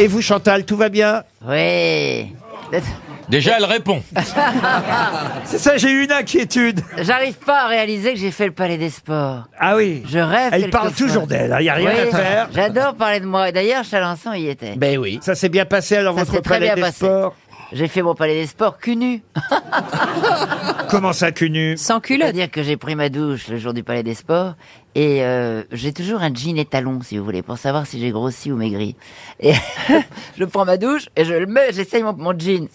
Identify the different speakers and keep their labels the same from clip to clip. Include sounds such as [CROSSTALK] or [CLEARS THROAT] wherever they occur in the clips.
Speaker 1: Et vous, Chantal, tout va bien
Speaker 2: Oui.
Speaker 3: Déjà, elle répond.
Speaker 1: C'est ça, j'ai eu une inquiétude.
Speaker 2: J'arrive pas à réaliser que j'ai fait le Palais des Sports.
Speaker 1: Ah oui.
Speaker 2: Je rêve.
Speaker 1: Elle parle
Speaker 2: quelquefois.
Speaker 1: toujours d'elle, il n'y a rien
Speaker 2: Oui,
Speaker 1: à faire.
Speaker 2: J'adore parler de moi. Et d'ailleurs, Chalençon y était.
Speaker 3: Ben oui.
Speaker 1: Ça s'est bien passé alors
Speaker 2: Ça
Speaker 1: votre
Speaker 2: s'est très
Speaker 1: palais
Speaker 2: bien
Speaker 1: des
Speaker 2: passé.
Speaker 1: sports
Speaker 2: J'ai fait mon Palais des Sports cul nu.
Speaker 1: Comment ça, cul nu
Speaker 4: Sans culotte.
Speaker 2: C'est-à-dire que j'ai pris ma douche le jour du Palais des Sports et euh, j'ai toujours un jean étalon, si vous voulez, pour savoir si j'ai grossi ou maigri. Et [LAUGHS] je prends ma douche et je le mets, j'essaye mon, mon jean.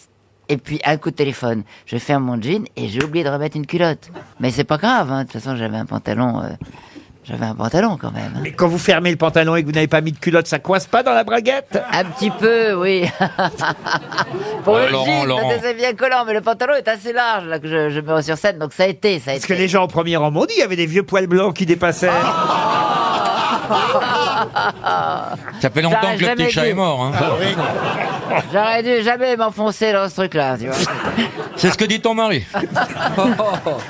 Speaker 2: Et puis, un coup de téléphone, je ferme mon jean et j'ai oublié de remettre une culotte. Mais c'est pas grave, hein, de toute façon, j'avais un pantalon... euh, j'avais un pantalon quand même. hein.
Speaker 1: Mais quand vous fermez le pantalon et que vous n'avez pas mis de culotte, ça coince pas dans la braguette
Speaker 2: Un petit
Speaker 1: [LAUGHS]
Speaker 2: peu, oui. Pour
Speaker 3: Ouais,
Speaker 2: le
Speaker 3: Laurent,
Speaker 2: jean,
Speaker 3: Laurent.
Speaker 2: parce que c'est bien collant, mais le pantalon est assez large là que je, je mets sur scène, donc ça a été, ça a
Speaker 1: Parce
Speaker 2: été.
Speaker 1: que les gens au premier rang m'ont dit, il y avait des vieux poils blancs qui dépassaient.
Speaker 3: Ah, Ça fait longtemps
Speaker 2: J'arrête
Speaker 3: que le
Speaker 2: jamais
Speaker 3: petit chat
Speaker 2: dit.
Speaker 3: est mort. hein.
Speaker 2: J'aurais dû jamais m'enfoncer dans ce truc-là, tu vois.
Speaker 3: C'est ce que dit ton mari.
Speaker 1: Oh.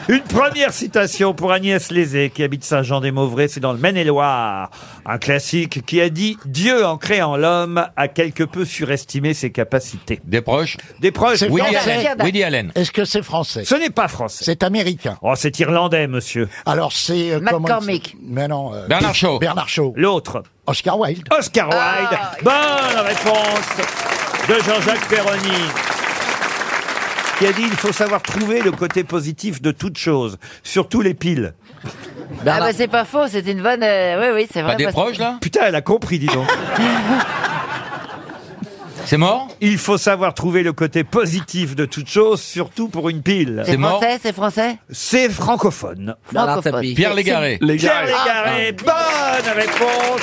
Speaker 1: Une première citation pour Agnès Lézé, qui habite Saint-Jean-des-Mauvrais, c'est dans le Maine-et-Loire. Un classique qui a dit « Dieu, en créant l'homme, a quelque peu surestimé ses capacités
Speaker 3: Des proches ».
Speaker 1: Des proches,
Speaker 5: C'est
Speaker 3: Woody
Speaker 5: Français.
Speaker 3: Allen. Woody Allen.
Speaker 5: Est-ce que c'est français
Speaker 1: ce n'est pas français.
Speaker 5: C'est américain.
Speaker 1: Oh, c'est irlandais, monsieur.
Speaker 5: Alors c'est euh, comment il
Speaker 2: McCormick.
Speaker 5: s'appelle Mais non. euh,
Speaker 3: Bernard Shaw.
Speaker 5: Bernard Shaw.
Speaker 1: L'autre,
Speaker 5: Oscar Wilde.
Speaker 1: Oscar Wilde. Bonne réponse de Jean-Jacques Perroni. Qui a dit il faut savoir trouver le côté positif de toute chose, surtout les piles.
Speaker 2: Ah bah c'est pas faux, c'est une bonne. euh, Oui oui c'est vrai.
Speaker 3: Pas des
Speaker 2: parce-
Speaker 3: proches, là
Speaker 1: Putain, elle a compris, dis donc.
Speaker 3: C'est mort
Speaker 1: Il faut savoir trouver le côté positif de toute chose, surtout pour une pile.
Speaker 2: C'est
Speaker 3: C'est mort.
Speaker 2: français, c'est français.
Speaker 1: C'est francophone.
Speaker 2: Francophone.
Speaker 3: Pierre Légaré.
Speaker 1: Pierre Légaré, bonne réponse.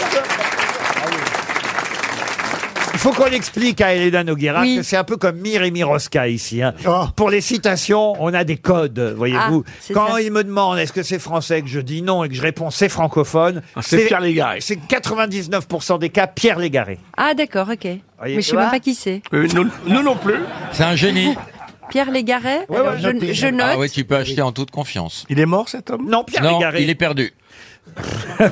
Speaker 1: Il faut qu'on explique à Elena Noguera
Speaker 4: Oui.
Speaker 1: que c'est un peu comme Mir et Miroska ici. hein.
Speaker 5: Oh.
Speaker 1: Pour les citations, on a des codes, voyez-vous.
Speaker 4: Ah, c'est
Speaker 1: Quand
Speaker 4: ça.
Speaker 1: il me demande est-ce que c'est français que je dis non et que je réponds c'est francophone,
Speaker 6: Ah, c'est Pierre Légaré.
Speaker 1: C'est 99% des cas Pierre Légaré.
Speaker 4: Ah d'accord, ok. Mais je sais
Speaker 2: tu vois
Speaker 4: même pas qui c'est.
Speaker 6: Euh, non- nous non plus.
Speaker 3: C'est un génie.
Speaker 4: Pierre Légaret.
Speaker 1: Ouais,
Speaker 4: Alors,
Speaker 1: ouais,
Speaker 4: je,
Speaker 5: notez.
Speaker 4: je note.
Speaker 3: Ah oui, tu peux acheter en toute confiance.
Speaker 6: Il est mort cet homme
Speaker 1: Non, Pierre
Speaker 3: Non,
Speaker 1: Légaré.
Speaker 3: il est perdu.
Speaker 1: [LAUGHS]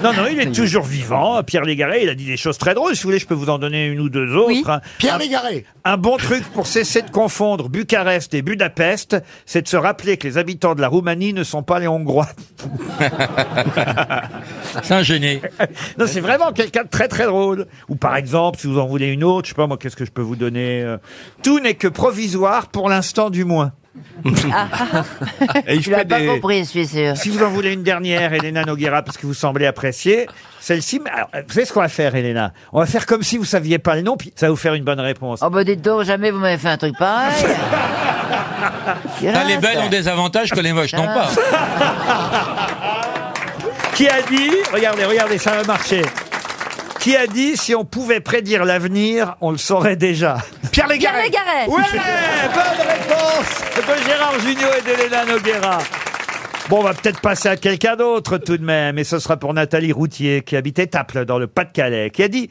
Speaker 1: Non, non, il est toujours vivant. Pierre Légaré, il a dit des choses très drôles. Si vous voulez, je peux vous en donner une ou deux autres.
Speaker 4: Oui.
Speaker 1: hein.
Speaker 5: Pierre Légaré.
Speaker 1: Un bon truc pour cesser de confondre Bucarest et Budapest, c'est de se rappeler que les habitants de la Roumanie ne sont pas les Hongrois.
Speaker 3: [LAUGHS] C'est un génie.
Speaker 1: [LAUGHS] Non, c'est vraiment quelqu'un de très très drôle. Ou par exemple, si vous en voulez une autre, je sais pas moi, qu'est-ce que je peux vous donner euh, Tout n'est que provisoire pour l'instant
Speaker 3: [LAUGHS]
Speaker 1: du moins.
Speaker 6: Et il
Speaker 2: Tu l'as
Speaker 6: fait
Speaker 2: pas
Speaker 6: des.
Speaker 2: compris, je suis sûr.
Speaker 1: Si vous en voulez une dernière, Elena Noguera, parce que vous semblez apprécier, celle-ci, mais alors, vous savez ce qu'on va faire, Elena On va faire comme si vous saviez pas le nom, puis ça va vous faire une bonne réponse.
Speaker 2: Oh bah dites donc, jamais vous m'avez fait un truc
Speaker 1: [LAUGHS]
Speaker 2: pareil.
Speaker 3: Ah, les
Speaker 2: Dégueulasse.
Speaker 3: belles ont des avantages que les moches n'ont pas.
Speaker 1: Qui a dit Regardez, regardez, ça va marcher. Qui a dit si on pouvait prédire l'avenir, on le saurait déjà Pierre Légaré
Speaker 4: Pierre Légaré.
Speaker 1: Ouais Bonne réponse de Gérard Junior et d'Elena Noguera. Bon, on va peut-être passer à quelqu'un d'autre tout de même, et ce sera pour Nathalie Routier, qui habite Étaples, dans le Pas-de-Calais, qui a dit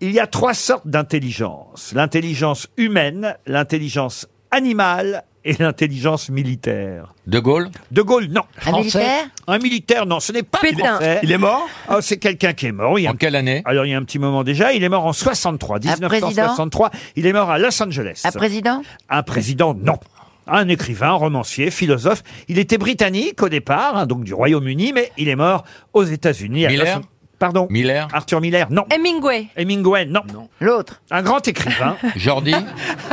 Speaker 1: Il y a trois sortes d'intelligence. L'intelligence humaine, l'intelligence animale et l'intelligence militaire.
Speaker 3: De Gaulle
Speaker 1: De Gaulle, non.
Speaker 2: Un militaire
Speaker 1: Un militaire, non, ce n'est pas
Speaker 4: Pétain.
Speaker 1: français.
Speaker 6: Il est mort
Speaker 1: Ah, c'est quelqu'un qui est mort. Il y a
Speaker 3: En quelle année
Speaker 1: alors il y a un petit moment déjà, il est mort en 63,
Speaker 2: président
Speaker 1: 1963. Il est mort à Los Angeles.
Speaker 2: Un président
Speaker 1: Un président, non. Un écrivain, romancier, philosophe. Il était britannique au départ, hein, donc du Royaume-Uni, mais il est mort aux États-Unis. à
Speaker 3: Miller
Speaker 1: Los- Pardon.
Speaker 3: Miller
Speaker 1: Arthur Miller, non.
Speaker 4: Hemingway.
Speaker 1: Hemingway, non.
Speaker 2: L'autre
Speaker 1: Un grand écrivain.
Speaker 3: [LAUGHS] Jordi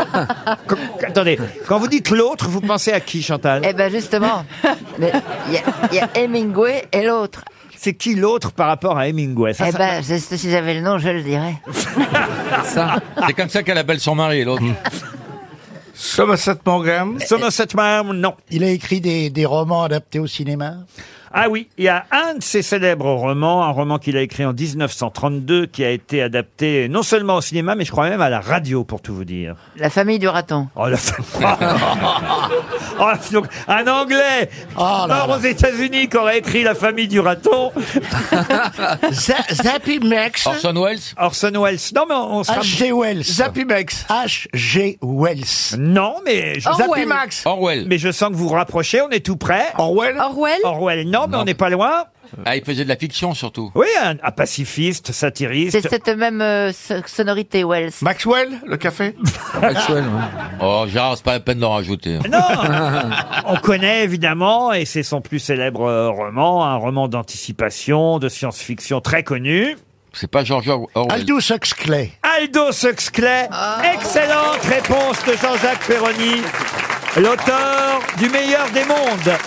Speaker 1: [LAUGHS] Com- attendez, quand vous dites l'autre, vous pensez à qui, Chantal
Speaker 2: Eh ben justement, mais il y, a- il y a Hemingway et l'autre.
Speaker 1: C'est qui l'autre par rapport à Hemingway Ça,
Speaker 2: Eh
Speaker 1: ça-
Speaker 2: ben je- si j'avais le nom, je le dirais.
Speaker 3: C'est comme ça qu'elle appelle son mari, l'autre.
Speaker 6: Somerset Morgan.
Speaker 1: Somerset Maugham, non.
Speaker 5: Il a écrit des, des romans adaptés
Speaker 1: [LAUGHS]
Speaker 5: au cinéma.
Speaker 1: Ah oui, il y a un de ses célèbres romans, un roman qu'il a écrit en 1932, qui a été adapté non seulement au cinéma, mais je crois même à la radio, pour tout vous dire.
Speaker 2: La famille du raton.
Speaker 1: Oh, la... [LAUGHS] Oh, donc, un Anglais
Speaker 5: Oh là
Speaker 1: mort
Speaker 5: là.
Speaker 1: aux États-Unis qui aurait écrit La famille du raton,
Speaker 5: Za- Zappy
Speaker 1: Oh,
Speaker 5: Max.
Speaker 3: Orson Welles
Speaker 1: Orson Welles. Non, mais on, on sera...
Speaker 5: H.G. Wells.
Speaker 6: Zappy Max.
Speaker 5: H.G. Wells.
Speaker 1: Non, mais je...
Speaker 4: Orwell.
Speaker 6: Zappy Max.
Speaker 3: Orwell.
Speaker 1: mais je sens que vous vous rapprochez, on est tout près.
Speaker 6: Orwell.
Speaker 4: Orwell.
Speaker 1: Orwell, non, mais on n'est pas loin.
Speaker 7: Ah, il faisait de la fiction surtout.
Speaker 1: Oui, un, un pacifiste, satiriste.
Speaker 2: C'est cette même euh, so- sonorité Wells.
Speaker 8: Maxwell, le
Speaker 1: [LAUGHS]
Speaker 8: café
Speaker 7: Oh, Gérard, c'est pas la peine d'en rajouter. hein. [LAUGHS]
Speaker 1: Non On connaît évidemment, et c'est son plus célèbre euh, roman, un roman d'anticipation, de science-fiction très connu.
Speaker 7: C'est pas George Or- Orwell.
Speaker 9: Aldous Huxley.
Speaker 1: Aldo Huxley.
Speaker 10: Ah.
Speaker 1: Excellente réponse de Jean-Jacques Ferroni, l'auteur du meilleur des mondes.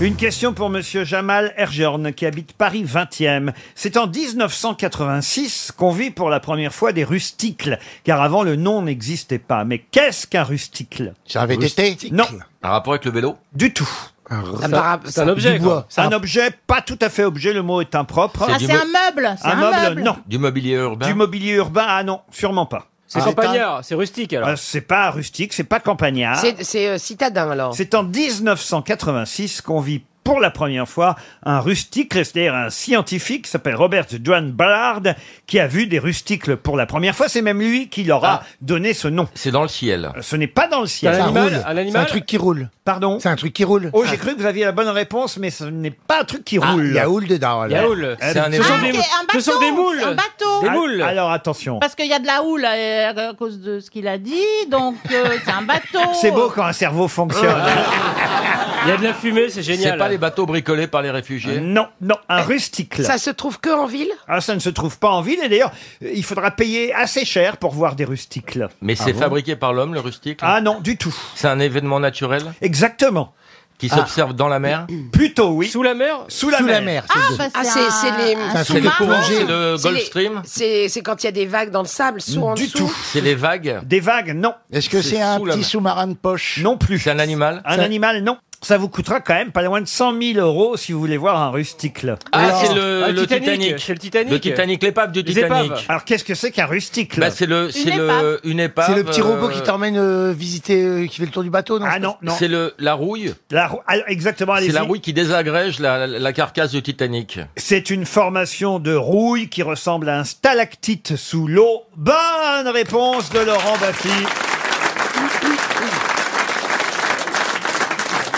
Speaker 1: Une question pour Monsieur Jamal Erjorn, qui habite Paris 20e. C'est en 1986 qu'on vit pour la première fois des rusticles, car avant le nom n'existait pas. Mais qu'est-ce qu'un rusticle
Speaker 9: C'est un VTT
Speaker 1: Non,
Speaker 7: Un rapport avec le vélo
Speaker 1: du tout.
Speaker 4: C'est un objet,
Speaker 9: bois.
Speaker 4: quoi.
Speaker 1: C'est un objet, pas tout à fait objet, le mot est impropre.
Speaker 11: Ah, c'est un meuble. C'est
Speaker 1: un meuble, non.
Speaker 7: Du mobilier urbain.
Speaker 1: Du mobilier urbain, ah non, sûrement pas.
Speaker 4: C'est
Speaker 9: Ah,
Speaker 4: campagnard, c'est rustique alors.
Speaker 1: Euh, c'est pas rustique, c'est pas campagnard.
Speaker 10: C'est euh, citadin alors.
Speaker 1: Ah. C'est en 1986 qu'on vit pour la première fois un rustique, c'est-à-dire un scientifique qui s'appelle Robert Joan Ballard, qui a vu des rusticles pour la première fois. C'est même lui qui leur a donné ce nom.
Speaker 7: Ah. C'est dans le ciel.
Speaker 1: Euh, Ce n'est pas dans le
Speaker 4: Un
Speaker 1: ciel.
Speaker 9: Ça
Speaker 4: animal,
Speaker 9: roule.
Speaker 4: un
Speaker 9: C'est un
Speaker 4: animal.
Speaker 9: truc qui roule.
Speaker 1: Pardon
Speaker 9: C'est un truc qui roule.
Speaker 1: Oh, j'ai cru que vous aviez la bonne réponse, mais ce n'est pas un truc qui
Speaker 9: Ah,
Speaker 1: roule.
Speaker 9: Il y a houle dedans. alors.
Speaker 4: Yaoul.
Speaker 1: Eh ben,
Speaker 7: un
Speaker 4: Ce sont
Speaker 11: Ah, c'est
Speaker 4: des,
Speaker 11: un
Speaker 4: ce
Speaker 11: bateau.
Speaker 4: sont des moules.
Speaker 11: c'est Un bateau.
Speaker 4: Des
Speaker 1: al-
Speaker 4: moules.
Speaker 1: Ah, Alors attention.
Speaker 11: Parce qu'il y a de la houle euh, à cause de ce qu'il a dit, donc euh, c'est un bateau.
Speaker 1: C'est beau quand un cerveau fonctionne.
Speaker 4: Ah. Il y a de la fumée,
Speaker 7: C'est
Speaker 4: c'est génial.
Speaker 7: pas les bateaux bricolés par les réfugiés.
Speaker 1: non, non, un
Speaker 11: Eh,
Speaker 1: rusticle.
Speaker 10: Ça se trouve que en ville
Speaker 1: Ah, ça ne se trouve pas en ville et d'ailleurs, euh, il faudra payer assez cher pour voir des Ah rusticles.
Speaker 7: Mais c'est fabriqué par l'homme, le rustique.
Speaker 1: Ah non, du tout.
Speaker 7: C'est un événement naturel
Speaker 1: Exactement.
Speaker 7: qui s'observe dans la mer.
Speaker 1: Plutôt oui. Sous,
Speaker 4: Sous la mer
Speaker 1: la,
Speaker 9: Sous
Speaker 1: mer.
Speaker 9: la mer.
Speaker 11: Ah,
Speaker 9: c'est-
Speaker 11: bah,
Speaker 10: Ah, c'est-
Speaker 11: un-
Speaker 10: c'est les-
Speaker 11: un
Speaker 9: C'est
Speaker 7: C'est le
Speaker 9: Sous-marin.
Speaker 11: sous-marin.
Speaker 7: courant, c'est le
Speaker 10: C'est les-
Speaker 7: Gulf Stream.
Speaker 10: C'est c'est quand il y a des vagues dans le sable, sous en
Speaker 1: Du
Speaker 10: dessous.
Speaker 1: tout.
Speaker 7: C'est les vagues.
Speaker 1: Des vagues, non.
Speaker 9: Est-ce que
Speaker 7: C'est
Speaker 9: c'est un
Speaker 7: sous la
Speaker 9: petit
Speaker 7: mer.
Speaker 9: sous-marin de poche
Speaker 1: Non plus.
Speaker 7: C'est un animal.
Speaker 1: Un
Speaker 9: Ça-
Speaker 1: animal, non. Ça vous coûtera quand même pas loin de 100 000 euros si vous voulez voir un rusticle.
Speaker 7: Ah,
Speaker 4: Alors,
Speaker 7: c'est le,
Speaker 4: ah,
Speaker 7: le Titanic.
Speaker 4: C'est le Titanic.
Speaker 7: Le Titanic, l'épave du
Speaker 4: Les
Speaker 7: Titanic.
Speaker 4: épaves.
Speaker 1: Alors qu'est-ce que c'est qu'un rusticle
Speaker 7: Bah, c'est le, c'est le,
Speaker 11: épave.
Speaker 7: une épave.
Speaker 9: C'est le petit robot qui
Speaker 7: euh,
Speaker 9: t'emmène euh, visiter, euh, qui fait le tour du bateau, non
Speaker 1: Ah non, non.
Speaker 7: C'est le, la rouille.
Speaker 1: La rou- alors, exactement,
Speaker 7: C'est
Speaker 1: allez-y.
Speaker 7: la rouille qui désagrège la, la- la carcasse du Titanic.
Speaker 1: C'est une formation de rouille qui ressemble à un stalactite sous l'eau. Bonne réponse de Laurent Baffy.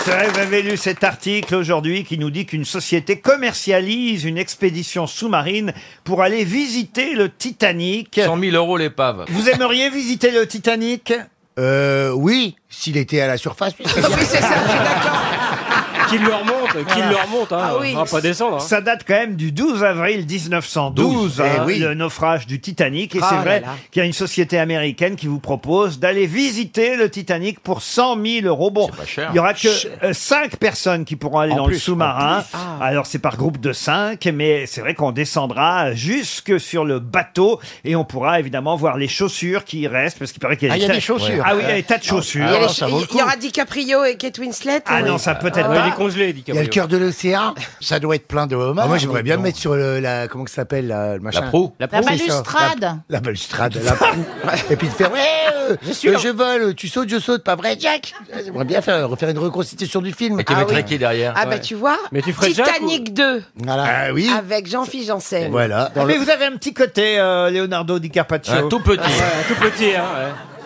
Speaker 1: C'est vrai, vous avez lu cet article aujourd'hui qui nous dit qu'une société commercialise une expédition sous-marine pour aller visiter le Titanic.
Speaker 7: 100 000 euros l'épave.
Speaker 1: Vous aimeriez visiter le Titanic
Speaker 9: Euh, oui, s'il était à la surface. oui.
Speaker 10: Oui, c'est ça, je suis d'accord.
Speaker 4: [LAUGHS] Qu'il leur monte, qu'il leur monte. Hein.
Speaker 10: Ah oui.
Speaker 4: On va pas descendre. hein.
Speaker 1: Ça date quand même du 12 avril 1912,
Speaker 9: eh
Speaker 1: hein,
Speaker 9: oui.
Speaker 1: le naufrage du Titanic. Et
Speaker 10: Ah
Speaker 1: c'est
Speaker 10: là
Speaker 1: vrai
Speaker 10: là.
Speaker 1: qu'il y a une société américaine qui vous propose d'aller visiter le Titanic pour 100 000 euros. Bon,
Speaker 7: C'est pas cher.
Speaker 1: il y aura que 5 personnes qui pourront aller
Speaker 7: En
Speaker 1: dans le
Speaker 7: plus,
Speaker 1: sous-marin. Alors c'est par groupe de 5, mais c'est vrai qu'on descendra jusque sur le bateau et on pourra évidemment voir les chaussures qui y restent, parce qu'il paraît qu'il y a,
Speaker 9: Ah, il y a
Speaker 1: tas-
Speaker 9: des chaussures.
Speaker 1: Ah oui, il y a des tas de chaussures.
Speaker 10: Il y, a
Speaker 9: Ah,
Speaker 10: les-
Speaker 9: ça vaut le
Speaker 10: il y
Speaker 9: coup.
Speaker 10: aura DiCaprio et Kate Winslet.
Speaker 1: Ah
Speaker 10: oui.
Speaker 1: non, ça peut-être
Speaker 4: Non,
Speaker 1: pas.
Speaker 4: il est congelé, dit
Speaker 9: Il y a le
Speaker 4: Caprio.
Speaker 9: cœur de l'océan. Ça doit être plein de homards.
Speaker 5: Ah, moi, j'aimerais bien me
Speaker 9: Non.
Speaker 5: mettre sur le- la. Comment que ça s'appelle là, le machin
Speaker 7: La proue.
Speaker 4: La
Speaker 11: La
Speaker 4: proue.
Speaker 9: c'est ça.
Speaker 11: balustrade.
Speaker 5: La balustrade,
Speaker 9: [LAUGHS]
Speaker 5: la proue. Et puis de faire. Ouais, euh, euh, je, vole, tu sautes, je saute, pas vrai, Jack Ah, J'aimerais bien faire, refaire une reconstitution du film.
Speaker 7: Et tu
Speaker 10: Ah
Speaker 7: mettrais
Speaker 10: oui.
Speaker 7: qui derrière
Speaker 10: Ah bah tu vois,
Speaker 4: Mais tu ferais Jacques
Speaker 10: Titanic 2
Speaker 5: Voilà. Ah oui
Speaker 10: avec Jean-Philippe Janssen.
Speaker 5: Voilà.
Speaker 1: Ah, Mais vous avez un petit côté euh, Leonardo DiCaprio. Ah,
Speaker 7: Un tout petit.
Speaker 4: Ah Ouais, tout petit. Hein,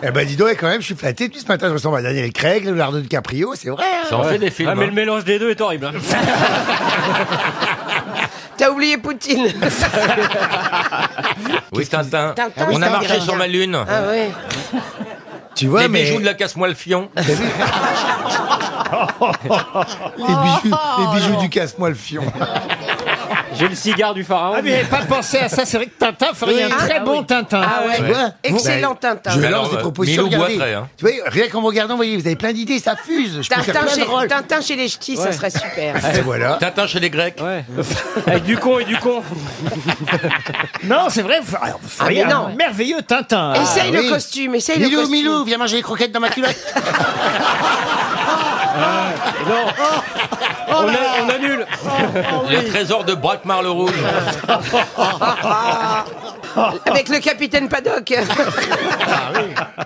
Speaker 5: Eh ben, dis donc, quand même, je suis flatté. Depuis ce matin, je ressemble à Daniel Craig, Leonardo DiCaprio, c'est vrai.
Speaker 7: Ça en fait des films.
Speaker 4: Ah, mais
Speaker 7: hein.
Speaker 4: le mélange des deux est horrible. hein.
Speaker 10: [LAUGHS] T'as oublié Poutine. Ah,
Speaker 7: Oui, Tintin.
Speaker 10: Tintin,
Speaker 7: On a
Speaker 10: Tintin.
Speaker 7: marché sur ma lune.
Speaker 10: ah ouais.
Speaker 5: Tu vois,
Speaker 7: les
Speaker 5: mais.
Speaker 7: bijoux de la casse-moi le
Speaker 5: [LAUGHS]
Speaker 7: fion.
Speaker 10: Oh,
Speaker 5: Les bijoux, les bijoux du casse-moi le fion.
Speaker 4: J'ai le cigare du pharaon.
Speaker 1: Ah, mais j'avais pas pensé à ça. C'est vrai que Tintin ferait un
Speaker 10: Ah,
Speaker 1: très
Speaker 10: bah
Speaker 1: bon
Speaker 10: oui.
Speaker 1: Tintin.
Speaker 10: Ah ouais.
Speaker 5: Tu vois
Speaker 10: Excellent
Speaker 5: Ben,
Speaker 10: Tintin.
Speaker 5: Je
Speaker 7: Mais
Speaker 5: lance
Speaker 7: alors,
Speaker 5: des
Speaker 7: euh,
Speaker 5: propositions.
Speaker 7: Milou
Speaker 5: regardez.
Speaker 7: Boitret, hein.
Speaker 5: Tu vois, rien qu'en me regardant, vous voyez, vous avez plein d'idées, ça fuse. Je peux faire
Speaker 10: Tintin
Speaker 5: plein de
Speaker 10: chez,
Speaker 5: rôles.
Speaker 10: Tintin chez les ch'tis, ça serait super.
Speaker 5: Et voilà.
Speaker 7: Tintin chez les Grecs. [LAUGHS]
Speaker 4: Ouais. Avec du con et du con.
Speaker 1: Non, c'est vrai. vous- alors, vous feriez
Speaker 10: Ah, mais
Speaker 1: un
Speaker 10: non. Ah,
Speaker 1: merveilleux Tintin.
Speaker 10: essaye
Speaker 5: oui.
Speaker 10: le costume, essaye le
Speaker 5: Milou,
Speaker 10: costume.
Speaker 5: Milou, viens manger les croquettes dans ma
Speaker 10: [LAUGHS]
Speaker 5: culotte.
Speaker 10: Ah, oh,
Speaker 4: Non. on, a- on annule.
Speaker 5: [LAUGHS]
Speaker 7: Les trésors de Braquemar le Rouge.
Speaker 10: [LAUGHS]
Speaker 7: Avec le capitaine Paddock.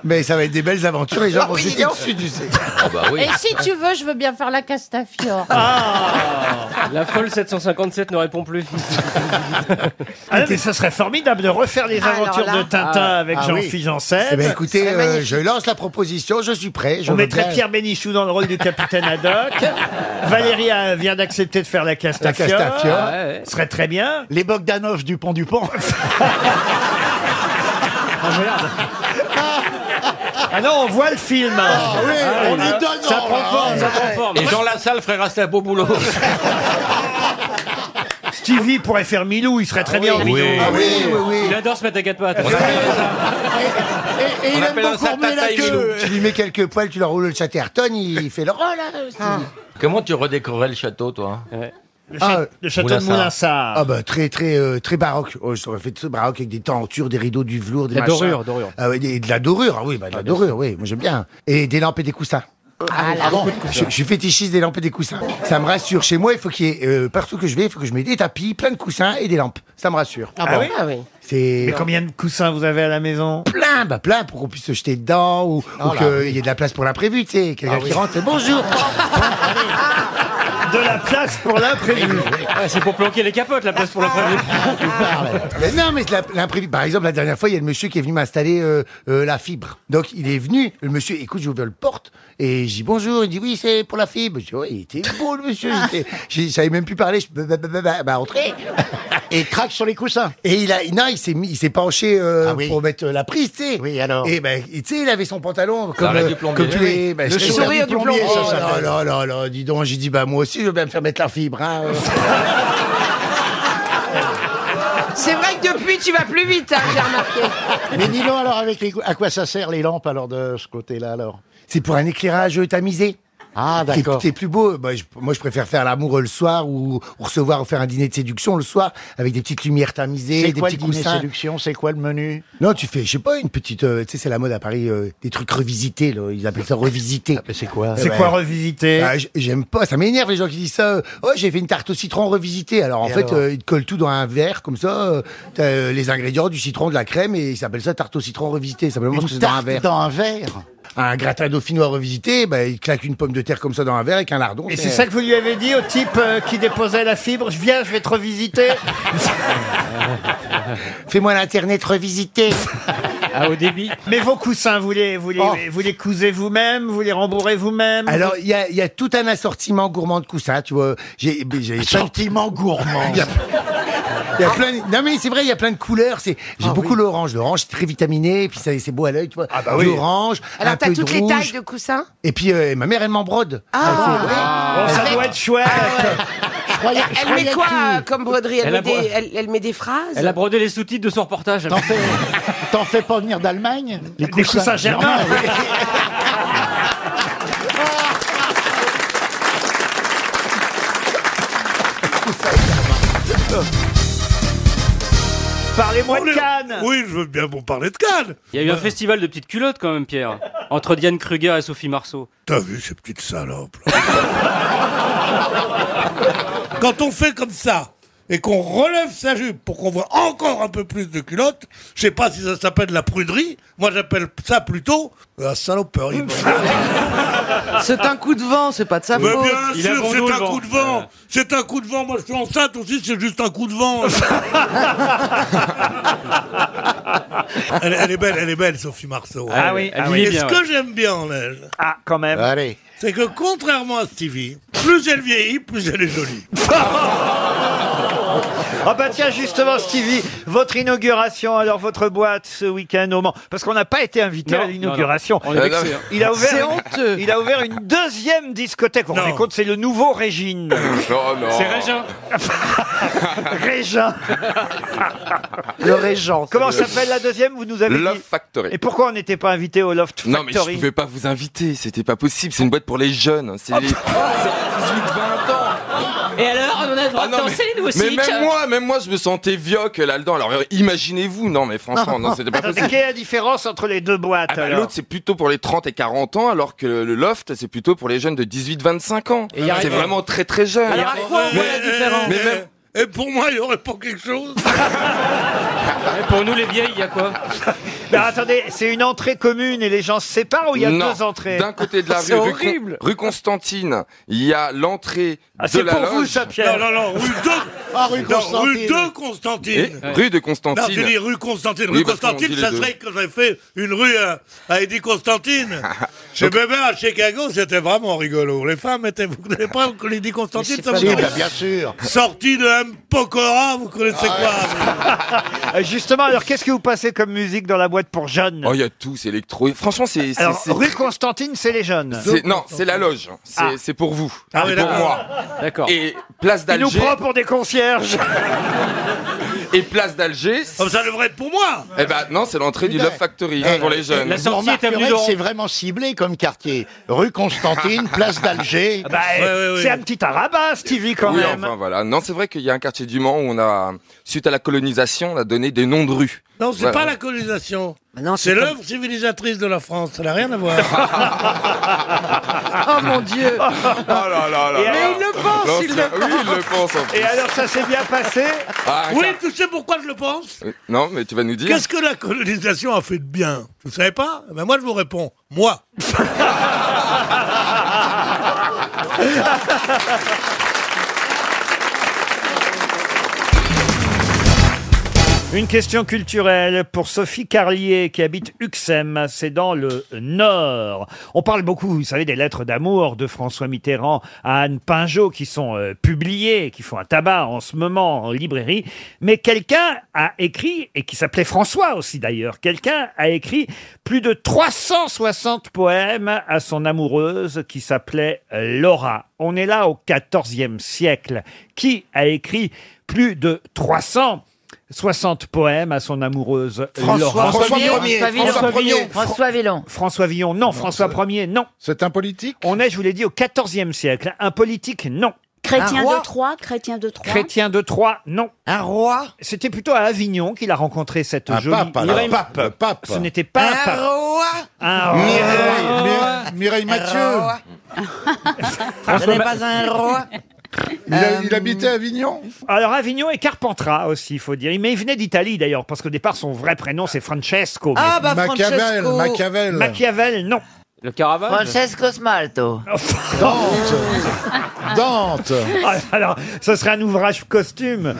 Speaker 5: Mais ça va être des belles aventures, les gens
Speaker 7: Oh,
Speaker 5: vont
Speaker 7: oui,
Speaker 5: jeter
Speaker 7: dis donc.
Speaker 5: dessus, [LAUGHS] tu sais.
Speaker 7: Oh, bah
Speaker 12: Et si tu veux, je veux bien faire la Castafiore.
Speaker 9: Ah.
Speaker 13: La folle 757 ne répond
Speaker 10: [LAUGHS]
Speaker 13: plus.
Speaker 1: Ah non, mais ça serait formidable de refaire les
Speaker 7: Alors
Speaker 1: aventures
Speaker 7: là.
Speaker 1: de Tintin
Speaker 5: Ah,
Speaker 1: avec
Speaker 5: ah
Speaker 1: Jean-Philippe
Speaker 5: oui.
Speaker 1: Janssen.
Speaker 5: Eh ben, écoutez,
Speaker 7: serait
Speaker 5: euh,
Speaker 7: magnifique.
Speaker 5: je lance la proposition, je suis prêt. je
Speaker 1: On
Speaker 5: veux
Speaker 1: mettrait
Speaker 5: bien.
Speaker 1: Pierre Bénichou dans le rôle du capitaine
Speaker 5: [LAUGHS]
Speaker 1: Haddock. Valérie euh, vient d'accepter de faire la Castafiore.
Speaker 5: Castafiore.
Speaker 1: Ah ouais, ouais. Ce serait très bien.
Speaker 6: Les Bogdanov du pont
Speaker 1: [LAUGHS]
Speaker 6: du pont.
Speaker 1: Ah non, on voit le film.
Speaker 5: Ah oui, on lui donne.
Speaker 13: hein. Ça
Speaker 5: oh,
Speaker 13: prend
Speaker 5: ah,
Speaker 13: forme,
Speaker 5: ouais.
Speaker 13: ça prend forme.
Speaker 3: Et Jean Lassalle ferait rester à beau boulot.
Speaker 1: [LAUGHS] Stevie pourrait faire Milou, il serait très bien en Milou. Ah
Speaker 5: Ah oui, oui, oui.
Speaker 13: Il adore se mettre à quatre pattes.
Speaker 5: Et, et
Speaker 3: On
Speaker 5: il aime
Speaker 3: appelle un
Speaker 5: beaucoup remuer la
Speaker 3: Tata
Speaker 5: queue.
Speaker 3: Ilou.
Speaker 5: Tu lui mets quelques poils, tu leur roules le chatterton, il il fait le rôle.
Speaker 3: Comment tu redécorerais le château, toi
Speaker 7: hein
Speaker 1: Le, cha-
Speaker 5: Ah,
Speaker 1: le château de Moulinsart.
Speaker 5: Ah bah très très euh, très baroque. Oh, ça aurait fait tout baroque avec des tentures, des rideaux, du velours, des
Speaker 13: La
Speaker 5: machins.
Speaker 13: dorure, dorure.
Speaker 5: Ah oui, des- de la dorure, ah oui, bah, de la dorure, oui, moi j'aime bien. Et des lampes et des coussins.
Speaker 7: Ah, là.
Speaker 5: Je, je suis fétichiste des lampes et des coussins. Ça me rassure. Chez moi, il faut qu'il y ait euh, partout que je vais, il faut que je mette des tapis, plein de coussins et des lampes. Ça me rassure.
Speaker 7: Ah, bon,
Speaker 10: bah
Speaker 7: ah oui.
Speaker 5: C'est
Speaker 1: Mais combien de coussins vous avez à la maison
Speaker 5: plein, bah plein pour qu'on puisse se jeter dedans ou,
Speaker 13: Oh
Speaker 5: ou qu'il y ait de la place pour l'imprévu, tu sais.
Speaker 13: Ah
Speaker 5: Quelqu'un qui rentre,
Speaker 13: [LAUGHS]
Speaker 5: bonjour.
Speaker 1: De la place pour l'imprévu.
Speaker 13: Ah, c'est pour planquer les capotes, la place pour la première.
Speaker 1: [LAUGHS]
Speaker 14: Ah.
Speaker 5: [LAUGHS] Mais non, mais la- l'imprévu. Par exemple, la dernière fois, il y a le monsieur qui est venu m'installer euh, euh, la fibre. Donc, il est venu. Le monsieur, écoute, j'ai ouvert le porte et j'ai dit bonjour. Il dit oui, c'est pour la fibre. Je dis, ouais, il était beau, le monsieur.
Speaker 14: [LAUGHS]
Speaker 5: J'étais- j'ai- Je savais même plus parler. Je bah, bah, bah, bah, bah, bah, entrez.
Speaker 14: Et craque sur les coussins.
Speaker 5: Et il a, non, il s'est mis, il s'est penché euh,
Speaker 14: Ah oui.
Speaker 5: pour mettre euh, la prise, tu sais.
Speaker 14: Oui, alors.
Speaker 5: Et ben, et tu sais, il avait son pantalon comme,
Speaker 3: L'arrêt
Speaker 5: euh,
Speaker 3: du plombier.
Speaker 5: comme tous les, ben,
Speaker 14: Le
Speaker 5: je-
Speaker 14: sourire
Speaker 5: je-
Speaker 14: du plombier,
Speaker 5: Oh,
Speaker 14: ça s'appelle.
Speaker 5: là, là, là, là, dis donc, j'ai dit, bah, moi aussi, je veux bien me faire mettre la fibre, hein.
Speaker 14: [LAUGHS]
Speaker 5: euh.
Speaker 7: C'est vrai que depuis, tu vas plus vite, hein, j'ai remarqué.
Speaker 14: Mais dis donc alors avec les cou- à quoi ça sert les lampes alors de ce côté-là alors
Speaker 5: C'est pour un éclairage tamisé.
Speaker 14: Ah
Speaker 5: T'es-
Speaker 14: d'accord.
Speaker 5: T'es plus beau. Moi je, moi, je préfère faire l'amour euh, le soir ou, ou recevoir ou faire un dîner de séduction le soir avec des petites lumières tamisées,
Speaker 14: C'est
Speaker 5: des
Speaker 14: quoi le
Speaker 5: petits
Speaker 14: dîner
Speaker 5: coussins.
Speaker 14: séduction C'est quoi le menu
Speaker 5: Non, tu fais, je sais pas, une petite. euh, tu sais, c'est la mode à Paris, euh, des trucs revisités. Là. Ils appellent ça revisité.
Speaker 14: Ah, Mais c'est quoi Eh ben.
Speaker 1: C'est
Speaker 5: ouais.
Speaker 1: quoi revisiter
Speaker 5: Ah, j- J'aime pas, ça m'énerve les gens qui disent ça. euh, oh, j'ai fait une tarte au citron revisitée. Alors en
Speaker 14: Et
Speaker 5: fait,
Speaker 14: alors
Speaker 5: euh, ils te collent tout dans un verre comme ça. euh, t'as euh, les ingrédients du citron, de la crème et ils s'appellent ça tarte au citron revisitée. Simplement parce que
Speaker 14: Une
Speaker 5: c'est dans un
Speaker 14: tarte
Speaker 5: verre.
Speaker 14: dans un verre.
Speaker 5: Un gratin dauphinois revisité, bah, ils claquent une pomme de terre comme ça dans un verre avec un lardon.
Speaker 1: Et c'est ça que vous lui avez dit au type euh, qui déposait la fibre Je viens, je vais te revisiter.
Speaker 5: [LAUGHS] Fais-moi
Speaker 14: [LAUGHS]
Speaker 5: l'internet revisité.
Speaker 13: Ah, au débit.
Speaker 1: [LAUGHS] Mais vos coussins, vous les, vous les,
Speaker 5: Oh.
Speaker 1: vous les cousez vous-même Vous les rembourrez vous-même
Speaker 5: Alors, il y a, il y a tout un assortiment gourmand de coussins, tu vois. J'ai, j'ai plein de- [LAUGHS]
Speaker 14: Sentiment gourmand.
Speaker 5: Il y a- il y a plein de- non mais c'est vrai, il y a plein de couleurs. C'est,
Speaker 7: Ah
Speaker 5: j'ai beaucoup l'orange. L'orange, c'est très vitaminé, et puis ça, c'est beau à l'œil, tu vois. L'orange,
Speaker 7: bah
Speaker 5: un
Speaker 7: Alors,
Speaker 5: peu
Speaker 7: t'as
Speaker 5: de
Speaker 7: toutes les tailles
Speaker 5: rouge.
Speaker 7: de Ah, coussins
Speaker 5: Et puis euh, ma mère, elle m'en brode.
Speaker 1: Oh, ça doit être chouette.
Speaker 14: Je croyais- je
Speaker 7: Elle
Speaker 14: croyais
Speaker 7: met
Speaker 14: que
Speaker 7: quoi
Speaker 14: tu-
Speaker 7: euh, comme broderie elle,
Speaker 13: Elle
Speaker 7: met
Speaker 13: a
Speaker 7: des,
Speaker 13: bro-
Speaker 7: elle, elle met des phrases
Speaker 13: Elle a brodé les sous-titres de son reportage.
Speaker 14: T'en fais, t'en fais pas venir d'Allemagne Les
Speaker 1: Des coussins germains. Parlez-moi de Cannes
Speaker 6: Oui, je veux bien vous parler de Cannes. Bah.
Speaker 13: Il y a eu un festival de petites culottes quand même, Pierre. Entre Diane Kruger et Sophie Marceau.
Speaker 6: T'as vu ces petites salopes là Quand on fait comme ça et qu'on relève sa jupe pour qu'on voit encore un peu plus de culotte, je sais pas si ça s'appelle la pruderie. Moi, j'appelle ça plutôt la saloperie.
Speaker 4: C'est un coup de vent, c'est pas de sa
Speaker 6: Mais
Speaker 4: faute.
Speaker 6: bien
Speaker 13: Il a
Speaker 6: sûr,
Speaker 13: bon dos,
Speaker 6: c'est
Speaker 13: le
Speaker 6: un
Speaker 13: vent.
Speaker 6: coup de vent.
Speaker 13: Ouais.
Speaker 6: C'est un coup de vent. Moi, je suis enceinte aussi. C'est juste un coup
Speaker 4: [LAUGHS]
Speaker 6: de vent.
Speaker 13: Ah
Speaker 6: elle, elle est belle, elle est belle, Sophie Marceau.
Speaker 1: Ah oui,
Speaker 13: elle
Speaker 1: ah
Speaker 13: vit
Speaker 1: oui.
Speaker 6: Et
Speaker 13: bien.
Speaker 6: ce
Speaker 13: ouais.
Speaker 6: que j'aime bien en elle,
Speaker 1: Ah, quand même.
Speaker 14: Allez.
Speaker 6: c'est que contrairement à Stevie, plus elle vieillit, plus elle est jolie.
Speaker 1: Ah bah tiens, justement, Stevie, votre inauguration, alors votre boîte ce week-end au Mans, parce qu'on n'a pas été invité
Speaker 13: Non,
Speaker 1: à l'inauguration.
Speaker 13: non, non. On est
Speaker 3: Euh, non,
Speaker 13: vexé, hein.
Speaker 1: Il a ouvert,
Speaker 4: C'est
Speaker 1: une-
Speaker 4: honteux.
Speaker 1: il a ouvert une deuxième discothèque. Vous vous
Speaker 6: Non.
Speaker 1: rendez compte, c'est le nouveau Régine.
Speaker 3: Non, non.
Speaker 13: C'est Régin.
Speaker 1: [LAUGHS] Régin.
Speaker 4: Le régent.
Speaker 1: Comment s'appelle la deuxième Vous nous avez
Speaker 15: Love
Speaker 1: dit.
Speaker 15: Factory.
Speaker 1: Et pourquoi on n'était pas invité au Loft Factory
Speaker 15: Non, mais je pouvais pas vous inviter, c'était pas possible, c'est une boîte pour les jeunes,
Speaker 1: Oh,
Speaker 15: c'est les 18-20 ans.
Speaker 4: Et alors, on a le
Speaker 15: Ah non, mais, mais même moi, même moi, je me sentais vioque là-dedans, alors euh, imaginez-vous, non mais franchement, non, c'était pas
Speaker 1: Attendez,
Speaker 15: possible.
Speaker 1: quelle est la différence entre les deux boîtes
Speaker 15: Ah bah,
Speaker 1: alors
Speaker 15: L'autre, c'est plutôt pour les 30 et 40 ans, alors que le loft, c'est plutôt pour les jeunes de 18-25 ans.
Speaker 13: y a
Speaker 15: C'est
Speaker 13: rien.
Speaker 15: vraiment très très jeune.
Speaker 4: Alors, à quoi on voit la
Speaker 6: Mais-
Speaker 4: différence
Speaker 15: Mais même,
Speaker 6: Et eh, pour moi, il n'y aurait pas quelque chose
Speaker 13: pour nous, les vieilles, il y a quoi
Speaker 1: Mais Bah, attendez, c'est une entrée commune et les gens se séparent ou il y a
Speaker 15: Non.
Speaker 1: deux entrées
Speaker 15: D'un côté de la rue,
Speaker 1: [LAUGHS] C'est
Speaker 15: rue,
Speaker 1: horrible.
Speaker 15: Con- rue Constantine, il y a l'entrée
Speaker 1: Ah,
Speaker 15: de
Speaker 1: c'est
Speaker 15: la
Speaker 1: pour
Speaker 15: loge.
Speaker 1: vous, ça, Pierre.
Speaker 6: Non, non, non, rue 2
Speaker 5: Ah, rue Constantine.
Speaker 6: Rue 2 Constantine
Speaker 15: Et Eh, rue de Constantine.
Speaker 6: Non, tu dis rue Constantine.
Speaker 15: Oui,
Speaker 6: Rue
Speaker 15: parce qu'on
Speaker 6: Constantine,
Speaker 15: dit les
Speaker 6: ça
Speaker 15: deux.
Speaker 6: serait que j'avais fait une rue à, à Eddie
Speaker 15: [LAUGHS]
Speaker 6: Constantine. Chez Bébé à Chicago, c'était vraiment rigolo. Les femmes étaient. Vous connaissez pas que Lady Constantine ça vous
Speaker 5: Oui, bah,
Speaker 6: parle
Speaker 5: bien sûr.
Speaker 6: Sortie de M. Pokora, vous connaissez
Speaker 15: Ah
Speaker 1: Euh, Justement, alors qu'est-ce que vous passez comme musique dans la boîte pour jeunes
Speaker 15: Oh, il y a tout, c'est électro. Franchement, c'est. c'est-
Speaker 1: Alors,
Speaker 15: c'est-
Speaker 1: rue Constantine, c'est les jeunes.
Speaker 15: c'est- Non, c'est la loge. C'est
Speaker 1: Ah.
Speaker 15: c'est pour vous.
Speaker 6: Ah
Speaker 15: C'est
Speaker 6: oui,
Speaker 15: pour
Speaker 6: d'accord.
Speaker 15: moi.
Speaker 13: D'accord.
Speaker 15: Et place
Speaker 1: Il nous
Speaker 15: d'Alger.
Speaker 1: prend pour des concierges.
Speaker 15: Et place d'Alger. c'est-
Speaker 6: quoi Ah, Ça devrait être pour moi Eh,
Speaker 15: Eh ben non, c'est l'entrée du
Speaker 5: Putain.
Speaker 15: Love Factory hein, pour les jeunes.
Speaker 13: la- sortie est
Speaker 5: Vous remarquerez
Speaker 13: avenue
Speaker 5: que
Speaker 13: Laurent.
Speaker 5: C'est vraiment ciblé comme quartier. Rue Constantine, place d'Alger.
Speaker 1: Bah,
Speaker 6: Ah ouais, ouais.
Speaker 1: C'est un petit arabas, Stevie, quand
Speaker 15: Oui,
Speaker 1: même.
Speaker 15: enfin voilà. Non, c'est vrai qu'il y a un quartier du Mans où on a, suite à la colonisation, on a donné des noms de rues.
Speaker 6: Non, c'est
Speaker 15: Ouais.
Speaker 6: pas la colonisation.
Speaker 4: Bah Non,
Speaker 6: C'est l'œuvre civilisatrice de la France, ça n'a rien à voir.
Speaker 4: [LAUGHS] Oh mon Dieu
Speaker 15: [LAUGHS] Oh là là là
Speaker 1: Et
Speaker 15: là.
Speaker 1: alors-
Speaker 4: Mais il le pense,
Speaker 15: Non,
Speaker 4: il
Speaker 15: c'est-
Speaker 4: le pense.
Speaker 15: Oui, il le pense. en plus.
Speaker 1: Et alors, ça s'est bien passé
Speaker 15: Ah,
Speaker 6: oui, tu sais pourquoi je le pense
Speaker 15: ça- Non, mais tu vas nous dire.
Speaker 6: Qu'est-ce que la colonisation a fait de bien Vous savez pas Eh ben Moi, je vous réponds. Moi.
Speaker 1: Une question culturelle pour Sophie Carlier qui habite Uxem, c'est dans le Nord. On parle beaucoup, vous savez, des lettres d'amour de François Mitterrand à Anne Pinjot qui sont euh, publiées, qui font un tabac en ce moment en librairie. Mais quelqu'un a écrit, et qui s'appelait François aussi d'ailleurs, quelqu'un a écrit plus de 360 poèmes à son amoureuse qui s'appelait euh, Laura. On est là au XIVe siècle. Qui a écrit plus de 300 60 poèmes à son amoureuse Laura.
Speaker 2: François Villon.
Speaker 14: Ier.
Speaker 2: François Villon.
Speaker 14: François Ier.
Speaker 2: François Villon.
Speaker 1: François Villon, non. François Ier, non.
Speaker 14: C'est un politique
Speaker 1: On est, je vous l'ai dit, au XIVe siècle. Un politique, non.
Speaker 4: Un
Speaker 16: Chrétien
Speaker 4: roi.
Speaker 16: de Troyes, chrétien de Troyes.
Speaker 1: Chrétien de Troyes, non.
Speaker 4: Un roi
Speaker 1: C'était plutôt à Avignon qu'il a rencontré cette jolie...
Speaker 14: alors.
Speaker 1: Mireille-
Speaker 14: Le pape.
Speaker 1: Ce n'était pas un pape.
Speaker 4: roi
Speaker 1: Un roi. oh,
Speaker 14: Mireille, Mireille Mathieu.
Speaker 4: roi.
Speaker 17: Ah,
Speaker 4: Ce n'est pas un roi
Speaker 14: Il, a- il habitait à Avignon.
Speaker 1: Euh, Alors Avignon et Carpentras aussi, il faut dire. Mais il venait d'Italie d'ailleurs, parce qu'au départ son vrai prénom c'est Francesco. mais-
Speaker 4: Ah bah
Speaker 14: Machiavel,
Speaker 4: Francesco
Speaker 14: Machiavel.
Speaker 1: Machiavel, non.
Speaker 13: Le
Speaker 1: Ah, bah,
Speaker 13: caravane
Speaker 2: Francesco Smalto.
Speaker 14: Dante. Dante.
Speaker 1: Ah, Alors, ce serait un ouvrage costume.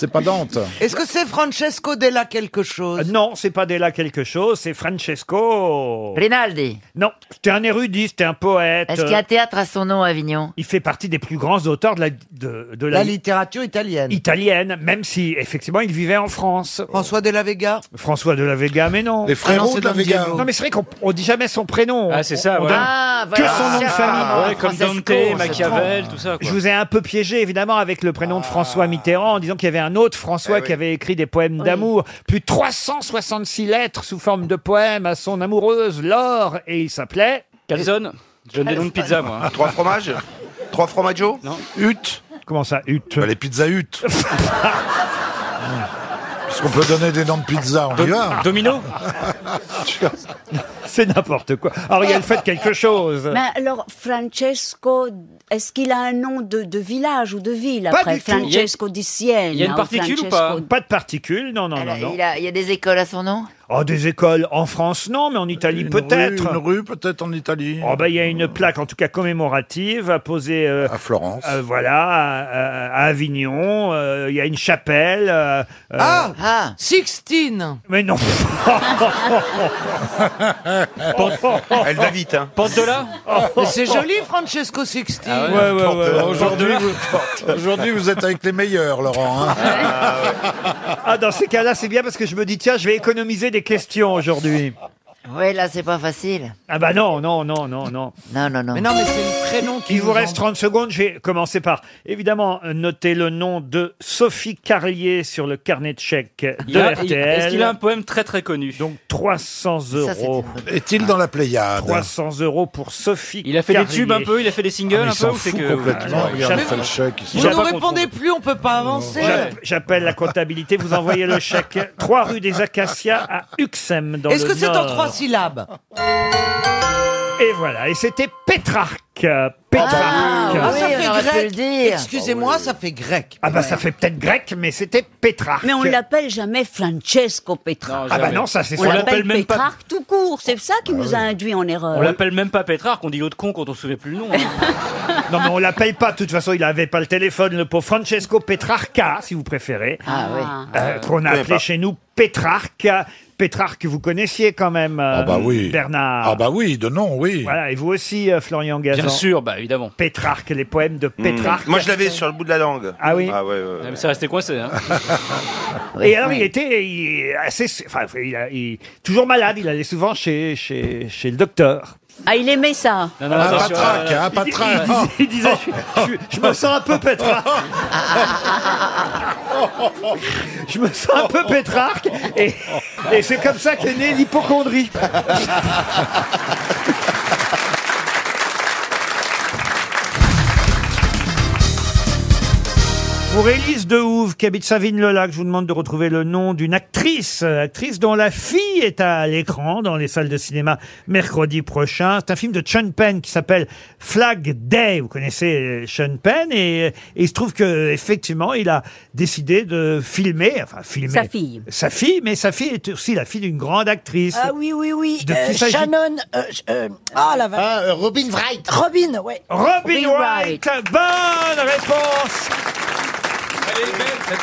Speaker 14: C'est pas Dante.
Speaker 4: Est-ce que c'est Francesco Della quelque chose
Speaker 1: Euh, Non, c'est pas Della quelque chose, c'est Francesco.
Speaker 2: Rinaldi.
Speaker 1: Non, c'était un érudit, c'était un poète.
Speaker 2: Est-ce qu'il y a un théâtre à son nom à Avignon
Speaker 1: Il fait partie des plus grands auteurs de la, de, de la
Speaker 4: La littérature italienne.
Speaker 1: italienne, même si effectivement il vivait en France.
Speaker 4: François Della Vega Ah
Speaker 1: François de la Vega, mais non.
Speaker 14: Les frérots de la Vega.
Speaker 1: Non, mais c'est vrai qu'on on dit jamais son prénom.
Speaker 13: Ah, c'est ça,
Speaker 1: On- on
Speaker 13: ouais.
Speaker 1: donne-
Speaker 2: Ah,
Speaker 1: Que son nom de famille.
Speaker 13: Ouais, comme Dante, Machiavel, tout ça. Quoi.
Speaker 1: Je vous ai un peu piégé, évidemment, avec le prénom de François Mitterrand, en disant qu'il y avait un autre François
Speaker 16: Eh
Speaker 1: qui avait écrit des poèmes d'amour. Plus de 366 lettres sous forme de poèmes à son amoureuse, Laure, et il s'appelait...
Speaker 13: Calzone Je donne des noms de pizza,
Speaker 16: [LAUGHS]
Speaker 13: moi.
Speaker 14: Trois fromages. Trois fromageaux.
Speaker 13: Non.
Speaker 14: Hutte.
Speaker 1: Comment ça, Hutte
Speaker 14: les pizzas
Speaker 1: [LAUGHS]
Speaker 14: Hutte. Est-ce qu'on peut donner des noms de pizza On y va.
Speaker 13: Domino
Speaker 1: [LAUGHS] C'est n'importe quoi. Alors, il y a le fait de quelque chose.
Speaker 16: Mais alors, Francesco, est-ce qu'il a un nom de, de village ou de ville
Speaker 1: Pas
Speaker 16: après
Speaker 1: du tout.
Speaker 16: Francesco di Siena
Speaker 13: Il y a une
Speaker 16: ou
Speaker 13: particule ou
Speaker 16: Francesco-
Speaker 1: Pas de particules, non, non,
Speaker 2: Elle
Speaker 1: non,
Speaker 2: a-
Speaker 1: non.
Speaker 2: Il, a- il y a des écoles à son nom
Speaker 1: Oh, des écoles en France, non, mais en Italie,
Speaker 14: Une
Speaker 1: peut-être.
Speaker 14: rue, Une rue, peut-être en Italie.
Speaker 1: Oh, bah, il y a une plaque, en tout cas commémorative, posée... euh,
Speaker 14: À Florence.
Speaker 1: euh, voilà, à, à- à Avignon, euh, il y a une chapelle. euh, euh,
Speaker 4: Ah
Speaker 2: Ah
Speaker 4: Sixtine
Speaker 1: Mais
Speaker 4: [LAUGHS]
Speaker 1: non
Speaker 14: Elle va vite. Hein.
Speaker 13: Porte
Speaker 7: [LAUGHS]
Speaker 13: de là
Speaker 7: Oh.
Speaker 4: Mais c'est joli Francesco Sixtine
Speaker 7: Ah
Speaker 10: Ah
Speaker 1: Ouais, ouais, ouais.
Speaker 14: Aujourd'hui, vous, aujourd'hui, vous êtes avec les meilleurs, Laurent. hein.
Speaker 1: [LAUGHS] Ah, dans ces cas-là, c'est bien parce que je me dis, tiens, je vais économiser des questions aujourd'hui.
Speaker 2: Ouais, là, c'est pas facile.
Speaker 1: Ah bah non, non, non, non, non.
Speaker 2: Non, non, non.
Speaker 4: Mais non mais c'est le prénom
Speaker 2: [LAUGHS]
Speaker 4: qui
Speaker 1: Il vous
Speaker 4: nous
Speaker 1: reste
Speaker 4: en-
Speaker 1: 30 secondes, je vais commencer par, évidemment, noter le nom de Sophie Carlier sur le carnet de chèques
Speaker 13: Il
Speaker 1: de
Speaker 13: a- il- Est-ce
Speaker 1: RTL.
Speaker 13: qu'il a un poème très très connu
Speaker 1: Donc 300
Speaker 2: Ça, c'est
Speaker 1: euros.
Speaker 2: une bonne-
Speaker 14: Est-il dans la Pléiade
Speaker 1: 300 euros pour Sophie
Speaker 13: Il a fait des
Speaker 1: Carlier.
Speaker 13: tubes un peu, il a fait des
Speaker 4: Ah,
Speaker 13: singles un
Speaker 14: Il
Speaker 13: peu
Speaker 14: s'en
Speaker 13: ou c'est
Speaker 14: fout
Speaker 13: que.
Speaker 14: complètement.
Speaker 1: Ouais,
Speaker 14: Regarde,
Speaker 1: j'avoue.
Speaker 14: ça le chèque. il s'en-
Speaker 4: Vous
Speaker 1: J'ai
Speaker 4: ne
Speaker 1: pas
Speaker 4: répondez plus, on peut pas avancer
Speaker 1: J'a- J'appelle la comptabilité, vous envoyez le chèque. 3 rue des Acacias à Uxem dans
Speaker 4: Est-ce
Speaker 1: le
Speaker 4: que c'est en
Speaker 1: Nord.
Speaker 4: trois syllabes
Speaker 1: Et voilà, et c'était Pétrarque. Euh, Pétrarque.
Speaker 18: Ah, ça
Speaker 2: oui, on aurait
Speaker 18: fait
Speaker 2: pu
Speaker 18: grec.
Speaker 2: le dire.
Speaker 18: Excusez-moi, ça fait grec.
Speaker 1: Ah bah ça fait peut-être grec, mais c'était Pétrarque.
Speaker 19: Mais on l'appelle jamais Francesco Pétrarque.
Speaker 1: Ah bah non, ça, c'est
Speaker 19: On
Speaker 1: ça.
Speaker 19: l'appelle
Speaker 20: On l'appelle même pas-
Speaker 19: Pétrarque tout court. C'est ça qui nous a induit en
Speaker 1: Euh,
Speaker 19: erreur.
Speaker 20: On l'appelle même pas Pétrarque, on dit l'autre con quand on se souvient plus le nom. hein.
Speaker 1: [LAUGHS] Non, mais on l'appelle pas. De toute façon, il n'avait pas le téléphone, le pauvre Francesco Petrarca, si vous préférez.
Speaker 2: Ah oui.
Speaker 1: Euh, Qu'on a
Speaker 21: Je connais
Speaker 1: appelé
Speaker 21: pas.
Speaker 1: chez nous Pétrarque. Pétrarque, vous connaissiez quand même, euh,
Speaker 21: Ah bah oui.
Speaker 1: Bernard.
Speaker 21: Ah bah oui, de nom, oui.
Speaker 1: Voilà, et vous aussi, euh, Florian Gazan.
Speaker 20: Bien sûr, bah évidemment.
Speaker 1: Pétrarque, les poèmes
Speaker 21: Hmm.
Speaker 1: de Pétrarque.
Speaker 4: Moi, je l'avais sur le bout de la langue.
Speaker 1: Ah oui
Speaker 4: Ah ouais, ouais, ouais.
Speaker 20: Mais c'est resté coincé. Hein.
Speaker 2: Ah
Speaker 1: Et alors, il était il- assez. Enfin, il a- il- toujours malade, il allait souvent chez, chez, chez le docteur.
Speaker 19: Ah, il aimait ça.
Speaker 20: Non, non, attention, euh,
Speaker 21: hein,
Speaker 1: Il, dis- il disait, je, je- je me sens un peu pétrarque. Je me sens un peu pétrarque. Et, et c'est comme ça qu'est née l'hypochondrie. Pour Élise Dehoove, qui habite Savine-le-Lac, je vous demande de retrouver le nom d'une actrice, euh, actrice dont la fille est à l'écran dans les salles de cinéma mercredi prochain. C'est un film de Sean Penn qui s'appelle Flag Day. Vous connaissez euh, Sean Penn et, euh, et il se trouve que effectivement, il a décidé de filmer, enfin filmer
Speaker 22: Sa fille.
Speaker 1: sa fille, mais sa fille est aussi la fille d'une grande actrice.
Speaker 22: Ah oui, oui, oui.
Speaker 1: De
Speaker 22: Euh,
Speaker 1: qui s'agit-
Speaker 22: Shannon. euh, ch- euh, ah la vache. Robin Wright. Robin, ouais.
Speaker 1: Robin Wright. Bonne réponse.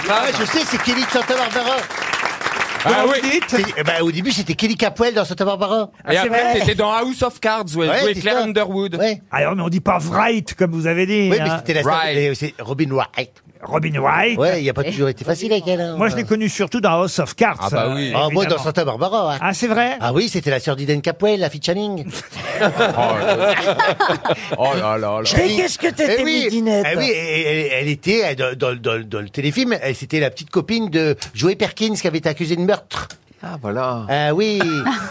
Speaker 5: Ah ouais, je sais, c'est Kelly de Santa Barbara.
Speaker 1: Ah [LAUGHS] oui.
Speaker 5: eh ben, au début, c'était Kelly Capwell dans Santa Barbara.
Speaker 1: Et après, t'étais
Speaker 5: dans House of Cards où
Speaker 1: elle jouait Claire
Speaker 5: Underwood. Ouais.
Speaker 1: Alors, Ah, mais on dit pas Wright comme vous avez dit.
Speaker 5: Oui, mais
Speaker 1: hein.
Speaker 5: c'était la star- mais c'est Robin Wright.
Speaker 1: Robin Wright.
Speaker 5: Ouais, il a pas toujours été facile avec elle. hein.
Speaker 1: Moi, je l'ai connu surtout dans House of Cards.
Speaker 5: Ah bah oui. Ah, moi, dans Santa Barbara.
Speaker 1: Ah, c'est vrai
Speaker 5: Ah oui, c'était la sœur d'Iden Capwell, la fille Channing.
Speaker 3: Oh là là là.
Speaker 5: Mais
Speaker 22: qu'est-ce que t'étais
Speaker 5: eh oui,
Speaker 22: midinette.
Speaker 5: eh oui, et- et- elle, était euh, dans, dans- dans- dans le téléfilm, elle- c'était la petite copine de Joey Perkins qui avait été accusée de meurtre. Ah voilà. Ah oui.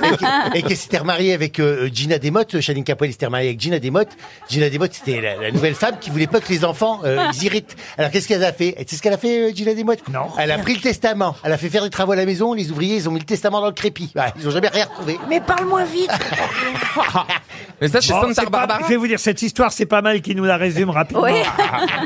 Speaker 5: et qui, et qui s'était remariée avec euh, Gina Demotte. Channing Capwell s'était remariée avec Gina Demotte. Gina Demotte, c'était la, la nouvelle femme qui voulait pas que les enfants euh, ils irritent. Alors qu'est-ce qu'elle a fait Et Tu sais ce qu'elle a fait, euh, Gina Demotte Non. Elle a pris le testament. Elle a fait faire des travaux à la maison. Les ouvriers, ils ont mis le testament dans le crépi. Bah, ils ont jamais rien retrouvé.
Speaker 22: Mais
Speaker 5: [LAUGHS]
Speaker 22: parle-moi vite.
Speaker 5: Mais ça, c'est
Speaker 1: Bon,
Speaker 5: Santa
Speaker 1: c'est pas-
Speaker 5: Barbara.
Speaker 1: Je vais vous dire, cette histoire, c'est pas mal qui nous la résume rapidement. [LAUGHS]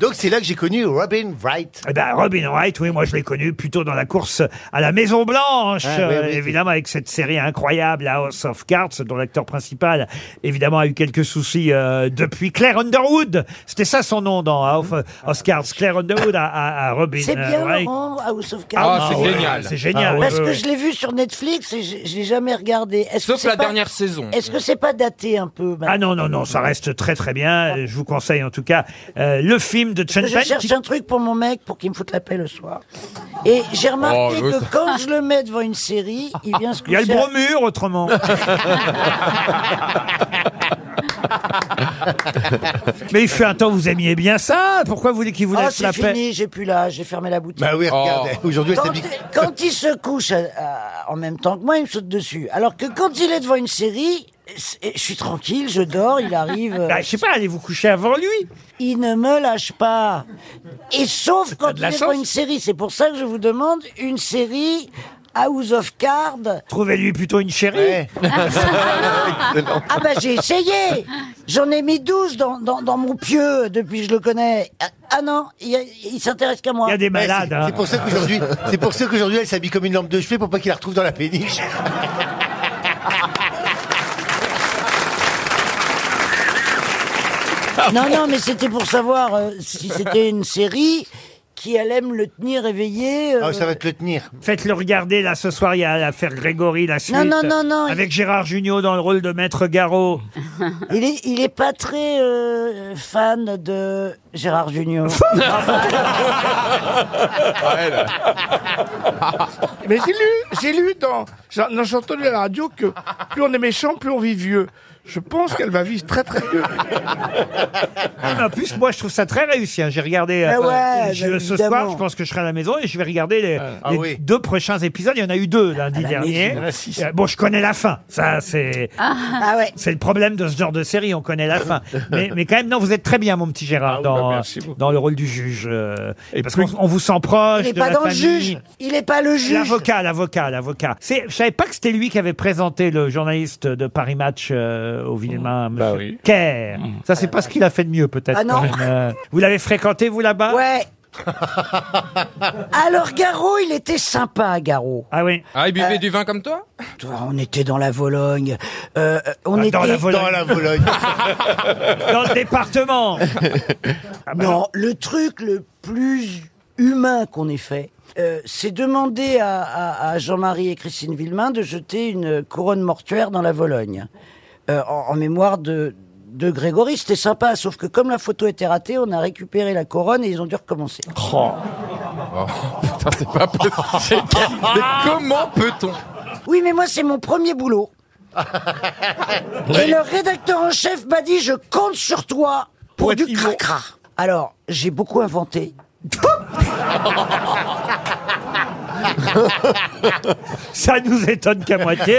Speaker 5: Donc c'est là que j'ai connu Robin Wright.
Speaker 1: Eh ben, Robin Wright, oui, moi je l'ai connu plutôt dans la course à la Maison Blanche,
Speaker 5: Ah, oui,
Speaker 1: euh,
Speaker 5: oui.
Speaker 1: évidemment avec cette série incroyable, House of Cards, dont l'acteur principal, évidemment, a eu quelques soucis euh, depuis. Claire Underwood, c'était ça son nom dans House of Cards, Claire Underwood à, à- à Robin
Speaker 22: C'est bien
Speaker 1: Wright.
Speaker 22: Laurent, House of Cards.
Speaker 1: Ah, Ah, c'est ouais, génial. c'est génial,
Speaker 22: Parce
Speaker 1: ouais,
Speaker 22: que
Speaker 1: ouais.
Speaker 22: je l'ai vu sur Netflix et je, je l'ai jamais regardé. Est-ce que
Speaker 1: Sauf
Speaker 22: c'est
Speaker 1: la
Speaker 22: pas-
Speaker 1: dernière saison.
Speaker 22: Est-ce que c'est pas daté un peu maintenant
Speaker 1: Ah non, non, non, ça reste très très bien. Euh, Je vous conseille en tout cas euh, le film de Chen
Speaker 22: Je cherche un truc pour mon mec pour qu'il me foute la paix le soir. Et j'ai remarqué
Speaker 1: Oh, le-
Speaker 22: que quand je le mets devant une série, il vient se
Speaker 1: [LAUGHS] Il y
Speaker 22: coucher.
Speaker 1: a le bromure
Speaker 22: [LAUGHS]
Speaker 1: autrement. Mais il fut un temps, vous aimiez bien ça. Pourquoi vous voulez qu'il vous
Speaker 22: Ah,
Speaker 1: laisse
Speaker 22: c'est
Speaker 1: la paix
Speaker 22: fini, j'ai plus là, j'ai fermé la boutique.
Speaker 5: Bah oui, regarde, Oh. aujourd'hui, elle
Speaker 22: quand,
Speaker 5: s'habille-
Speaker 22: quand il se couche euh, euh, en même temps que moi, il me saute dessus. Alors que quand il est devant une série, c'est- je suis tranquille, je dors, il arrive. euh,
Speaker 1: Bah, je sais pas, allez vous coucher avant lui.
Speaker 22: Il ne me lâche pas. Et sauf quand
Speaker 1: de
Speaker 22: il
Speaker 1: la
Speaker 22: est devant
Speaker 1: chance.
Speaker 22: une série. C'est pour ça que je vous demande une série House of Cards.
Speaker 1: Trouvez-lui plutôt une chérie. [LAUGHS]
Speaker 22: Ah bah j'ai essayé J'en ai mis 12 dans, dans, dans mon pieu depuis que je le connais. Ah, Ah non, il, y a- il s'intéresse qu'à moi.
Speaker 1: Il y a des malades. hein.
Speaker 5: C'est pour
Speaker 1: [LAUGHS]
Speaker 5: ça qu'aujourd'hui, c'est pour ça qu'aujourd'hui, elle s'habille comme une lampe de chevet pour pas qu'il la retrouve dans la péniche.
Speaker 1: Ah
Speaker 22: Non, non, mais c'était pour savoir euh, si c'était une série qui allait aime le tenir éveillé. euh.
Speaker 5: Ah, te le tenir.
Speaker 1: Faites-le regarder, là, ce soir, il y a l'affaire Grégory, la suite.
Speaker 22: non, non, non, il-
Speaker 1: Avec Gérard Jugnot dans le rôle de Maître Garot.
Speaker 22: Il, est, il est pas très euh, fan de Gérard Junior.
Speaker 1: [LAUGHS]
Speaker 6: Mais j'ai lu, j'ai lu dans, j'ai- non, j'ai entendu à la radio que plus on est méchant, plus on vit vieux.
Speaker 23: Je pense qu'elle va vivre très très bien.
Speaker 1: Ah, mais en plus, moi, je trouve ça très réussi. hein. J'ai regardé
Speaker 23: Ah
Speaker 1: euh,
Speaker 23: ouais,
Speaker 1: je-
Speaker 23: bah,
Speaker 1: ce
Speaker 23: évidemment.
Speaker 1: soir. Je pense que je serai à la maison et je vais regarder les, les
Speaker 23: oui.
Speaker 1: deux prochains épisodes. Il y en a eu deux lundi
Speaker 23: la
Speaker 22: bah,
Speaker 1: dernier.
Speaker 23: maison, il y en a six.
Speaker 1: Euh, Bon, je connais la fin. Ça, c'est
Speaker 22: Ah ouais.
Speaker 1: c'est le problème de ce genre de série. On connaît la fin. mais, mais quand même, non, vous êtes très bien, mon petit Gérard, dans, dans le rôle du juge. euh, parce qu'on on vous sent proche.
Speaker 22: Il n'est
Speaker 1: de
Speaker 22: pas
Speaker 1: la
Speaker 22: dans le
Speaker 1: famille.
Speaker 22: juge. Il n'est pas le juge.
Speaker 1: [LAUGHS] L'avocat, l'avocat, l'avocat. C'est- Je savais pas que c'était lui qui avait présenté le journaliste de Paris Match euh, au Villemain, Monsieur Kerr. Ça, c'est pas ce qu'il a fait de mieux, peut-être.
Speaker 22: Ah non.
Speaker 1: quand même. Euh, Vous l'avez fréquenté, vous, là-bas
Speaker 22: Ouais. Alors Garot, il était sympa, Garot.
Speaker 1: Ah oui.
Speaker 15: Ah, il buvait du vin comme toi
Speaker 22: on était dans la Vologne. Euh, euh, on était
Speaker 15: dans la Vologne. Dans la Vologne.
Speaker 1: Dans le département.
Speaker 22: Ah bah non, le truc le plus humain qu'on ait fait, euh, c'est demander à, à- à Jean-Marie et Christine Villemain de jeter une couronne mortuaire dans la Vologne euh, en, en mémoire de de Grégory, c'était sympa, sauf que comme la photo était ratée, on a récupéré la couronne et ils ont dû recommencer.
Speaker 15: Oh, putain, c'est pas possible. Mais comment peut-on
Speaker 22: Oui, mais moi, c'est mon premier [LAUGHS] boulot. Et le rédacteur en chef m'a dit Je compte sur toi pour, du cracra. Alors, j'ai beaucoup inventé.
Speaker 1: [LAUGHS] Ça nous étonne qu'à moitié.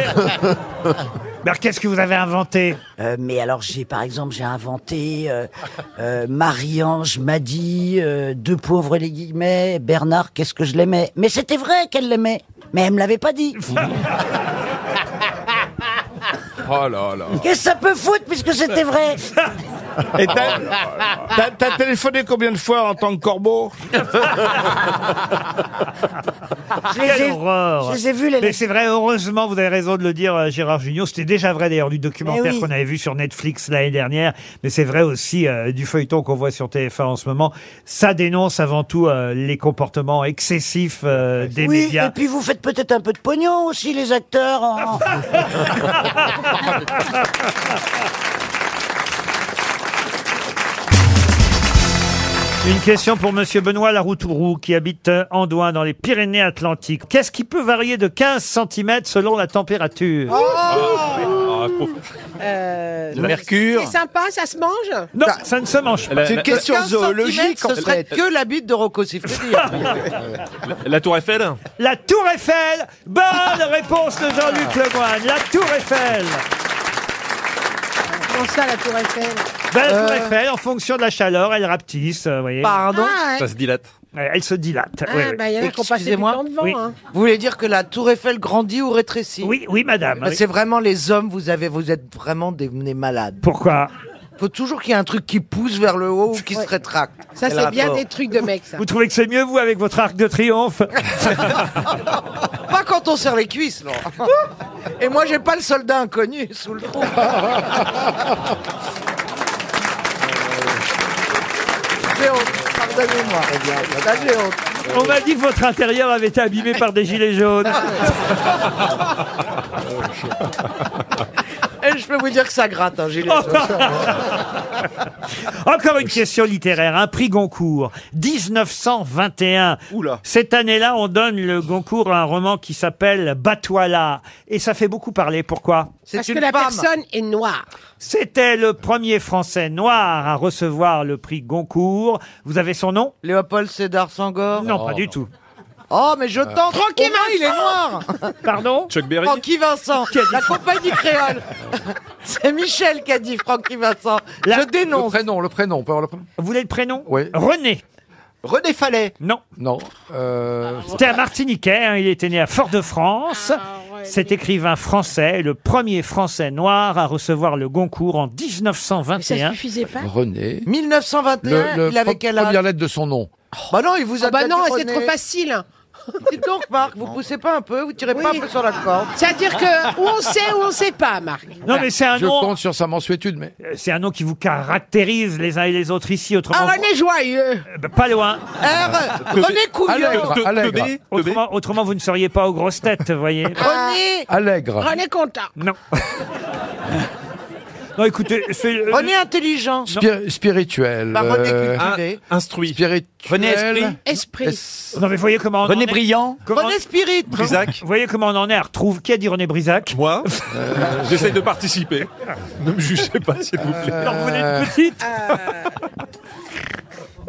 Speaker 1: Mais alors, qu'est-ce que vous avez inventé
Speaker 22: Euh, Mais alors, j'ai par exemple, j'ai inventé euh, euh, Marie-Ange m'a dit euh, Deux pauvres les guillemets, Bernard, qu'est-ce que je l'aimais. Mais c'était vrai qu'elle l'aimait, mais elle me l'avait
Speaker 1: [LAUGHS]
Speaker 22: pas dit.
Speaker 15: Oh là là.
Speaker 22: qu'est-ce que ça peut foutre puisque c'était vrai
Speaker 23: Et t'as- t'as- t'as téléphoné combien de fois en tant que corbeau
Speaker 1: Quelle horreur
Speaker 22: je les ai vus, les-
Speaker 1: Mais c'est vrai, heureusement, vous avez raison de le dire, euh, Gérard Junior. C'était déjà vrai d'ailleurs du
Speaker 22: Mais
Speaker 1: documentaire
Speaker 22: oui.
Speaker 1: qu'on avait vu sur Netflix l'année dernière, mais c'est vrai aussi euh, du feuilleton qu'on voit sur TF1 en ce moment. Ça dénonce avant tout euh, les comportements excessifs euh, des
Speaker 22: oui,
Speaker 1: médias.
Speaker 22: et puis vous faites peut-être un peu de pognon aussi, les acteurs. en-
Speaker 1: Ah.
Speaker 3: [LAUGHS]
Speaker 1: Une question pour Monsieur Benoît Laroutourou qui habite euh, Andouin dans les Pyrénées-Atlantiques. Qu'est-ce qui peut varier de 15 cm selon la température
Speaker 24: Ah,
Speaker 7: Euh,
Speaker 1: Le mercure.
Speaker 10: C'est sympa, ça se mange
Speaker 1: Non, ça ne se mange pas.
Speaker 10: C'est une question 15 zoologique,
Speaker 4: Ce serait que la bite de Rocco
Speaker 13: [LAUGHS]
Speaker 4: Siffredi.
Speaker 24: La tour Eiffel
Speaker 1: La Tour Eiffel Bonne réponse de Jean-Luc Lemoyne. La Tour Eiffel
Speaker 10: Comment ça, la tour Eiffel
Speaker 4: Bah,
Speaker 1: Ben,
Speaker 10: Euh,
Speaker 1: la Tour Eiffel, en fonction de la chaleur, elle rapetisse, euh, vous voyez.
Speaker 4: Pardon
Speaker 10: Ah, ouais.
Speaker 4: Ça
Speaker 24: se dilate.
Speaker 1: Elle se dilate.
Speaker 10: Ah,
Speaker 1: oui, oui.
Speaker 10: bah, il y en a qui ont passé du
Speaker 4: Excusez-moi.
Speaker 10: temps devant.
Speaker 1: Oui.
Speaker 10: hein.
Speaker 4: Vous voulez dire que la tour Eiffel grandit ou rétrécit
Speaker 1: Oui, oui, madame.
Speaker 4: Bah,
Speaker 1: oui.
Speaker 4: C'est vraiment les hommes, vous, avez, vous êtes vraiment des, des malades.
Speaker 1: Pourquoi
Speaker 4: faut toujours qu'il y ait un truc qui pousse vers le haut ou qui se rétracte.
Speaker 10: Ça,
Speaker 4: Quel
Speaker 10: c'est bien
Speaker 4: rapport
Speaker 10: des trucs de mecs, ça.
Speaker 1: Vous trouvez que c'est mieux, vous, avec votre arc de triomphe
Speaker 4: [LAUGHS] Pas quand on serre les cuisses, non.
Speaker 1: [LAUGHS]
Speaker 4: Et moi, j'ai pas le soldat inconnu sous le trou. J'ai honte, pardonnez-moi. Là, j'ai honte.
Speaker 1: On m'a dit que votre intérieur avait été abîmé par des gilets jaunes.
Speaker 24: [LAUGHS]
Speaker 1: [LAUGHS]
Speaker 4: Et je peux vous dire que ça gratte, hein, un [LAUGHS]
Speaker 1: [LAUGHS]
Speaker 4: gilet jaune.
Speaker 1: Encore une question littéraire, un prix Goncourt, 1921. Cette année-là, on donne le Goncourt à un roman qui s'appelle Batouala. Et ça fait beaucoup parler, pourquoi
Speaker 10: Parce que la personne est noire.
Speaker 1: C'était le premier Français noir à recevoir le prix Goncourt. Vous avez son nom
Speaker 4: Léopold Sédar Sangor
Speaker 1: Non, pas du tout.
Speaker 4: Oh,
Speaker 25: Euh,
Speaker 4: mais je tente.
Speaker 10: Francky
Speaker 4: Au moins, il est noir.
Speaker 1: Pardon
Speaker 24: Chuck Berry
Speaker 4: Francky Vincent, la compagnie créole. C'est Michel qui a dit Francky Vincent. Je dénonce.
Speaker 25: Le prénom, le prénom. Vous
Speaker 1: voulez le prénom
Speaker 25: Oui.
Speaker 1: René.
Speaker 25: René Fallet
Speaker 1: Non.
Speaker 25: Non. euh,
Speaker 10: Ah,
Speaker 1: C'était un Martiniquais, hein, il était né à Fort-de-France. Cet écrivain français, le premier français noir à recevoir le Goncourt en 1921.
Speaker 10: Ça suffisait pas
Speaker 25: René. Le-
Speaker 4: 1921,
Speaker 25: le
Speaker 4: il avait
Speaker 25: pro-
Speaker 4: quel âge
Speaker 25: Première lettre de son nom.
Speaker 4: Bah non, il vous a
Speaker 10: Ah bah
Speaker 4: pas
Speaker 10: non,
Speaker 4: dit
Speaker 10: c'est
Speaker 4: René.
Speaker 10: trop facile.
Speaker 4: [LAUGHS] Dites donc, Marc, vous poussez pas un peu, vous tirez pas un peu sur la corde.
Speaker 10: C'est-à-dire que ou on sait ou on sait pas, Marc.
Speaker 1: Non, mais c'est un
Speaker 25: Je
Speaker 1: nom.
Speaker 25: compte sur sa mensuétude, mais.
Speaker 1: Euh, C'est un nom qui vous caractérise les uns et les autres ici. Autrement,
Speaker 10: Ah, René Joyeux.
Speaker 1: Euh, bah, pas loin.
Speaker 25: Ah,
Speaker 10: R- Teubé. René Couvion. Allègre, Te- Allègre. Teubé,
Speaker 1: Autrement, autrement, vous ne seriez pas aux
Speaker 4: Ah.
Speaker 25: Ah,
Speaker 1: grosses têtes, vous voyez.
Speaker 10: René.
Speaker 25: Allègre.
Speaker 10: René Contant.
Speaker 1: Non. Non, écoutez, c'est.
Speaker 4: René intelligent.
Speaker 25: Spir- spirituel.
Speaker 4: Bah, René
Speaker 25: euh,
Speaker 4: Cultivé.
Speaker 25: in- instruit. Spirituel.
Speaker 1: René Esprit.
Speaker 4: Esprit.
Speaker 1: Non, mais voyez comment. on
Speaker 25: René
Speaker 1: en est-
Speaker 25: Briand.
Speaker 1: comment-
Speaker 4: René Spirit.
Speaker 1: Vous voyez comment on en est à retrouve. Qui a dit René Brisac Euh, Moi.
Speaker 24: Euh, J'essaie de participer. Ne me jugez pas, s'il vous plaît.
Speaker 1: J'en voulais une petite.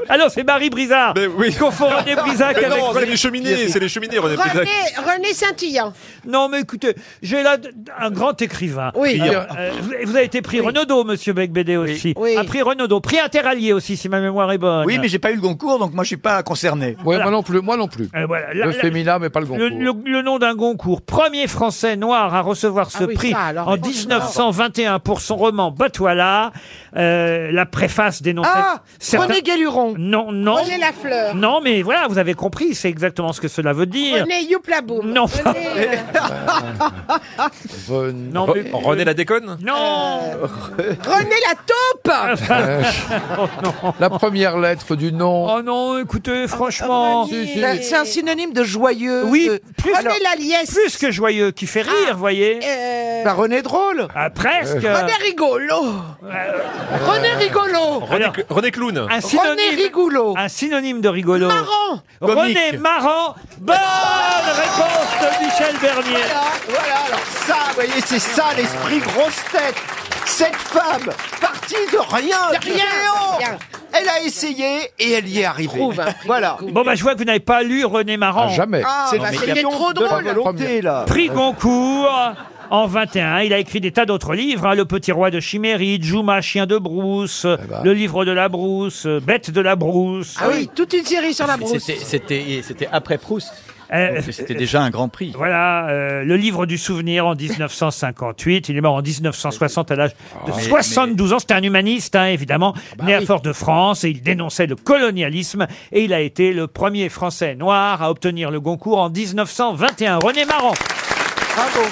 Speaker 1: Alors, c'est Marie Brizard. oui. confond René Brisac
Speaker 24: Mais
Speaker 1: avec.
Speaker 24: non, c'est
Speaker 1: René-
Speaker 24: les cheminées, c'est les cheminées, René Brisac.
Speaker 10: René Saintillan.
Speaker 1: Non, mais écoutez, j'ai là d- un grand écrivain.
Speaker 10: Oui.
Speaker 1: Alors, euh, vous, vous avez été prix Renaudot, monsieur Becbédé aussi. Un prix Renaudot, prix Interallié aussi, si ma mémoire est bonne.
Speaker 26: Oui, mais j'ai pas eu le Goncourt, donc moi je suis pas concerné.
Speaker 1: Ouais, moi
Speaker 26: non plus, moi non plus.
Speaker 1: Euh, voilà, la-
Speaker 26: Le
Speaker 1: la-
Speaker 26: féminin, mais pas le
Speaker 1: Le, le- le nom d'un Goncourt, premier français noir à recevoir ce
Speaker 26: Ah oui,
Speaker 1: prix
Speaker 26: ça, alors,
Speaker 1: en
Speaker 26: franchement.
Speaker 1: 1921 pour son roman Batoilard. Euh, la préface dénonçait.
Speaker 10: Ah, René
Speaker 1: Guéluron. Non, non.
Speaker 10: René Lafleur.
Speaker 1: Non, mais voilà, vous avez compris, c'est exactement ce que cela veut dire.
Speaker 10: René Youplaboum.
Speaker 1: Non.
Speaker 10: René,
Speaker 25: Euh,
Speaker 1: Non, mais-
Speaker 24: René la déconne Euh,
Speaker 1: Non [LAUGHS]
Speaker 10: René la taupe
Speaker 25: La première lettre du nom.
Speaker 1: Oh non, écoutez, franchement.
Speaker 4: Ah, Bah, C'est c'est un synonyme de joyeux.
Speaker 1: Oui,
Speaker 4: de-
Speaker 1: plus,
Speaker 4: Alors,
Speaker 1: plus que joyeux, qui fait rire, voyez.
Speaker 4: bah, René drôle.
Speaker 1: Ah, presque. Euh,
Speaker 4: René rigolo. René rigolo.
Speaker 24: René, René Clown.
Speaker 1: Un synonyme,
Speaker 4: rigolo.
Speaker 1: Un synonyme de rigolo.
Speaker 4: Marrant.
Speaker 1: René
Speaker 24: Comique.
Speaker 1: Marrant. Bonne réponse de Michel Bernier.
Speaker 26: Voilà, voilà, alors ça, vous voyez, c'est ça l'esprit grosse tête. Cette femme, partie de rien,
Speaker 10: De
Speaker 26: du
Speaker 10: rien,
Speaker 26: néant,
Speaker 10: rien.
Speaker 26: elle a essayé et elle y est arrivée.
Speaker 10: Trouve un
Speaker 26: Voilà.
Speaker 1: Bon, bah, je vois que vous n'avez pas lu René Marrant.
Speaker 26: Ah, bah, c'était trop drôle. là.
Speaker 1: Prix Goncourt. En 21, il a écrit des tas d'autres livres, hein, Le Petit Roi de Chiméride, Juma, Chien de Brousse, Le Livre de la Brousse, euh, Bête de la Brousse.
Speaker 4: Ah oui, toute une série sur la brousse.
Speaker 26: C'était- C'était c'était après Proust.
Speaker 1: Euh,
Speaker 26: Donc, C'était déjà un grand prix.
Speaker 1: Voilà, euh, le livre du souvenir en 1958. Il est mort en 1960 à l'âge de
Speaker 26: Ah, mais-
Speaker 1: 72 ans. C'était un humaniste, hein, évidemment,
Speaker 4: Ah bah
Speaker 1: né à Fort-de-France et il dénonçait le colonialisme. Et il a été le premier Français noir à obtenir le Goncourt en 1921. René Maran.
Speaker 4: Bravo.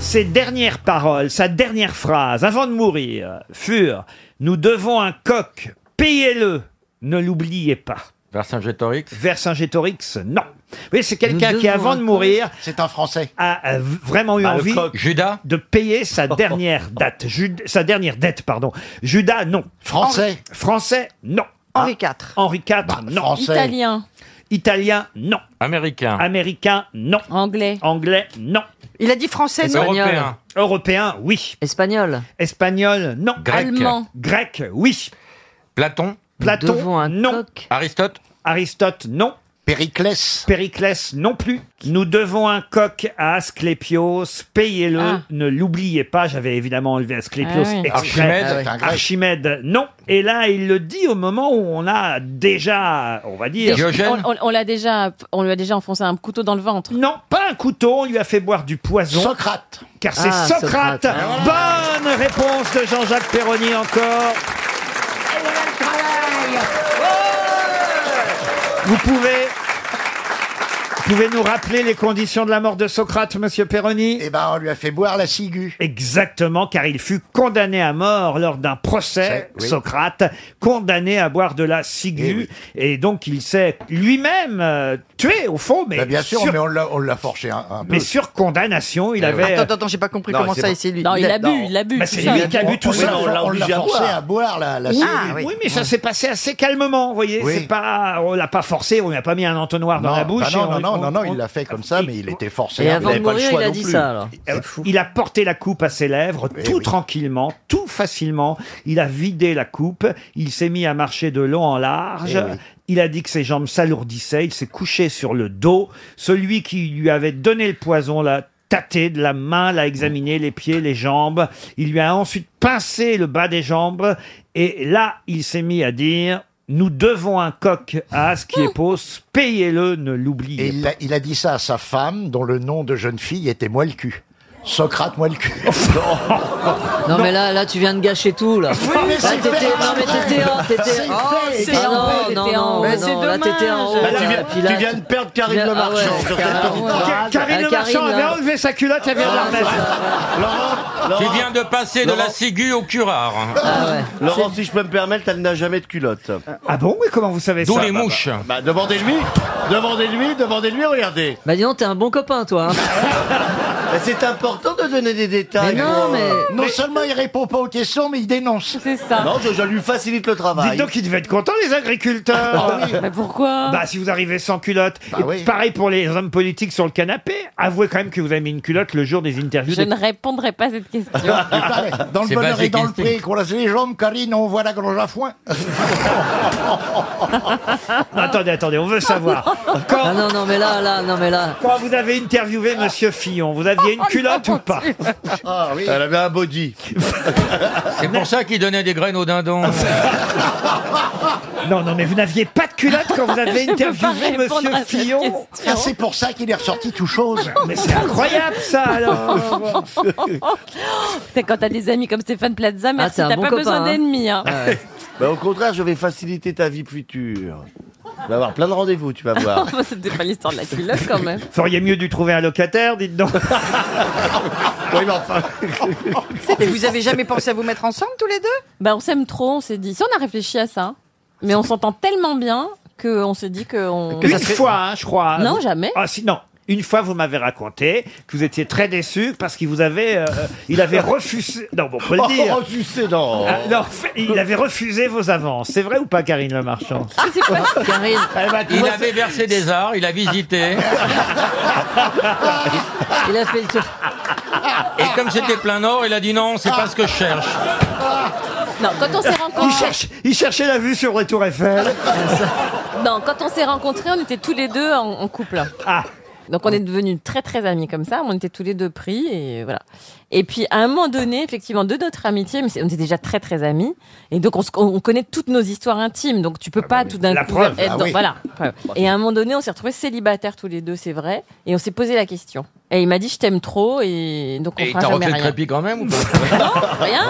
Speaker 1: Ses dernières paroles, sa dernière phrase avant de mourir furent Nous devons un coq, payez-le, ne l'oubliez pas.
Speaker 3: Vercingétorix
Speaker 1: Vercingétorix, non. Vous voyez, c'est quelqu'un qui, avant de mourir,
Speaker 14: C'est un Français.
Speaker 1: a euh, v- vraiment eu
Speaker 14: Ah, le
Speaker 1: envie
Speaker 14: coq.
Speaker 3: Judas
Speaker 1: de payer sa
Speaker 14: Oh.
Speaker 1: dernière date. Jud- sa dernière dette, pardon. Judas, non.
Speaker 14: Français.
Speaker 1: Henri- Français, non. Henri IV. Henri IV, non.
Speaker 14: Bah, français.
Speaker 1: Italien. Italien, non.
Speaker 3: Américain.
Speaker 1: Américain, non. Anglais. Anglais, non. Il a dit français,
Speaker 3: non Européen.
Speaker 1: Européen, oui. Espagnol. Espagnol, non.
Speaker 3: Grec. Allemand.
Speaker 1: Grec, oui.
Speaker 3: Platon
Speaker 1: Platon, non.
Speaker 3: Aristote
Speaker 1: Aristote, non. Périclès. Périclès non plus. Nous devons un coq à Asclépios. Payez-le.
Speaker 26: Ah.
Speaker 1: Ne l'oubliez pas. J'avais évidemment enlevé Asclépios
Speaker 26: Ah oui.
Speaker 1: exprès.
Speaker 26: Archimède. Ah oui. C'est un grec.
Speaker 1: Archimède, non. Et là, il le dit au moment où on a déjà, on va dire.
Speaker 27: On, on- on l'a déjà, on lui a déjà enfoncé un couteau dans le ventre.
Speaker 1: Non, pas un couteau, on lui a fait boire du poison.
Speaker 27: Socrate.
Speaker 1: Car c'est
Speaker 27: Ah,
Speaker 1: Socrate.
Speaker 27: Socrate. Ah.
Speaker 1: Bonne réponse de Jean-Jacques Perroni encore. Vous pouvez. vous pouvez nous rappeler les conditions de la mort de Socrate, monsieur Perroni Eh ben, on lui a fait boire la ciguë. Exactement, car il fut condamné à mort lors d'un procès,
Speaker 26: C'est- oui.
Speaker 1: Socrate, condamné à boire de la ciguë. Et donc, il s'est lui-même euh, tué, au fond, mais.
Speaker 26: Bah, bien sûr, mais on
Speaker 1: l'a, forché un, peu. Mais sur condamnation,
Speaker 4: Eh
Speaker 1: il avait. euh,
Speaker 7: Attends, attends, j'ai pas compris comment ça, et c'est lui.
Speaker 27: Non, il a bu, il a bu.
Speaker 1: Bah, Eh c'est lui qui a bu tout
Speaker 26: on-
Speaker 1: ça.
Speaker 26: on l'a obligé à boire.
Speaker 1: oui,
Speaker 26: ciguë.
Speaker 1: oui, oui, mais ça s'est passé assez calmement, vous voyez.
Speaker 26: Oui.
Speaker 1: C'est pas, on l'a pas forcé, on lui a pas mis un entonnoir dans
Speaker 26: Non,
Speaker 1: la bouche.
Speaker 26: bah non,
Speaker 1: et on-
Speaker 26: non, non,
Speaker 1: on-
Speaker 26: non, non,
Speaker 1: on-
Speaker 26: il l'a fait comme ça, mais il était forcé.
Speaker 1: Et
Speaker 26: hein,
Speaker 1: avant
Speaker 26: avait
Speaker 1: de
Speaker 26: pas le
Speaker 1: mourir,
Speaker 26: choix
Speaker 1: il a
Speaker 26: non
Speaker 1: dit
Speaker 26: plus.
Speaker 1: ça, alors.
Speaker 26: Il-
Speaker 1: Euh, Il a porté la coupe à ses lèvres,
Speaker 26: Eh
Speaker 1: tout tranquillement, tout facilement. Il a vidé la coupe. Il s'est mis à marcher de long en large.
Speaker 26: Eh oui.
Speaker 1: Il a dit que ses jambes s'alourdissaient. Il s'est couché sur le dos. Celui qui lui avait donné le poison l'a tâté de la main, l'a examiné, les pieds, les jambes. Il lui a ensuite pincé le bas des jambes. Et là, il s'est mis à dire. Nous devons un coq à Asclepos, payez-le, ne l'oubliez
Speaker 26: Et il a, il a dit ça à sa femme, dont le nom de jeune fille était Moelle cul. Socrate Moelle
Speaker 1: [LAUGHS]
Speaker 26: cul.
Speaker 28: Non, mais là, là, tu viens de gâcher tout, là.
Speaker 26: Oui, mais
Speaker 28: Là,
Speaker 26: c'est
Speaker 28: Ah, t'étais-
Speaker 26: fait,
Speaker 28: non, mais
Speaker 26: c'est
Speaker 28: t'étais
Speaker 26: vrai.
Speaker 28: un, t'étais
Speaker 26: C'est fait,
Speaker 28: un.
Speaker 26: c'est
Speaker 3: Oh,
Speaker 28: Ah,
Speaker 26: fait,
Speaker 28: non, non,
Speaker 26: t'étais
Speaker 28: non,
Speaker 26: en haut. Mais c'est
Speaker 28: non, là, t'étais en haut.
Speaker 26: Là, Bah, tu viens-
Speaker 28: Puis là,
Speaker 26: tu viens de perdre Karine
Speaker 28: tu viens-
Speaker 26: Le Marchand
Speaker 28: ah ouais,
Speaker 26: sur cette petite phrase.
Speaker 1: Karine
Speaker 26: Ah,
Speaker 1: Le Marchand
Speaker 26: Karine,
Speaker 1: avait
Speaker 26: euh,
Speaker 1: enlevé sa culotte, elle vient de la remettre.
Speaker 3: Tu viens de passer de la ciguë au curare.
Speaker 29: Laurent, si je peux me permettre, elle n'a jamais de culotte.
Speaker 1: Ah bon Mais comment vous savez
Speaker 3: D'où
Speaker 1: ça
Speaker 4: Bah,
Speaker 3: les mouches.
Speaker 29: Bah, demandez-lui.
Speaker 30: Demandez-lui, demandez-lui, regardez. Bah dis donc, t'es un bon copain, toi.
Speaker 4: [LAUGHS] C'est important de donner des détails.
Speaker 30: Mais non,
Speaker 4: moi.
Speaker 30: mais-
Speaker 4: Non
Speaker 30: mais-
Speaker 4: seulement il répond pas aux questions, mais il dénonce. C'est
Speaker 1: ça.
Speaker 4: Non, je, je lui facilite le travail.
Speaker 1: Dites donc qu'ils devaient être contents, les agriculteurs
Speaker 4: Ah oui. Mais
Speaker 1: pourquoi Bah, si vous arrivez sans culotte.
Speaker 5: Bah
Speaker 1: Et Pareil pour les hommes politiques sur le canapé. Avouez quand même que vous avez mis une culotte le jour des interviews.
Speaker 27: Je
Speaker 1: des-
Speaker 27: ne répondrai pas à cette question.
Speaker 5: [LAUGHS] Dans le
Speaker 1: C'est
Speaker 5: bonheur
Speaker 1: basique,
Speaker 5: et dans le
Speaker 1: instinct.
Speaker 5: prix, qu'on laisse les jambes, Karine, on voit la grange à foin.
Speaker 1: Non, attendez, attendez, on veut savoir. Quand...
Speaker 30: Ah non, non, mais là, là, non, mais là.
Speaker 1: Quand vous avez interviewé Monsieur Fillon, vous aviez une culotte ou pas [LAUGHS]
Speaker 4: Ah oui.
Speaker 7: avait un body. [LAUGHS] C'est pour ça qu'il donnait des graines au [LAUGHS] dindon.
Speaker 1: Non, non, mais vous n'aviez pas de culotte quand vous avez
Speaker 5: Je peux pas
Speaker 1: interviewé
Speaker 5: répondre
Speaker 1: Monsieur
Speaker 5: à cette
Speaker 1: Fillon.
Speaker 5: question. Ah, c'est pour ça qu'il est ressorti tout chose.
Speaker 1: [LAUGHS] Mais c'est incroyable ça
Speaker 27: [LAUGHS]
Speaker 1: alors.
Speaker 27: T'as- Quand t'as des amis comme Stéphane Plaza, merci,
Speaker 31: c'est un
Speaker 27: t'as
Speaker 31: bon
Speaker 27: pas
Speaker 31: copain,
Speaker 27: besoin
Speaker 31: hein.
Speaker 27: d'ennemis. hein.
Speaker 4: [LAUGHS]
Speaker 27: [LAUGHS]
Speaker 4: Bah, au contraire, je vais faciliter ta vie future. Tu vas avoir plein de rendez-vous, tu vas voir.
Speaker 27: Enfin, C'était pas l'histoire de la culotte quand même.
Speaker 1: Feriez mieux de lui trouver un locataire, dites donc.
Speaker 4: oui, mais enfin.
Speaker 3: Et vous avez jamais pensé à vous mettre ensemble tous les deux
Speaker 27: Bah, on s'aime trop, on s'est dit. Si on a réfléchi à ça, mais on s'entend tellement bien qu'on s'est dit qu'on.
Speaker 1: une fois, hein, je crois.
Speaker 27: Non,
Speaker 1: Vous-
Speaker 27: jamais.
Speaker 1: Ah si, non. Une fois, vous m'avez raconté que vous étiez très déçu parce qu'il vous avait, euh, il avait refusé. Non, bon, on peut le dire.
Speaker 4: Oh, tu sais, non.
Speaker 1: Ah, non, il avait refusé vos avances. C'est vrai ou pas, Karine Le Marchand
Speaker 27: C'est quoi ça, Karine
Speaker 1: Eh ben,
Speaker 7: Il avait versé des arts, il a [LAUGHS] visité.
Speaker 30: Il a fait le tour.
Speaker 7: Et comme c'était plein nord, il a dit non, c'est pas ce que je cherche.
Speaker 27: Non, quand on s'est
Speaker 1: Il,
Speaker 27: rencontrés.
Speaker 1: cherche- il cherchait la vue sur la Tour [LAUGHS] Eiffel.
Speaker 27: Non, quand on s'est rencontrés, on était tous les deux en, en couple.
Speaker 3: Ah.
Speaker 27: Donc on est devenus très très amis comme ça, on était tous les deux pris et voilà. Et puis à un moment donné, effectivement, de notre amitié, mais c'est- on était déjà très très amis, et donc on, se- on connaît toutes nos histoires intimes, donc
Speaker 3: Ah bah
Speaker 27: tu peux pas tout d'un
Speaker 1: La
Speaker 27: coup
Speaker 1: preuve,
Speaker 27: être
Speaker 1: ah
Speaker 27: dans-
Speaker 1: oui.
Speaker 27: voilà. Et à un moment donné, on s'est retrouvés célibataires tous les deux, c'est vrai, et on s'est posé la question. Et il m'a dit je t'aime trop et donc on
Speaker 7: Et il
Speaker 27: fera
Speaker 7: t'a
Speaker 27: Ah, jamais
Speaker 7: refait le
Speaker 27: rien.
Speaker 7: trépied quand même ou pas
Speaker 27: Rien.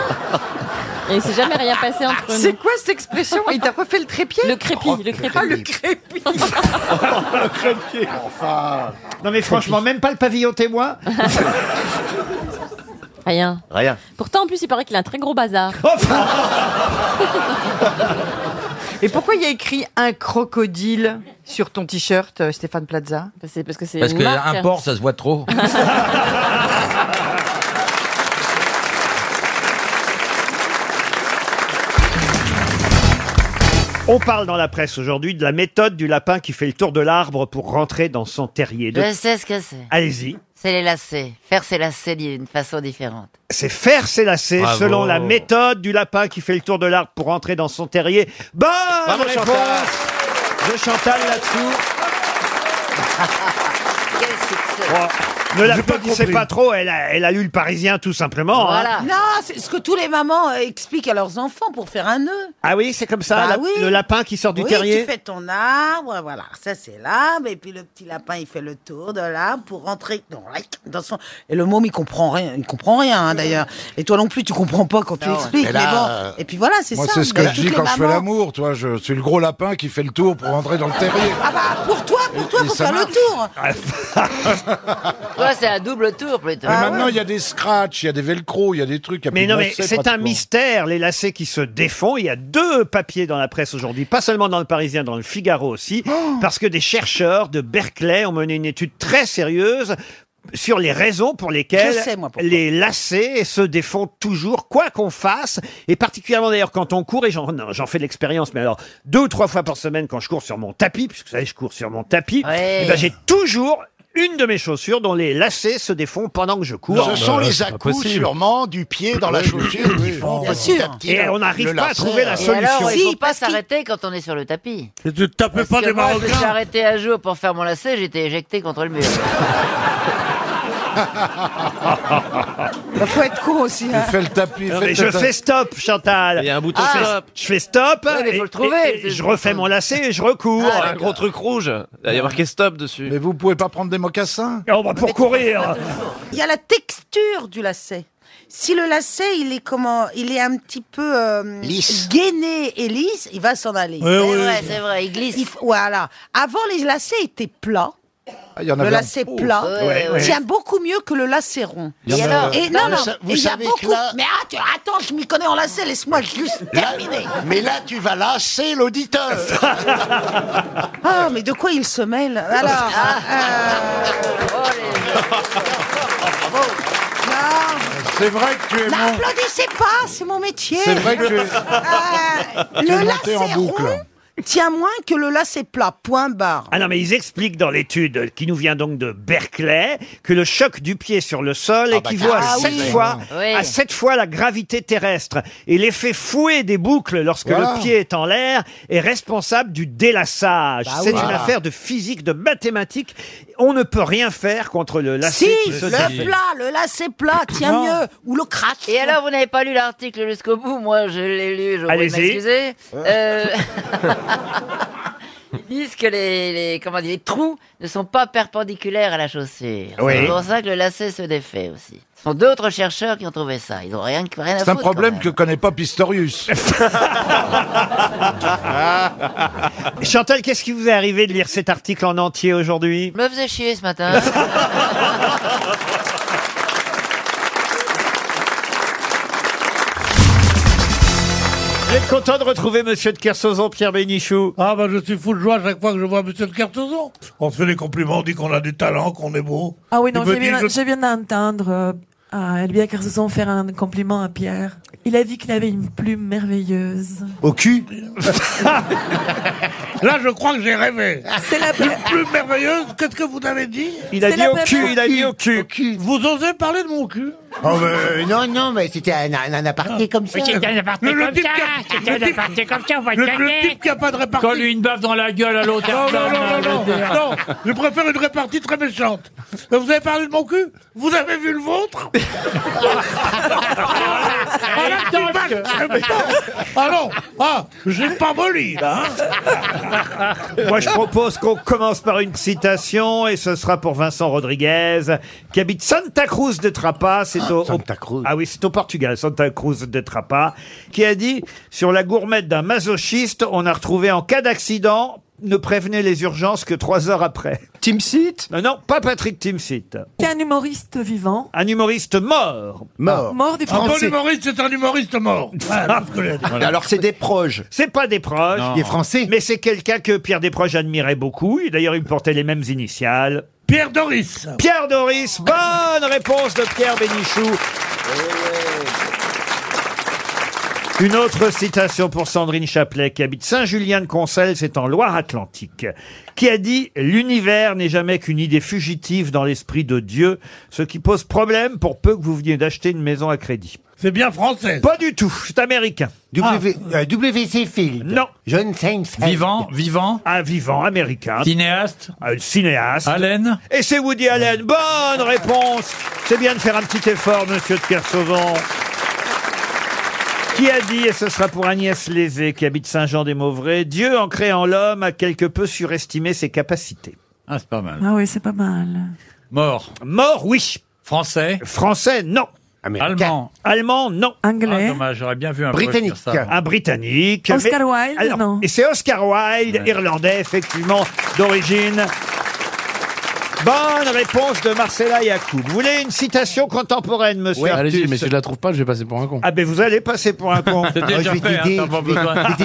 Speaker 27: Et il s'est jamais rien passé entre nous.
Speaker 3: C'est quoi cette expression Il t'a refait le trépied
Speaker 27: Le crépi, le crépi.
Speaker 3: Ah, le crépi
Speaker 27: [LAUGHS]
Speaker 3: [LAUGHS]
Speaker 4: Enfin.
Speaker 1: Non mais franchement, même pas le pavillon témoin.
Speaker 27: Rien.
Speaker 4: Rien.
Speaker 27: Pourtant en plus il paraît qu'il a un très gros bazar.
Speaker 3: [LAUGHS] Et pourquoi il y a écrit un crocodile sur ton t-shirt, euh, Stéphane Plaza
Speaker 27: C'est parce que c'est
Speaker 7: Parce qu'un porc, ça se voit trop.
Speaker 1: On parle dans la presse aujourd'hui de la méthode du lapin qui fait le tour de l'arbre pour rentrer dans son terrier. De-
Speaker 2: Je sais ce que c'est.
Speaker 1: Allez-y.
Speaker 2: C'est les lacets. Faire ses lacets d'une façon différente.
Speaker 1: C'est faire ses lacets
Speaker 2: Bravo.
Speaker 1: selon la méthode du lapin qui fait le tour de l'arbre pour entrer dans son terrier. Bonne
Speaker 2: Bravo,
Speaker 1: réponse de Chantal
Speaker 10: [LAUGHS]
Speaker 1: là-dessous. Ne l'applaudissez
Speaker 31: compris.
Speaker 1: pas trop, elle a, elle a lu le Parisien tout
Speaker 23: Oh,
Speaker 1: simplement. hein.
Speaker 10: Non, c'est ce que tous les mamans euh, expliquent à leurs enfants pour faire un nœud.
Speaker 1: Ah oui, c'est comme ça,
Speaker 10: Bah
Speaker 1: la-
Speaker 10: oui.
Speaker 1: le lapin qui sort du
Speaker 10: oui,
Speaker 1: terrier.
Speaker 10: tu fais ton arbre, voilà, ça c'est l'arbre, et puis le petit lapin il fait le tour de l'arbre pour rentrer dans, dans son... Et le môme il comprend rien, il comprend rien hein, d'ailleurs. Et toi non plus tu comprends pas quand tu
Speaker 23: Non,
Speaker 10: expliques,
Speaker 23: mais
Speaker 10: mais,
Speaker 23: là, euh,
Speaker 10: bon, et puis voilà, c'est ça.
Speaker 23: Moi, c'est ce que
Speaker 10: Mais
Speaker 23: je
Speaker 10: toutes
Speaker 23: dis
Speaker 10: les
Speaker 23: quand je fais
Speaker 10: mamans-
Speaker 23: l'amour, toi. Je suis le gros lapin qui fait le tour pour rentrer dans le
Speaker 4: [LAUGHS]
Speaker 23: terrier.
Speaker 10: Ah bah, pour toi, pour toi,
Speaker 23: Et
Speaker 10: pour
Speaker 23: ça
Speaker 10: faire
Speaker 23: marche.
Speaker 10: le tour
Speaker 1: Ah,
Speaker 2: Toi, c'est à double tour plutôt.
Speaker 23: Mais
Speaker 10: Ah
Speaker 23: maintenant, il y a des scratchs, il y a des velcro, il y a des trucs. il y a
Speaker 1: Mais
Speaker 23: plus de
Speaker 1: non, mais
Speaker 23: lacets,
Speaker 1: c'est un
Speaker 23: pratiquement.
Speaker 1: mystère, les lacets qui se défont. Il y a deux papiers dans la presse aujourd'hui, pas seulement dans le Parisien, dans le Figaro aussi,
Speaker 10: Oh
Speaker 1: parce que des chercheurs de Berkeley ont mené une étude très sérieuse sur les raisons pour lesquelles
Speaker 10: Je sais, moi, pourquoi.
Speaker 1: les lacets se défont toujours, quoi qu'on fasse, et particulièrement d'ailleurs quand on court, et j'en non, j'en fais de l'expérience, mais alors deux ou trois fois par semaine quand je cours sur mon tapis, puisque vous savez, je cours sur mon tapis, eh ben, j'ai toujours une de mes chaussures dont les lacets se défont pendant que je cours.
Speaker 5: Ce sont les à sûrement du pied dans la chaussure qui
Speaker 10: Ah
Speaker 5: font
Speaker 1: Bien
Speaker 5: petit à
Speaker 1: sûr.
Speaker 5: petit
Speaker 1: Et
Speaker 5: le-
Speaker 1: on n'arrive
Speaker 5: le
Speaker 1: pas à
Speaker 5: lacet.
Speaker 1: trouver la
Speaker 2: Et alors, il
Speaker 1: solution.
Speaker 2: faut pas s'arrêter quand on est sur le tapis.
Speaker 17: Et tu te tapais pas
Speaker 2: Parce que
Speaker 17: des
Speaker 2: moi, je me suis
Speaker 17: Marocains
Speaker 2: arrêté à jour pour faire mon lacet, j'étais éjecté contre le mur.
Speaker 3: Faut être con aussi.
Speaker 23: Tu fais le tapis.
Speaker 1: Non,
Speaker 23: fais
Speaker 1: mais
Speaker 23: le
Speaker 1: je
Speaker 23: tapis.
Speaker 1: fais stop, Chantal. Il y a un bouton
Speaker 5: Ah,
Speaker 23: stop.
Speaker 1: Ah. Je fais stop.
Speaker 23: Ouais, mais faut
Speaker 1: et-
Speaker 23: le trouver,
Speaker 1: et- et
Speaker 23: c'est-
Speaker 1: je refais mon lacet et je recours.
Speaker 23: Ah, Un gros
Speaker 1: truc rouge.
Speaker 23: Il y a marqué stop dessus. Mais vous pouvez pas prendre des mocassins
Speaker 1: On va pour courir.
Speaker 10: Il y a la texture du lacet. Si le lacet, il est comment Il est un petit peu euh, gainé et lisse, il va s'en aller.
Speaker 23: Ouais, C'est ouais. vrai,
Speaker 10: c'est vrai, il glisse. Voilà. Avant, les lacets étaient plats.
Speaker 11: Ah, il y en
Speaker 17: le
Speaker 11: avait un
Speaker 17: lacet
Speaker 11: pauvre.
Speaker 17: plat
Speaker 11: Ouais, ouais.
Speaker 17: tient beaucoup mieux que le lacet rond.
Speaker 11: Il y en
Speaker 17: Et
Speaker 11: a-
Speaker 17: alors Et non,
Speaker 11: Vous
Speaker 17: non,
Speaker 11: sa- vous
Speaker 17: et il y a
Speaker 11: savez que
Speaker 17: beaucoup.
Speaker 11: là-
Speaker 17: Mais att- attends, je m'y connais en lacet, laisse-moi juste terminer.
Speaker 5: mais là, tu vas lâcher l'auditeur.
Speaker 17: [LAUGHS] Ah, mais de quoi il se mêle
Speaker 11: [LAUGHS]
Speaker 17: Alors.
Speaker 2: Ah.
Speaker 11: C'est vrai que tu es mon...
Speaker 17: N'applaudissez pas, c'est mon métier.
Speaker 11: C'est vrai que tu es...
Speaker 10: [LAUGHS]
Speaker 17: Euh,
Speaker 11: tu es
Speaker 17: le
Speaker 11: monté
Speaker 17: lacet
Speaker 11: en boucle.
Speaker 17: rond tient moins que le lacet plat. Point barre.
Speaker 1: Ah non, mais ils expliquent dans l'étude qui nous vient donc de Berkeley que le choc du pied sur le sol
Speaker 11: bah
Speaker 1: équivaut à,
Speaker 17: carrément.
Speaker 1: sept
Speaker 17: Ah oui.
Speaker 1: fois,
Speaker 17: Oui.
Speaker 1: à sept fois la gravité terrestre. Et l'effet fouet des boucles lorsque
Speaker 11: Voilà.
Speaker 1: le pied est en l'air est responsable du délassage.
Speaker 11: Bah
Speaker 1: C'est
Speaker 11: oui.
Speaker 1: une
Speaker 11: Voilà.
Speaker 1: affaire de physique, de mathématiques. On ne peut rien faire contre le lacet.
Speaker 17: Si,
Speaker 1: qui se
Speaker 17: le
Speaker 1: défait.
Speaker 17: plat, le lacet plat tient
Speaker 1: Non.
Speaker 17: mieux. Ou le crack.
Speaker 2: Et alors, vous n'avez pas lu l'article jusqu'au bout Moi, je l'ai lu, je vais Allez-y. m'excuser. Euh, [LAUGHS] Ils disent que les, les- comment dire, les trous ne sont pas perpendiculaires à la chaussure.
Speaker 11: Oui.
Speaker 2: C'est pour ça que le lacet se défait aussi. Ce sont d'autres chercheurs qui ont trouvé ça. Ils n'ont rien, rien à
Speaker 11: C'est un
Speaker 2: foutre, quand
Speaker 11: problème
Speaker 2: même.
Speaker 11: que connaît pas Pistorius.
Speaker 1: Chantal, qu'est-ce qui vous est arrivé de lire cet article en entier aujourd'hui
Speaker 2: Je me faisais chier ce
Speaker 11: [LAUGHS]
Speaker 2: matin.
Speaker 1: Vous êtes content de retrouver Monsieur de Kersauzon, Pierre Bénichou
Speaker 6: Ah bah je suis fou de joie à chaque fois que je vois Monsieur de Kersauzon. On se fait des compliments, on dit qu'on a du talent, qu'on est beau.
Speaker 13: Ah oui, non,
Speaker 6: Il me
Speaker 13: j'ai
Speaker 6: dit,
Speaker 13: bien,
Speaker 6: je-
Speaker 13: j'ai bien d'entendre euh, à Elvia Kersauzon faire un compliment à Pierre. Il a dit qu'il avait une plume merveilleuse.
Speaker 6: Au cul [LAUGHS] Là, je crois que j'ai rêvé.
Speaker 13: C'est la
Speaker 6: Une plume merveilleuse, qu'est-ce que vous avez dit
Speaker 1: Il a C'est dit la au cul, première- il a dit au cul.
Speaker 6: Vous osez parler de mon cul
Speaker 14: Oh, mais non, non, mais c'était un, un, un
Speaker 1: Ah.
Speaker 14: aparté comme ça.
Speaker 6: Le- le type qui a- le type- le- Le type qui a pas de répartie.
Speaker 12: Colle une baffe dans la gueule à
Speaker 1: Oh,
Speaker 12: l'autre.
Speaker 6: Non, non, non, non,
Speaker 12: Arnaud,
Speaker 6: non, non. Je préfère une répartie très méchante. Vous avez parlé de mon cul Vous avez vu
Speaker 3: [LAUGHS]
Speaker 6: le vôtre Ah là, tu vaches, j'aime pas. Ah non Ah, j'ai pas molli, là hein.
Speaker 1: Moi, je propose qu'on commence par une citation, et ce sera pour Vincent Rodriguez, qui habite Santa Cruz de Trapa. C'est au, Santa Cruz. Ah oui, c'est au Portugal, Santa Cruz de Trapa, qui a dit sur la gourmette d'un masochiste, on a retrouvé en cas d'accident. Ne prévenez les urgences que trois heures après. Timsit Non, non, pas Patrick Timsit.
Speaker 13: C'est un humoriste vivant.
Speaker 1: Un humoriste mort. Ah.
Speaker 13: Mort. Mort des
Speaker 6: Un bon
Speaker 13: Français.
Speaker 6: humoriste, c'est un humoriste mort. Voilà ce que j'ai dit.
Speaker 1: c'est des proches. C'est pas des proches.
Speaker 6: Des
Speaker 1: Français. Mais c'est quelqu'un que Pierre Desproges admirait beaucoup. Et d'ailleurs, il portait les mêmes initiales.
Speaker 6: Pierre Doris.
Speaker 1: Pierre Doris. Bonne réponse de Pierre Bénichou. Une autre citation pour Sandrine Chaplet, qui habite Saint-Julien-de-Concelles, c'est en Loire-Atlantique, qui a dit « L'univers n'est jamais qu'une idée fugitive dans l'esprit de Dieu, ce qui pose problème pour peu que vous veniez d'acheter une maison à crédit. »
Speaker 6: C'est bien français.
Speaker 1: Pas du tout, c'est américain.
Speaker 14: W- euh, WC Field.
Speaker 1: Non.
Speaker 14: John Seinfeld.
Speaker 1: Ah. Vivant, vivant. Un vivant américain. Cinéaste. Un cinéaste. Allen. Et c'est Woody Allen. Bonne réponse. C'est bien de faire un petit effort, monsieur de Kersauzon. Qui a dit, et ce sera pour Agnès Lézé, qui habite Saint-Jean-des-Mauvrais, Dieu, en créant l'homme, a quelque peu surestimé ses capacités.
Speaker 12: Ah, c'est pas mal.
Speaker 13: Ah oui, c'est pas mal.
Speaker 12: Mort.
Speaker 1: Mort, oui.
Speaker 12: Français.
Speaker 1: Français, non.
Speaker 12: Allemand.
Speaker 1: Allemand, non.
Speaker 12: Ah, dommage, j'aurais bien vu un Bref
Speaker 1: Britannique.
Speaker 12: dire ça.
Speaker 1: Un Britannique.
Speaker 12: Oscar
Speaker 1: Mais-
Speaker 12: Wilde,
Speaker 1: alors,
Speaker 12: non.
Speaker 1: Et c'est Oscar Wilde,
Speaker 12: Ouais.
Speaker 1: Irlandais, effectivement, d'origine. Bonne réponse de Marcella Yacoub. Vous voulez une citation contemporaine, monsieur
Speaker 26: Ouais, allez-y,
Speaker 1: Artus
Speaker 26: mais si je la trouve pas, je vais passer pour un con.
Speaker 1: Ah ben vous allez passer pour
Speaker 12: [LAUGHS]
Speaker 1: un con. Ah,
Speaker 12: C'était déjà fait, hein, t'as pas besoin.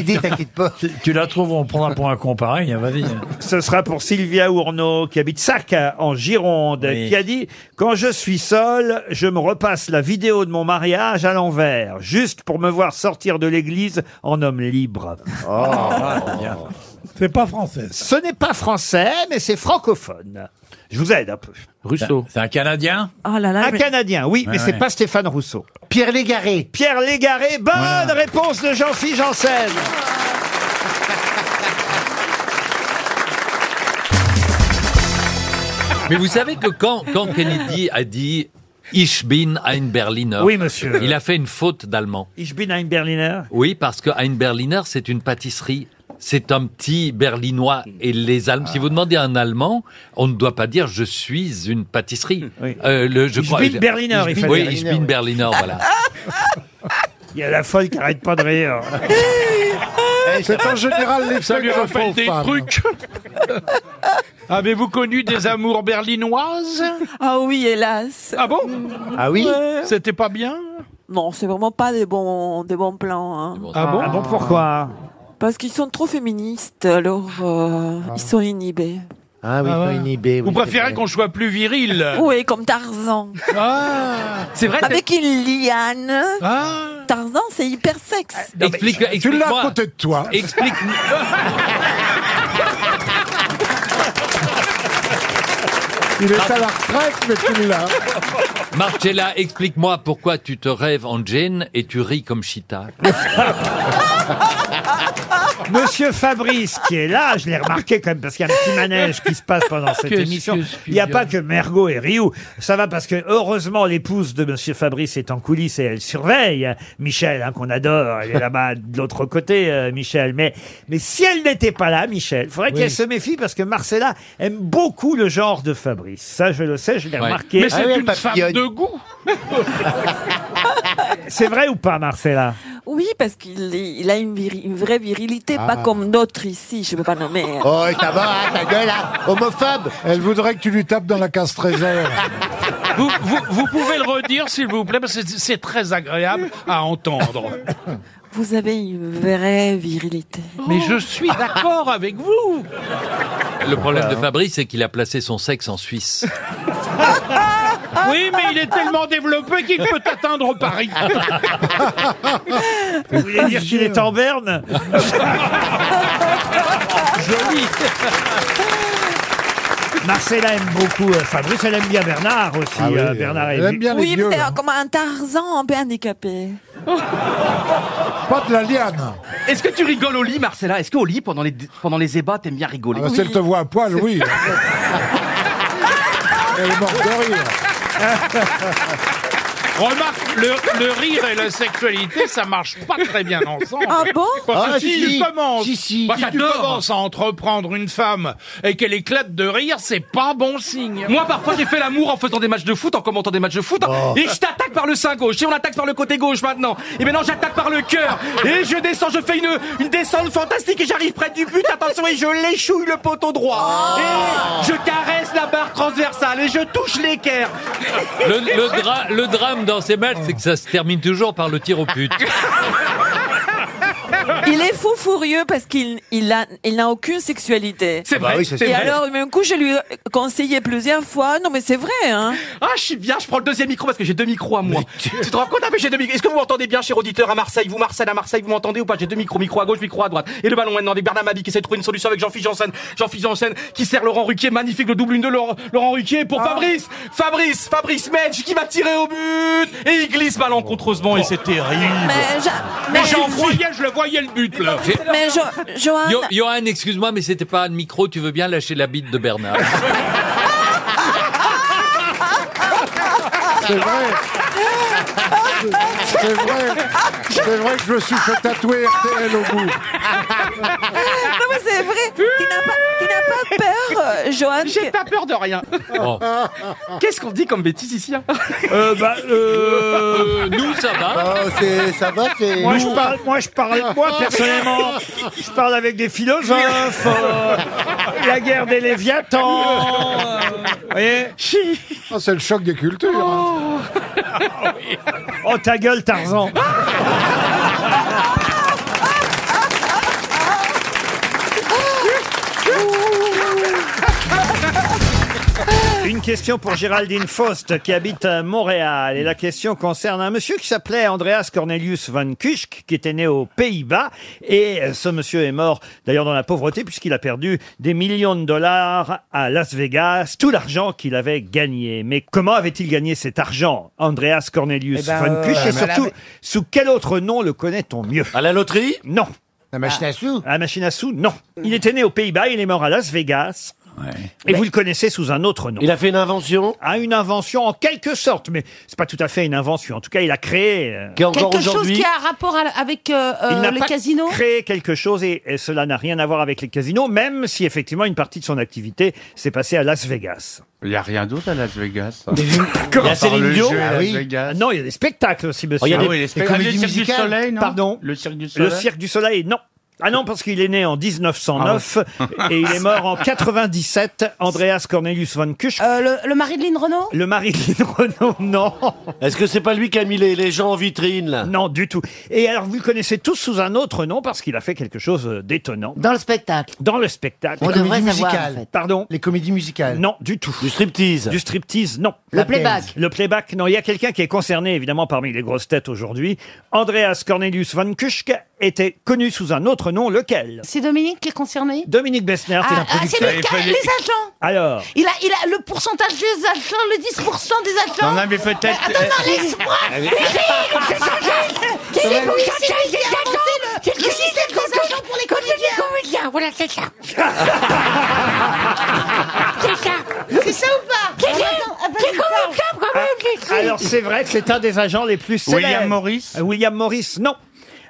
Speaker 12: Tu, tu la trouves, on prendra pour un con pareil, hein, vas-y.
Speaker 1: Ce sera pour Sylvia Ourneau, qui habite Sac, en Gironde,
Speaker 12: Oui.
Speaker 1: qui a dit « Quand je suis seule, je me repasse la vidéo de mon mariage à l'envers, juste pour me voir sortir de l'église en homme libre.
Speaker 12: Oh, [LAUGHS]
Speaker 6: C'est pas français.
Speaker 1: Ce n'est pas français, mais c'est francophone. Je vous aide un peu.
Speaker 12: Rousseau. C'est un Canadien
Speaker 13: Oh là là.
Speaker 1: Un
Speaker 13: mais-
Speaker 1: Canadien, oui,
Speaker 12: Ouais,
Speaker 1: mais c'est
Speaker 12: ouais.
Speaker 1: pas Stéphane Rousseau. Pierre Légaré. Pierre Légaré, bonne réponse de Jean-Philippe Janssen.
Speaker 16: Mais vous savez que quand, quand Kennedy a dit Ich bin ein Berliner,
Speaker 1: Oui, monsieur.
Speaker 16: il a fait une faute d'allemand.
Speaker 1: Ich bin ein Berliner.
Speaker 16: Oui, parce que ein Berliner, c'est une pâtisserie. C'est un petit berlinois. Et les Allemands, si vous demandez à un Allemand, on ne doit pas dire je suis une pâtisserie. Euh, le, je
Speaker 1: Ich
Speaker 16: crois,
Speaker 1: bin Berliner, il faut
Speaker 16: Oui,
Speaker 1: dire.
Speaker 16: ich bin
Speaker 1: [LAUGHS]
Speaker 16: Berliner, voilà.
Speaker 1: Il y a la folle qui arrête pas de rire.
Speaker 3: Eh, C'est en général les
Speaker 4: Eh, Ça
Speaker 3: feuilles
Speaker 4: lui
Speaker 3: que je
Speaker 4: rappelle
Speaker 3: trouve
Speaker 4: des
Speaker 3: pas, moi.
Speaker 4: trucs. [LAUGHS] Avez-vous connu des amours berlinoises
Speaker 13: Ah oui, hélas.
Speaker 4: Ah bon
Speaker 13: Ah oui
Speaker 4: C'était pas bien
Speaker 13: Non, c'est vraiment pas des bons, des bons plans. hein.
Speaker 4: Ah bon Ah bon, pourquoi
Speaker 13: Parce qu'ils sont trop féministes, alors euh, ils sont inhibés.
Speaker 32: Ah oui,
Speaker 4: Ah
Speaker 32: pas
Speaker 4: ouais.
Speaker 32: une IB.
Speaker 4: Vous préférez qu'on soit plus viril
Speaker 13: Oui, comme Tarzan.
Speaker 3: Ah.
Speaker 4: C'est vrai,
Speaker 13: Avec une liane. Tarzan, c'est hyper
Speaker 3: Ah,
Speaker 13: sexe.
Speaker 16: Explique, explique
Speaker 3: Tu l'as à côté de toi.
Speaker 16: Explique.
Speaker 3: Il est à la retraite, mais tu l'as.
Speaker 16: Marcella, explique-moi pourquoi tu te rêves en jean et tu ris comme Chita.
Speaker 1: Monsieur Fabrice, qui est là, je l'ai remarqué quand même, parce qu'il y a un petit manège qui se passe pendant cette
Speaker 33: Qu'est-ce
Speaker 1: émission.
Speaker 33: que je suis
Speaker 1: Il n'y a
Speaker 33: bien.
Speaker 1: pas que Mergot et Rioux. Ça va parce que, heureusement, l'épouse de Monsieur Fabrice est en coulisses et elle surveille Michel, hein, qu'on adore. Elle est là-bas de l'autre côté, euh, Michel. Mais, mais si elle n'était pas là, Michel, il faudrait
Speaker 33: Oui.
Speaker 1: qu'elle se méfie parce que Marcella aime beaucoup le genre de Fabrice. Ça, je le sais, je l'ai
Speaker 33: Ouais.
Speaker 1: remarqué.
Speaker 4: Mais c'est une femme de goût.
Speaker 1: C'est vrai ou pas, Marcella
Speaker 13: Oui, parce qu'il est- il a une, viri- une vraie virilité,
Speaker 1: Ah.
Speaker 13: pas comme d'autres ici, je ne peux pas nommer. hein.
Speaker 3: [LAUGHS] Oh, ça va, ta gueule, hein. homophobe. Elle voudrait que tu lui tapes dans la casse trésor.
Speaker 4: vous, vous, vous pouvez le redire, s'il vous plaît, parce que c'est- c'est très agréable à entendre.
Speaker 13: Vous avez une vraie virilité.
Speaker 4: Mais je suis d'accord avec vous.
Speaker 16: Le problème de Fabrice, c'est qu'il a placé son sexe en Suisse.
Speaker 4: Oui, mais il est tellement développé qu'il peut atteindre Paris.
Speaker 1: Vous voulez dire qu'il est en berne
Speaker 4: Joli.
Speaker 1: Marcella aime beaucoup euh, Fabrice, elle aime bien Bernard aussi.
Speaker 3: Ah oui,
Speaker 1: euh, Bernard
Speaker 3: elle
Speaker 1: est-
Speaker 3: aime bien les
Speaker 13: oui,
Speaker 3: vieux,
Speaker 13: mais c'est
Speaker 3: hein.
Speaker 13: comme un Tarzan un peu handicapé.
Speaker 3: Pas de la liane.
Speaker 9: Est-ce que tu rigoles au lit, Marcella Est-ce qu'au lit, pendant les, pendant les ébats, t'aimes bien rigoler
Speaker 3: Ah bah, Si elle te voit à poil, oui. elle est morte de rire.
Speaker 4: [LAUGHS] Remarque, le, le rire et la sexualité, ça marche pas très bien ensemble.
Speaker 9: Ah bon
Speaker 4: Parce que
Speaker 9: Ah,
Speaker 4: si,
Speaker 9: si, si.
Speaker 4: tu commences,
Speaker 9: Si, si.
Speaker 4: parce que tu
Speaker 9: Bah, J'adore.
Speaker 4: commences à entreprendre une femme et qu'elle éclate de rire, c'est pas bon signe.
Speaker 9: Moi, parfois, j'ai fait l'amour en faisant des matchs de foot, en commentant des matchs de foot, hein.
Speaker 4: Oh.
Speaker 9: et je t'attaque par le sein gauche, et on attaque par le côté gauche maintenant. Et maintenant, j'attaque par le cœur, et je descends, je fais une, une descente fantastique, et j'arrive près du but, attention, et je l'échouille le poteau
Speaker 4: Oh.
Speaker 9: droit. Et je caresse la barre transversale, et je touche l'équerre.
Speaker 16: Le,
Speaker 9: [LAUGHS]
Speaker 16: le dra- le drame dans ces matchs, c'est que ça se termine toujours par le tir
Speaker 1: [LAUGHS]
Speaker 16: au pute.
Speaker 13: Il est fou furieux parce qu'il il a- il n'a aucune sexualité.
Speaker 9: C'est vrai, Ah bah oui, ça, c'est
Speaker 13: Et
Speaker 9: vrai.
Speaker 13: alors, d'un coup, je lui ai conseillé plusieurs fois. Non, mais c'est vrai, hein.
Speaker 9: Ah, je suis bien, je prends le deuxième micro parce que j'ai deux micros à moi. Tu te rends compte Ah, mais j'ai deux micros. Est-ce que vous m'entendez bien, cher auditeur, à Marseille Vous, Marseille, à Marseille, vous m'entendez ou pas J'ai deux micros, micro à gauche, micro à droite. Et le ballon maintenant avec Bernard Mabi qui essaie de trouver une solution avec Jean-Philippe Janssen. Jean-Philippe Janssen qui sert Laurent Ruquier, magnifique le double une de Laurent, Laurent Ruquier
Speaker 13: Ah.
Speaker 9: pour Fabrice. Fabrice, Fabrice Medj qui va tirer au but. Et il glisse ballon contre Osman et c'est terrible.
Speaker 13: Mais [LAUGHS] j'a-
Speaker 4: Mais j'en voyais, je le voyais le but là.
Speaker 13: Mais Jo- Johan,
Speaker 16: Yo- Johan, excuse-moi, mais c'était pas un micro, tu veux bien lâcher la bite
Speaker 13: [LAUGHS]
Speaker 16: de Bernard.
Speaker 3: C'est vrai. C'est vrai. C'est vrai que je me suis fait tatouer RTL au bout.
Speaker 13: non, mais c'est vrai. Tu n'as pas, tu n'as pas peur, euh, Johan.
Speaker 9: J'ai pas peur de rien.
Speaker 4: [LAUGHS]
Speaker 16: Oh.
Speaker 9: Qu'est-ce qu'on dit comme bêtise ici hein
Speaker 1: Euh, bah,
Speaker 4: [LAUGHS]
Speaker 1: Oh,
Speaker 16: euh, nous, ça va.
Speaker 3: Ah,
Speaker 13: [LAUGHS]
Speaker 32: ça va, c'est.
Speaker 1: Moi je, parle, moi, je parle, moi, personnellement, je parle avec des philosophes, euh, [LAUGHS] la guerre des Léviathans. euh,
Speaker 3: [LAUGHS]
Speaker 1: vous voyez
Speaker 3: Ah, c'est le choc des cultures. hein.
Speaker 1: Oh, ta gueule, Tarzan. Une question pour Géraldine Faust qui habite à Montréal. Et la question concerne un monsieur qui s'appelait Andreas Cornelius van Kuschk, qui était né aux Pays-Bas. Et euh, ce monsieur est mort d'ailleurs dans la pauvreté puisqu'il a perdu des millions de dollars à Las Vegas, tout l'argent qu'il avait gagné. Mais comment avait-il gagné cet argent, Andreas Cornelius
Speaker 34: Eh ben,
Speaker 1: van Kuschk
Speaker 34: euh,
Speaker 1: Et surtout,
Speaker 34: la-
Speaker 1: sous quel autre nom le connaît-on mieux À la loterie Non. La machine à sous La machine à sous, non. Il était né aux Pays-Bas, il est mort à Las Vegas. Et vous le connaissez sous un autre nom. Il a fait une invention Ah, une invention en quelque sorte, mais c'est pas tout à fait une invention. En tout cas, il a créé. euh,
Speaker 10: Quelque chose qui a un rapport à- avec euh,
Speaker 1: il
Speaker 10: euh,
Speaker 1: n'a
Speaker 10: le
Speaker 1: pas
Speaker 10: casino
Speaker 1: créé quelque chose et, et cela n'a rien à voir avec les casinos, même si effectivement une partie de son activité s'est passée à Las Vegas.
Speaker 4: [LAUGHS] Il n'y a rien d'autre à Las Vegas.
Speaker 1: Comment
Speaker 4: Par le jeu à
Speaker 1: Ah
Speaker 4: Las
Speaker 1: oui.
Speaker 4: Vegas.
Speaker 1: Non, il y a des spectacles aussi, monsieur.
Speaker 4: Oh, il y a des- Ah oui, les spectacles. Les comédies Le Cirque du musicales Soleil, non
Speaker 1: Pardon
Speaker 4: Le Cirque du
Speaker 1: Le
Speaker 4: Soleil
Speaker 1: Cirque du Soleil, non. Ah non, parce qu'il est né en 1909 et il est
Speaker 4: [LAUGHS]
Speaker 1: mort en 97, Andreas Cornelius von Kusch.
Speaker 2: Euh,
Speaker 10: le, le mari de Lynn Renault
Speaker 1: Le mari de Lynn Renault, non.
Speaker 24: Est-ce que c'est pas lui qui a mis les, les gens en vitrine, là
Speaker 1: Non, du tout. Et alors, vous le connaissez tous sous un autre nom parce qu'il a fait quelque chose euh, d'étonnant.
Speaker 2: Dans le spectacle.
Speaker 1: Dans le spectacle.
Speaker 2: On Les devrait comédies savoir, musicales. en fait.
Speaker 1: Pardon Les comédies musicales. Non, du tout. Du striptease. Du striptease, non.
Speaker 2: Le La playback. danse.
Speaker 1: Le playback, non. Il y a quelqu'un qui est concerné, évidemment, parmi les grosses têtes aujourd'hui. Andreas Cornelius von Kuschke était connu sous un autre nom, lequel
Speaker 2: Ah,
Speaker 10: C'est Dominique qui est concerné
Speaker 1: Dominique Bessner.
Speaker 10: Ah, ah, c'est le cas- les agents
Speaker 1: Alors
Speaker 10: il a, il a le pourcentage des agents, le 10% des agents.
Speaker 25: Non, non, mais peut-être-
Speaker 10: Attends, non, laisse-moi
Speaker 25: Allez.
Speaker 10: finir. C'est Jean-Jacques qui
Speaker 25: C'est
Speaker 10: est
Speaker 25: le
Speaker 10: ici,
Speaker 25: pourcentage
Speaker 10: qui a
Speaker 25: des
Speaker 10: inventé
Speaker 25: agents.
Speaker 10: le-
Speaker 25: C'est le
Speaker 10: le système
Speaker 25: système
Speaker 10: des agents pour les comédiens.
Speaker 25: Voilà, c'est ça. c'est ça.
Speaker 10: C'est ça ou pas
Speaker 25: C'est
Speaker 10: Alors,
Speaker 25: ça.
Speaker 10: attends, ah, vas-y,
Speaker 25: C'est comme
Speaker 10: parle.
Speaker 25: ça, quand même. c'est ça.
Speaker 1: Ah, Alors c'est vrai que c'est un des agents les plus célèbres.
Speaker 25: William
Speaker 1: Morris William Morris, non.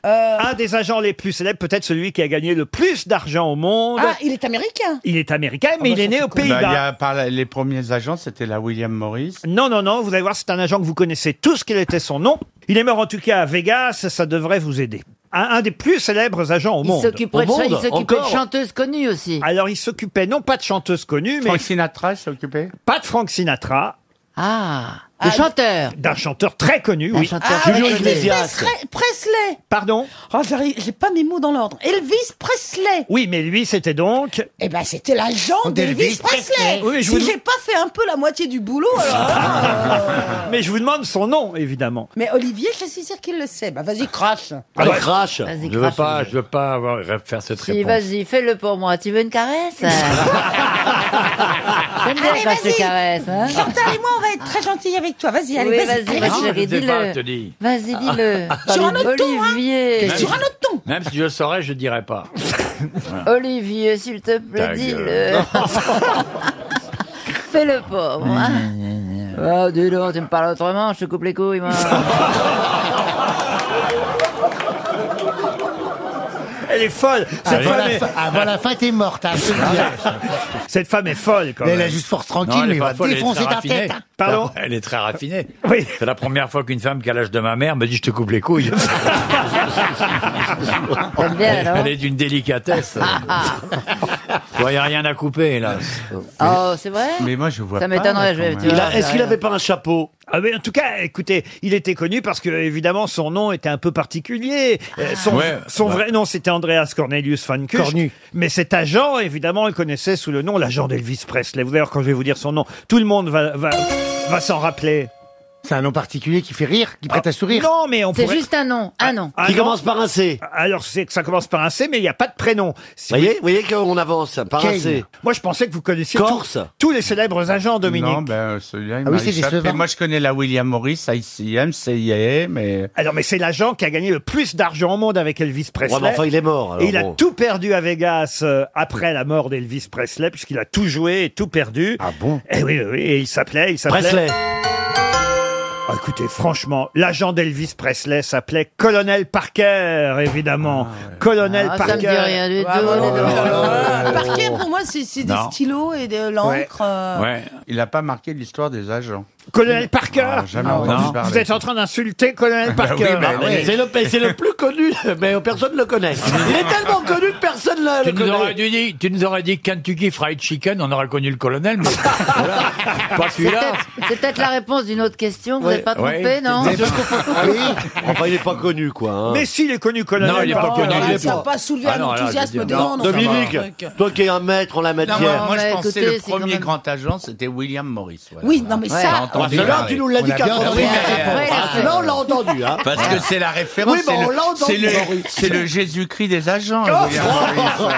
Speaker 1: Euh, Un des agents les plus célèbres, peut-être celui qui a gagné le plus d'argent au monde.
Speaker 10: Ah, il est américain.
Speaker 1: Il est américain, mais
Speaker 2: Oh,
Speaker 1: il est né aux Pays-Bas.
Speaker 25: Bah, il y a- par la- les premiers agents, c'était la William Morris.
Speaker 1: Non, non, non, vous allez voir, c'est un agent que vous connaissez tous, quel était son nom. Il est mort en tout cas à Vegas, ça devrait vous aider. Un, un des plus célèbres agents au
Speaker 2: Il
Speaker 1: monde.
Speaker 2: s'occupait
Speaker 1: Au
Speaker 2: de ça, il
Speaker 1: monde,
Speaker 2: s'occupait de
Speaker 1: encore.
Speaker 2: chanteuses connues aussi.
Speaker 1: Alors il s'occupait non pas de chanteuses connues, mais...
Speaker 25: Frank Sinatra s'est occupé
Speaker 1: Pas de Frank Sinatra.
Speaker 2: Ah, le chanteur.
Speaker 1: D'un chanteur très connu, oui.
Speaker 10: Ah, Elvis Presley- Presley.
Speaker 1: Pardon
Speaker 10: Oh, j'arrive- j'ai pas mes mots dans l'ordre. Elvis Presley.
Speaker 1: Oui, mais lui, c'était donc...
Speaker 10: Eh ben, c'était l'agent
Speaker 1: D'Elvis
Speaker 10: d'Elvis Presley.
Speaker 1: Presley. Oui, mais je
Speaker 10: si
Speaker 1: vous- Ah.
Speaker 10: j'ai pas fait un peu la moitié du boulot, alors. hein.
Speaker 1: Mais je vous demande son nom, évidemment.
Speaker 10: Mais Olivier, je suis sûr qu'il le sait. Bah, vas-y,
Speaker 2: Ah
Speaker 10: crache.
Speaker 11: Ah
Speaker 1: Allez,
Speaker 24: crash
Speaker 2: Vas-y,
Speaker 12: Je veux
Speaker 2: crache,
Speaker 25: Ah,
Speaker 12: pas, je veux pas avoir, faire cette
Speaker 2: Si,
Speaker 12: réponse.
Speaker 2: vas-y, fais-le pour moi. Tu veux une caresse
Speaker 11: [LAUGHS]
Speaker 2: J'aime bien
Speaker 10: Allez,
Speaker 2: quand je
Speaker 10: vas-y.
Speaker 2: te caresse. hein.
Speaker 10: Chantal et moi, on va être très gentils avec toi. Vas-y, allez,
Speaker 2: Oui,
Speaker 10: vas-y. Ah,
Speaker 2: vas-y,
Speaker 10: allez,
Speaker 2: vas-y, chérie,
Speaker 25: je sais pas,
Speaker 2: dis-le.
Speaker 25: te dis.
Speaker 2: Vas-y, dis-le.
Speaker 10: Sur un autre ton, hein.
Speaker 2: Olivier.
Speaker 25: Même si- Même si je le saurais, je
Speaker 14: [LAUGHS]
Speaker 25: dirais pas. Voilà.
Speaker 2: Olivier, s'il te
Speaker 25: Ta
Speaker 2: plaît, dis-le. [LAUGHS]
Speaker 25: gueule.
Speaker 2: Fais-le
Speaker 1: [LAUGHS]
Speaker 2: pauvre. hein.
Speaker 1: Mm.
Speaker 2: Oh, dis donc, tu me parles autrement, je te coupe les couilles, moi.
Speaker 1: [LAUGHS] Elle est folle.
Speaker 5: Ah,
Speaker 1: Cette
Speaker 14: Avant
Speaker 5: bah
Speaker 1: femme
Speaker 14: la
Speaker 1: est...
Speaker 14: fin- avant la fin, t'es morte. hein, je te le dis.
Speaker 1: Cette femme est folle, quand
Speaker 14: Mais
Speaker 1: même.
Speaker 14: elle a juste force tranquille, mais il va défoncer ta tête. hein.
Speaker 1: Pardon
Speaker 25: Elle est très raffinée.
Speaker 1: Oui.
Speaker 25: C'est la première fois qu'une femme qui a l'âge de ma mère me dit je te coupe les
Speaker 2: [LAUGHS]
Speaker 25: couilles.
Speaker 2: T'aimes bien, alors
Speaker 25: [LAUGHS] Elle est d'une
Speaker 2: [LAUGHS]
Speaker 25: délicatesse.
Speaker 2: Ah,
Speaker 25: Il n'y a rien à couper, hélas.
Speaker 2: Oh, c'est vrai
Speaker 25: Mais moi, je vois
Speaker 2: Ça m'étonnerait, je vais- tu vois, c'est rien.
Speaker 1: pas un chapeau ah mais en tout cas, écoutez, il était connu parce que évidemment son nom était un peu particulier. Euh,
Speaker 2: Ah.
Speaker 1: son
Speaker 25: Ouais,
Speaker 1: son
Speaker 25: ouais.
Speaker 1: vrai nom c'était Andreas Cornelius van Kusch.
Speaker 25: Cornu.
Speaker 1: Mais cet agent, évidemment, il connaissait sous le nom l'agent d'Elvis Presley. Vous allez voir quand je vais vous dire son nom, tout le monde va va, va s'en rappeler.
Speaker 14: C'est un nom particulier qui fait rire, qui prête à sourire.
Speaker 1: Non, mais on
Speaker 2: C'est
Speaker 1: pourrait-
Speaker 2: juste un nom, un nom.
Speaker 1: Ah non. Alors, c'est que ça commence par un C, mais il n'y a pas de prénom. vous voyez, voyez qu'on avance par
Speaker 24: un C.
Speaker 1: Moi, je pensais que vous connaissiez
Speaker 24: Corse.
Speaker 1: tous- tous les célèbres agents, Dominique.
Speaker 25: Non,
Speaker 4: euh,
Speaker 25: ben, celui-là, il
Speaker 1: Ah
Speaker 25: m'a
Speaker 1: oui, c'est des
Speaker 25: échappé.
Speaker 1: sevins.
Speaker 25: Moi, je connais la William Morris, ICM, CIA, mais...
Speaker 1: Alors, mais c'est l'agent qui a gagné le plus d'argent au monde avec Elvis Presley.
Speaker 24: Ouais, mais enfin, il est mort, alors
Speaker 1: Et il a
Speaker 24: bon.
Speaker 1: tout perdu à Vegas euh, après la mort d'Elvis Presley, puisqu'il a tout joué et tout perdu. Ah bon Eh oui, oui, oui, et il s'appelait, il s'appelait.
Speaker 24: Presley.
Speaker 1: Ah, écoutez, franchement, l'agent d'Elvis Presley s'appelait Colonel Parker, évidemment. Colonel
Speaker 2: Ah,
Speaker 1: Parker.
Speaker 2: ça me dit rien du tout. dis donc.
Speaker 10: Parker, pour moi, c'est c'est des
Speaker 25: Non.
Speaker 10: stylos et de l'encre. euh,
Speaker 25: Ouais. Il n'a pas marqué l'histoire des agents.
Speaker 1: Colonel Parker
Speaker 25: Ah, jamais entendu parler.
Speaker 1: Vous êtes en train d'insulter
Speaker 24: Ah,
Speaker 1: Colonel
Speaker 25: Bah oui,
Speaker 1: Parker Ah,
Speaker 25: mais oui.
Speaker 24: C'est le, c'est le plus connu, mais personne le connaît. Il est tellement connu que personne le, le
Speaker 25: Tu nous,
Speaker 24: connaît.
Speaker 25: aurais dit, tu nous aurais dit Kentucky Fried Chicken, on aurait connu le colonel, mais [LAUGHS] Voilà. pas
Speaker 2: C'est
Speaker 25: celui-là.
Speaker 2: peut-être c'est peut-être la réponse d'une autre question, vous
Speaker 25: Ouais,
Speaker 2: n'êtes pas
Speaker 25: ouais.
Speaker 2: trompé, non
Speaker 24: Enfin, il n'est pas connu, quoi. hein.
Speaker 1: Mais si, il est connu, Colonel
Speaker 24: Non, il est pas
Speaker 1: Parker.
Speaker 24: connu, il est
Speaker 10: Ça n'a pas soulevé
Speaker 24: Ah
Speaker 10: un
Speaker 24: non, là, je veux
Speaker 10: enthousiasme
Speaker 24: dire,
Speaker 10: des
Speaker 24: non,
Speaker 10: gens.
Speaker 24: Dominique, toi qui es un maître en la
Speaker 25: Non,
Speaker 24: matière.
Speaker 25: moi, moi, je pensais
Speaker 2: écoutez,
Speaker 25: le
Speaker 2: c'est quand
Speaker 25: premier
Speaker 2: même-
Speaker 25: grand agent, c'était William Morris. voilà.
Speaker 10: Oui, non, mais
Speaker 25: Ouais.
Speaker 10: ça.
Speaker 25: On l'a entendu
Speaker 24: Là,
Speaker 25: parler.
Speaker 24: tu nous l'as
Speaker 25: On
Speaker 24: dit
Speaker 25: l'a
Speaker 24: qu'à
Speaker 25: bien
Speaker 24: propos.
Speaker 10: hein.
Speaker 25: entendu.
Speaker 24: Ah,
Speaker 25: Ouais,
Speaker 24: Là, on
Speaker 25: ouais.
Speaker 24: l'a entendu. hein.
Speaker 25: Parce que c'est la référence,
Speaker 24: Oui, bah,
Speaker 25: c'est
Speaker 24: on
Speaker 25: le-
Speaker 24: l'a entendu,
Speaker 25: c'est le,
Speaker 24: Maurice.
Speaker 25: c'est le Jésus-Christ des agents. William Morris.
Speaker 1: Oh,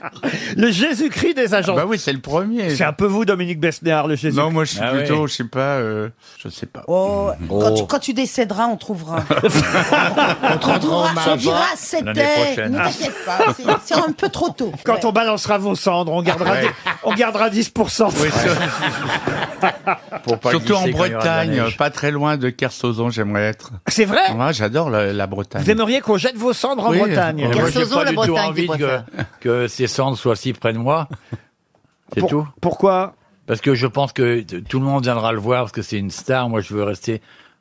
Speaker 25: [LAUGHS]
Speaker 1: Le Jésus-Christ des agents.
Speaker 25: Bah oui, c'est le premier.
Speaker 1: C'est un peu vous, Dominique Besnard, le Jésus-Christ.
Speaker 25: Non, moi je suis
Speaker 1: Ah ouais.
Speaker 25: plutôt, je sais pas, euh, je sais pas.
Speaker 10: Oh, Quand, tu,
Speaker 25: Oh.
Speaker 10: quand tu décéderas, [LAUGHS] on trouvera. on trouvera,
Speaker 25: hommage.
Speaker 10: on dira
Speaker 25: L'année
Speaker 10: c'était.
Speaker 25: prochaine.
Speaker 10: Ne t'inquiète
Speaker 9: [LAUGHS]
Speaker 10: pas, c'est- c'est un peu trop tôt.
Speaker 1: Quand on balancera vos cendres, on gardera,
Speaker 25: Ouais.
Speaker 1: on gardera 10%.
Speaker 25: Surtout en
Speaker 1: glisser quand il y aura de la
Speaker 25: Bretagne,
Speaker 1: neige.
Speaker 25: pas très loin de Kersozon, j'aimerais être.
Speaker 1: C'est vrai
Speaker 25: Moi, j'adore la, la Bretagne.
Speaker 1: Vous aimeriez qu'on jette vos cendres en
Speaker 25: Oui.
Speaker 1: Bretagne
Speaker 25: Moi, j'ai
Speaker 2: Kersozon,
Speaker 25: pas
Speaker 2: la
Speaker 25: du tout
Speaker 2: Bretagne,
Speaker 25: envie
Speaker 2: dis-moi
Speaker 25: que-
Speaker 2: ça.
Speaker 25: que ces cendres soient si près de moi. C'est tout.
Speaker 1: Pourquoi
Speaker 25: Parce que je pense que t- tout le monde viendra le voir parce que c'est une star. Moi, je veux rester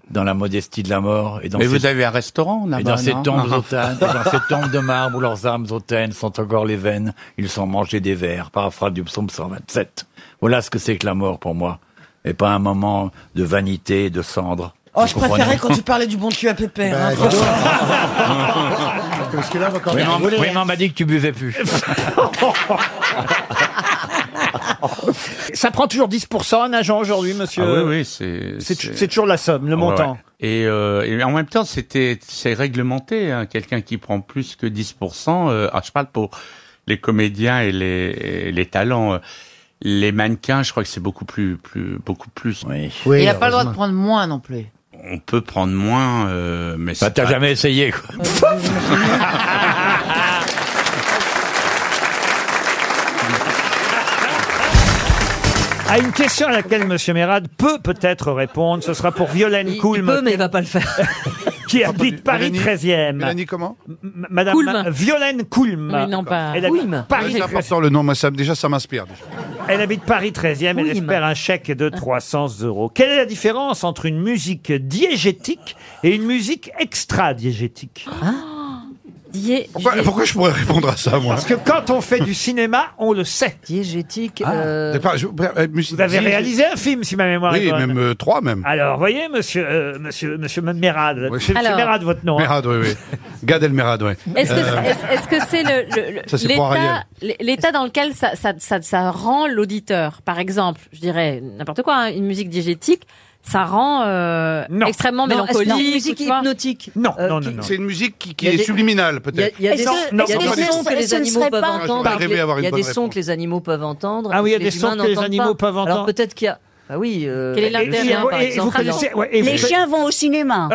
Speaker 25: dans la modestie de la mort. Et dans
Speaker 9: Mais
Speaker 25: ces-
Speaker 9: vous avez un restaurant
Speaker 25: et
Speaker 9: là-bas,
Speaker 25: dans Eh ces
Speaker 9: non Ah,
Speaker 25: tombes hautaines, et dans ces tombes de marbre où leurs âmes hautaines sont encore les veines, ils sont mangés des vers. Paraphrase du psaume 127. Voilà ce que c'est que la mort pour moi. Et pas un moment de vanité, de cendre.
Speaker 10: Oh, je
Speaker 25: [LAUGHS]
Speaker 10: préférais quand tu parlais du bon cul à Pépère. hein, franchement.
Speaker 25: [LAUGHS] Parce que là,
Speaker 10: y arriver.
Speaker 25: on m'a dit que tu buvais plus.
Speaker 35: Ça prend toujours 10% un agent aujourd'hui, monsieur.
Speaker 25: euh,
Speaker 9: Ah oui, oui, c'est.
Speaker 35: C'est- c'est toujours la somme, le
Speaker 9: Ah ouais,
Speaker 35: montant.
Speaker 9: ouais. Et, euh, et en même temps, c'était c'est réglementé. hein. Quelqu'un qui prend plus que 10%, euh, ah, je parle pour les comédiens et les, et les talents. euh, Les mannequins, je crois que c'est beaucoup plus, plus, beaucoup plus.
Speaker 2: il n'a pas le droit de prendre moins non plus.
Speaker 9: On peut prendre moins, euh, mais. Bah, t'as
Speaker 25: jamais essayé. Quoi.
Speaker 1: À une question à laquelle Monsieur Mérad peut peut-être répondre, ce sera pour Violaine Coulme.
Speaker 4: peut, mais il
Speaker 1: va pas le faire. [LAUGHS] Qui habite Paris 13e.
Speaker 4: Mélanie comment
Speaker 1: M- Madame
Speaker 4: Coulme.
Speaker 1: Ma- Violaine Coulme.
Speaker 4: Oui, non, pas-
Speaker 1: Elle habite
Speaker 4: Coulme.
Speaker 1: Paris
Speaker 4: Oui, c'est
Speaker 1: 13e.
Speaker 4: important, le nom, moi, ça- déjà, ça m'inspire. déjà.
Speaker 1: Elle habite Paris 13e, elle
Speaker 4: Oui,
Speaker 1: espère un chèque de 300 euros. Quelle est la différence entre une musique diégétique et une musique extra-diégétique
Speaker 4: Ah.
Speaker 1: Ah,
Speaker 4: Pourquoi, pourquoi je pourrais répondre à ça, moi
Speaker 1: Parce que quand on fait du cinéma, on le sait. Ah.
Speaker 4: Diégétique.
Speaker 19: euh,
Speaker 1: Vous avez réalisé un film, si ma mémoire
Speaker 4: euh, Oui,
Speaker 1: est bonne.
Speaker 4: même euh, trois, même.
Speaker 1: Alors, voyez, monsieur, euh, monsieur, monsieur Mérad, c'est
Speaker 4: Alors-
Speaker 1: Mérad votre nom. hein.
Speaker 4: Mérad, oui, oui. Gad Elmerad, oui.
Speaker 27: Est-ce que
Speaker 4: Euh,
Speaker 27: c'est- est-ce- est-ce que c'est le- le- le-
Speaker 4: Ça, c'est pour
Speaker 27: l'état
Speaker 4: Ariel.
Speaker 27: l'é- l'état dans lequel ça, ça, ça, ça rend l'auditeur Par exemple, je dirais n'importe quoi, hein, une musique diégétique, ça rend euh, extrêmement
Speaker 4: Non, est-ce que c'est
Speaker 27: mélancolique.
Speaker 4: une
Speaker 27: musique hypnotique.
Speaker 1: Non,
Speaker 19: Euh,
Speaker 4: non, non, non. C'est une musique qui, qui est subliminale, peut-être.
Speaker 19: Il y a des
Speaker 4: Non, non, non, non,
Speaker 19: sons que
Speaker 4: non,
Speaker 19: les
Speaker 4: non,
Speaker 19: animaux
Speaker 4: non,
Speaker 19: peuvent
Speaker 4: non,
Speaker 19: entendre.
Speaker 4: j'aurais
Speaker 19: et que
Speaker 4: rêvé
Speaker 19: les-
Speaker 4: avoir une
Speaker 19: Il y a
Speaker 4: bonne
Speaker 19: des sons
Speaker 4: réponse.
Speaker 19: que les animaux peuvent entendre.
Speaker 1: Ah oui, il
Speaker 19: et
Speaker 1: y a
Speaker 19: que
Speaker 1: des sons
Speaker 19: humains
Speaker 1: que les
Speaker 19: n'entendent
Speaker 1: animaux
Speaker 19: pas.
Speaker 1: peuvent entendre.
Speaker 19: Alors peut-être qu'il y a. Ah oui. euh,
Speaker 1: Quel est
Speaker 19: les
Speaker 1: l'intérêt,
Speaker 19: chiens,
Speaker 1: et-
Speaker 19: par
Speaker 1: et vous
Speaker 19: exemple.
Speaker 1: connaissez-
Speaker 19: Alors,
Speaker 1: ouais, et vous- Ah, bah.
Speaker 19: vont au cinéma.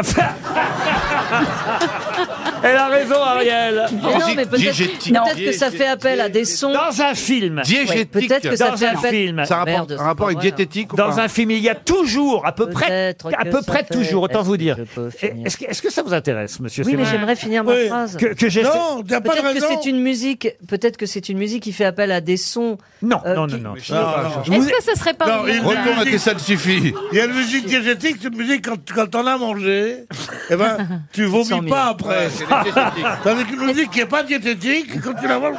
Speaker 1: Elle a raison, Ariel.
Speaker 19: Mais non, mais peut-être peut-être que ça fait appel à des sons.
Speaker 1: Dans un film.
Speaker 19: Ouais, Peut-être que ça
Speaker 1: Dans
Speaker 19: fait
Speaker 1: un
Speaker 19: appel.
Speaker 1: film.
Speaker 19: Merde, c'est pas vrai, alors.
Speaker 1: Dans un film, il y a toujours, à peu près,
Speaker 19: Peut-être
Speaker 1: à
Speaker 19: que
Speaker 1: peu
Speaker 19: ça
Speaker 1: près
Speaker 19: fait-
Speaker 1: toujours, autant
Speaker 19: Est-ce
Speaker 1: vous
Speaker 19: que
Speaker 1: dire.
Speaker 19: je peux finir
Speaker 1: Est-ce que, est-ce que ça vous intéresse, monsieur
Speaker 19: Oui, mais
Speaker 1: Sévrin
Speaker 19: j'aimerais finir ma phrase.
Speaker 1: Que, que j'ai fait-
Speaker 19: Peut-être que c'est une musique. Peut-être que c'est une musique qui fait appel à des sons.
Speaker 1: Non,
Speaker 19: non,
Speaker 1: non,
Speaker 19: Est-ce que ce serait pas
Speaker 6: Non,
Speaker 19: vous-
Speaker 6: il y a une
Speaker 19: Retourne à
Speaker 6: musique-
Speaker 19: tes
Speaker 4: salsifis.
Speaker 6: Il y a une musique diégétique, c'est une musique quand, quand t'en as mangé, eh ben, tu
Speaker 19: Sans
Speaker 6: vomis
Speaker 19: mille.
Speaker 6: pas après.
Speaker 19: Ouais, c'est diégétique.
Speaker 6: [LAUGHS] Tandis qu'une musique qui n'est pas diététique, quand tu la manges.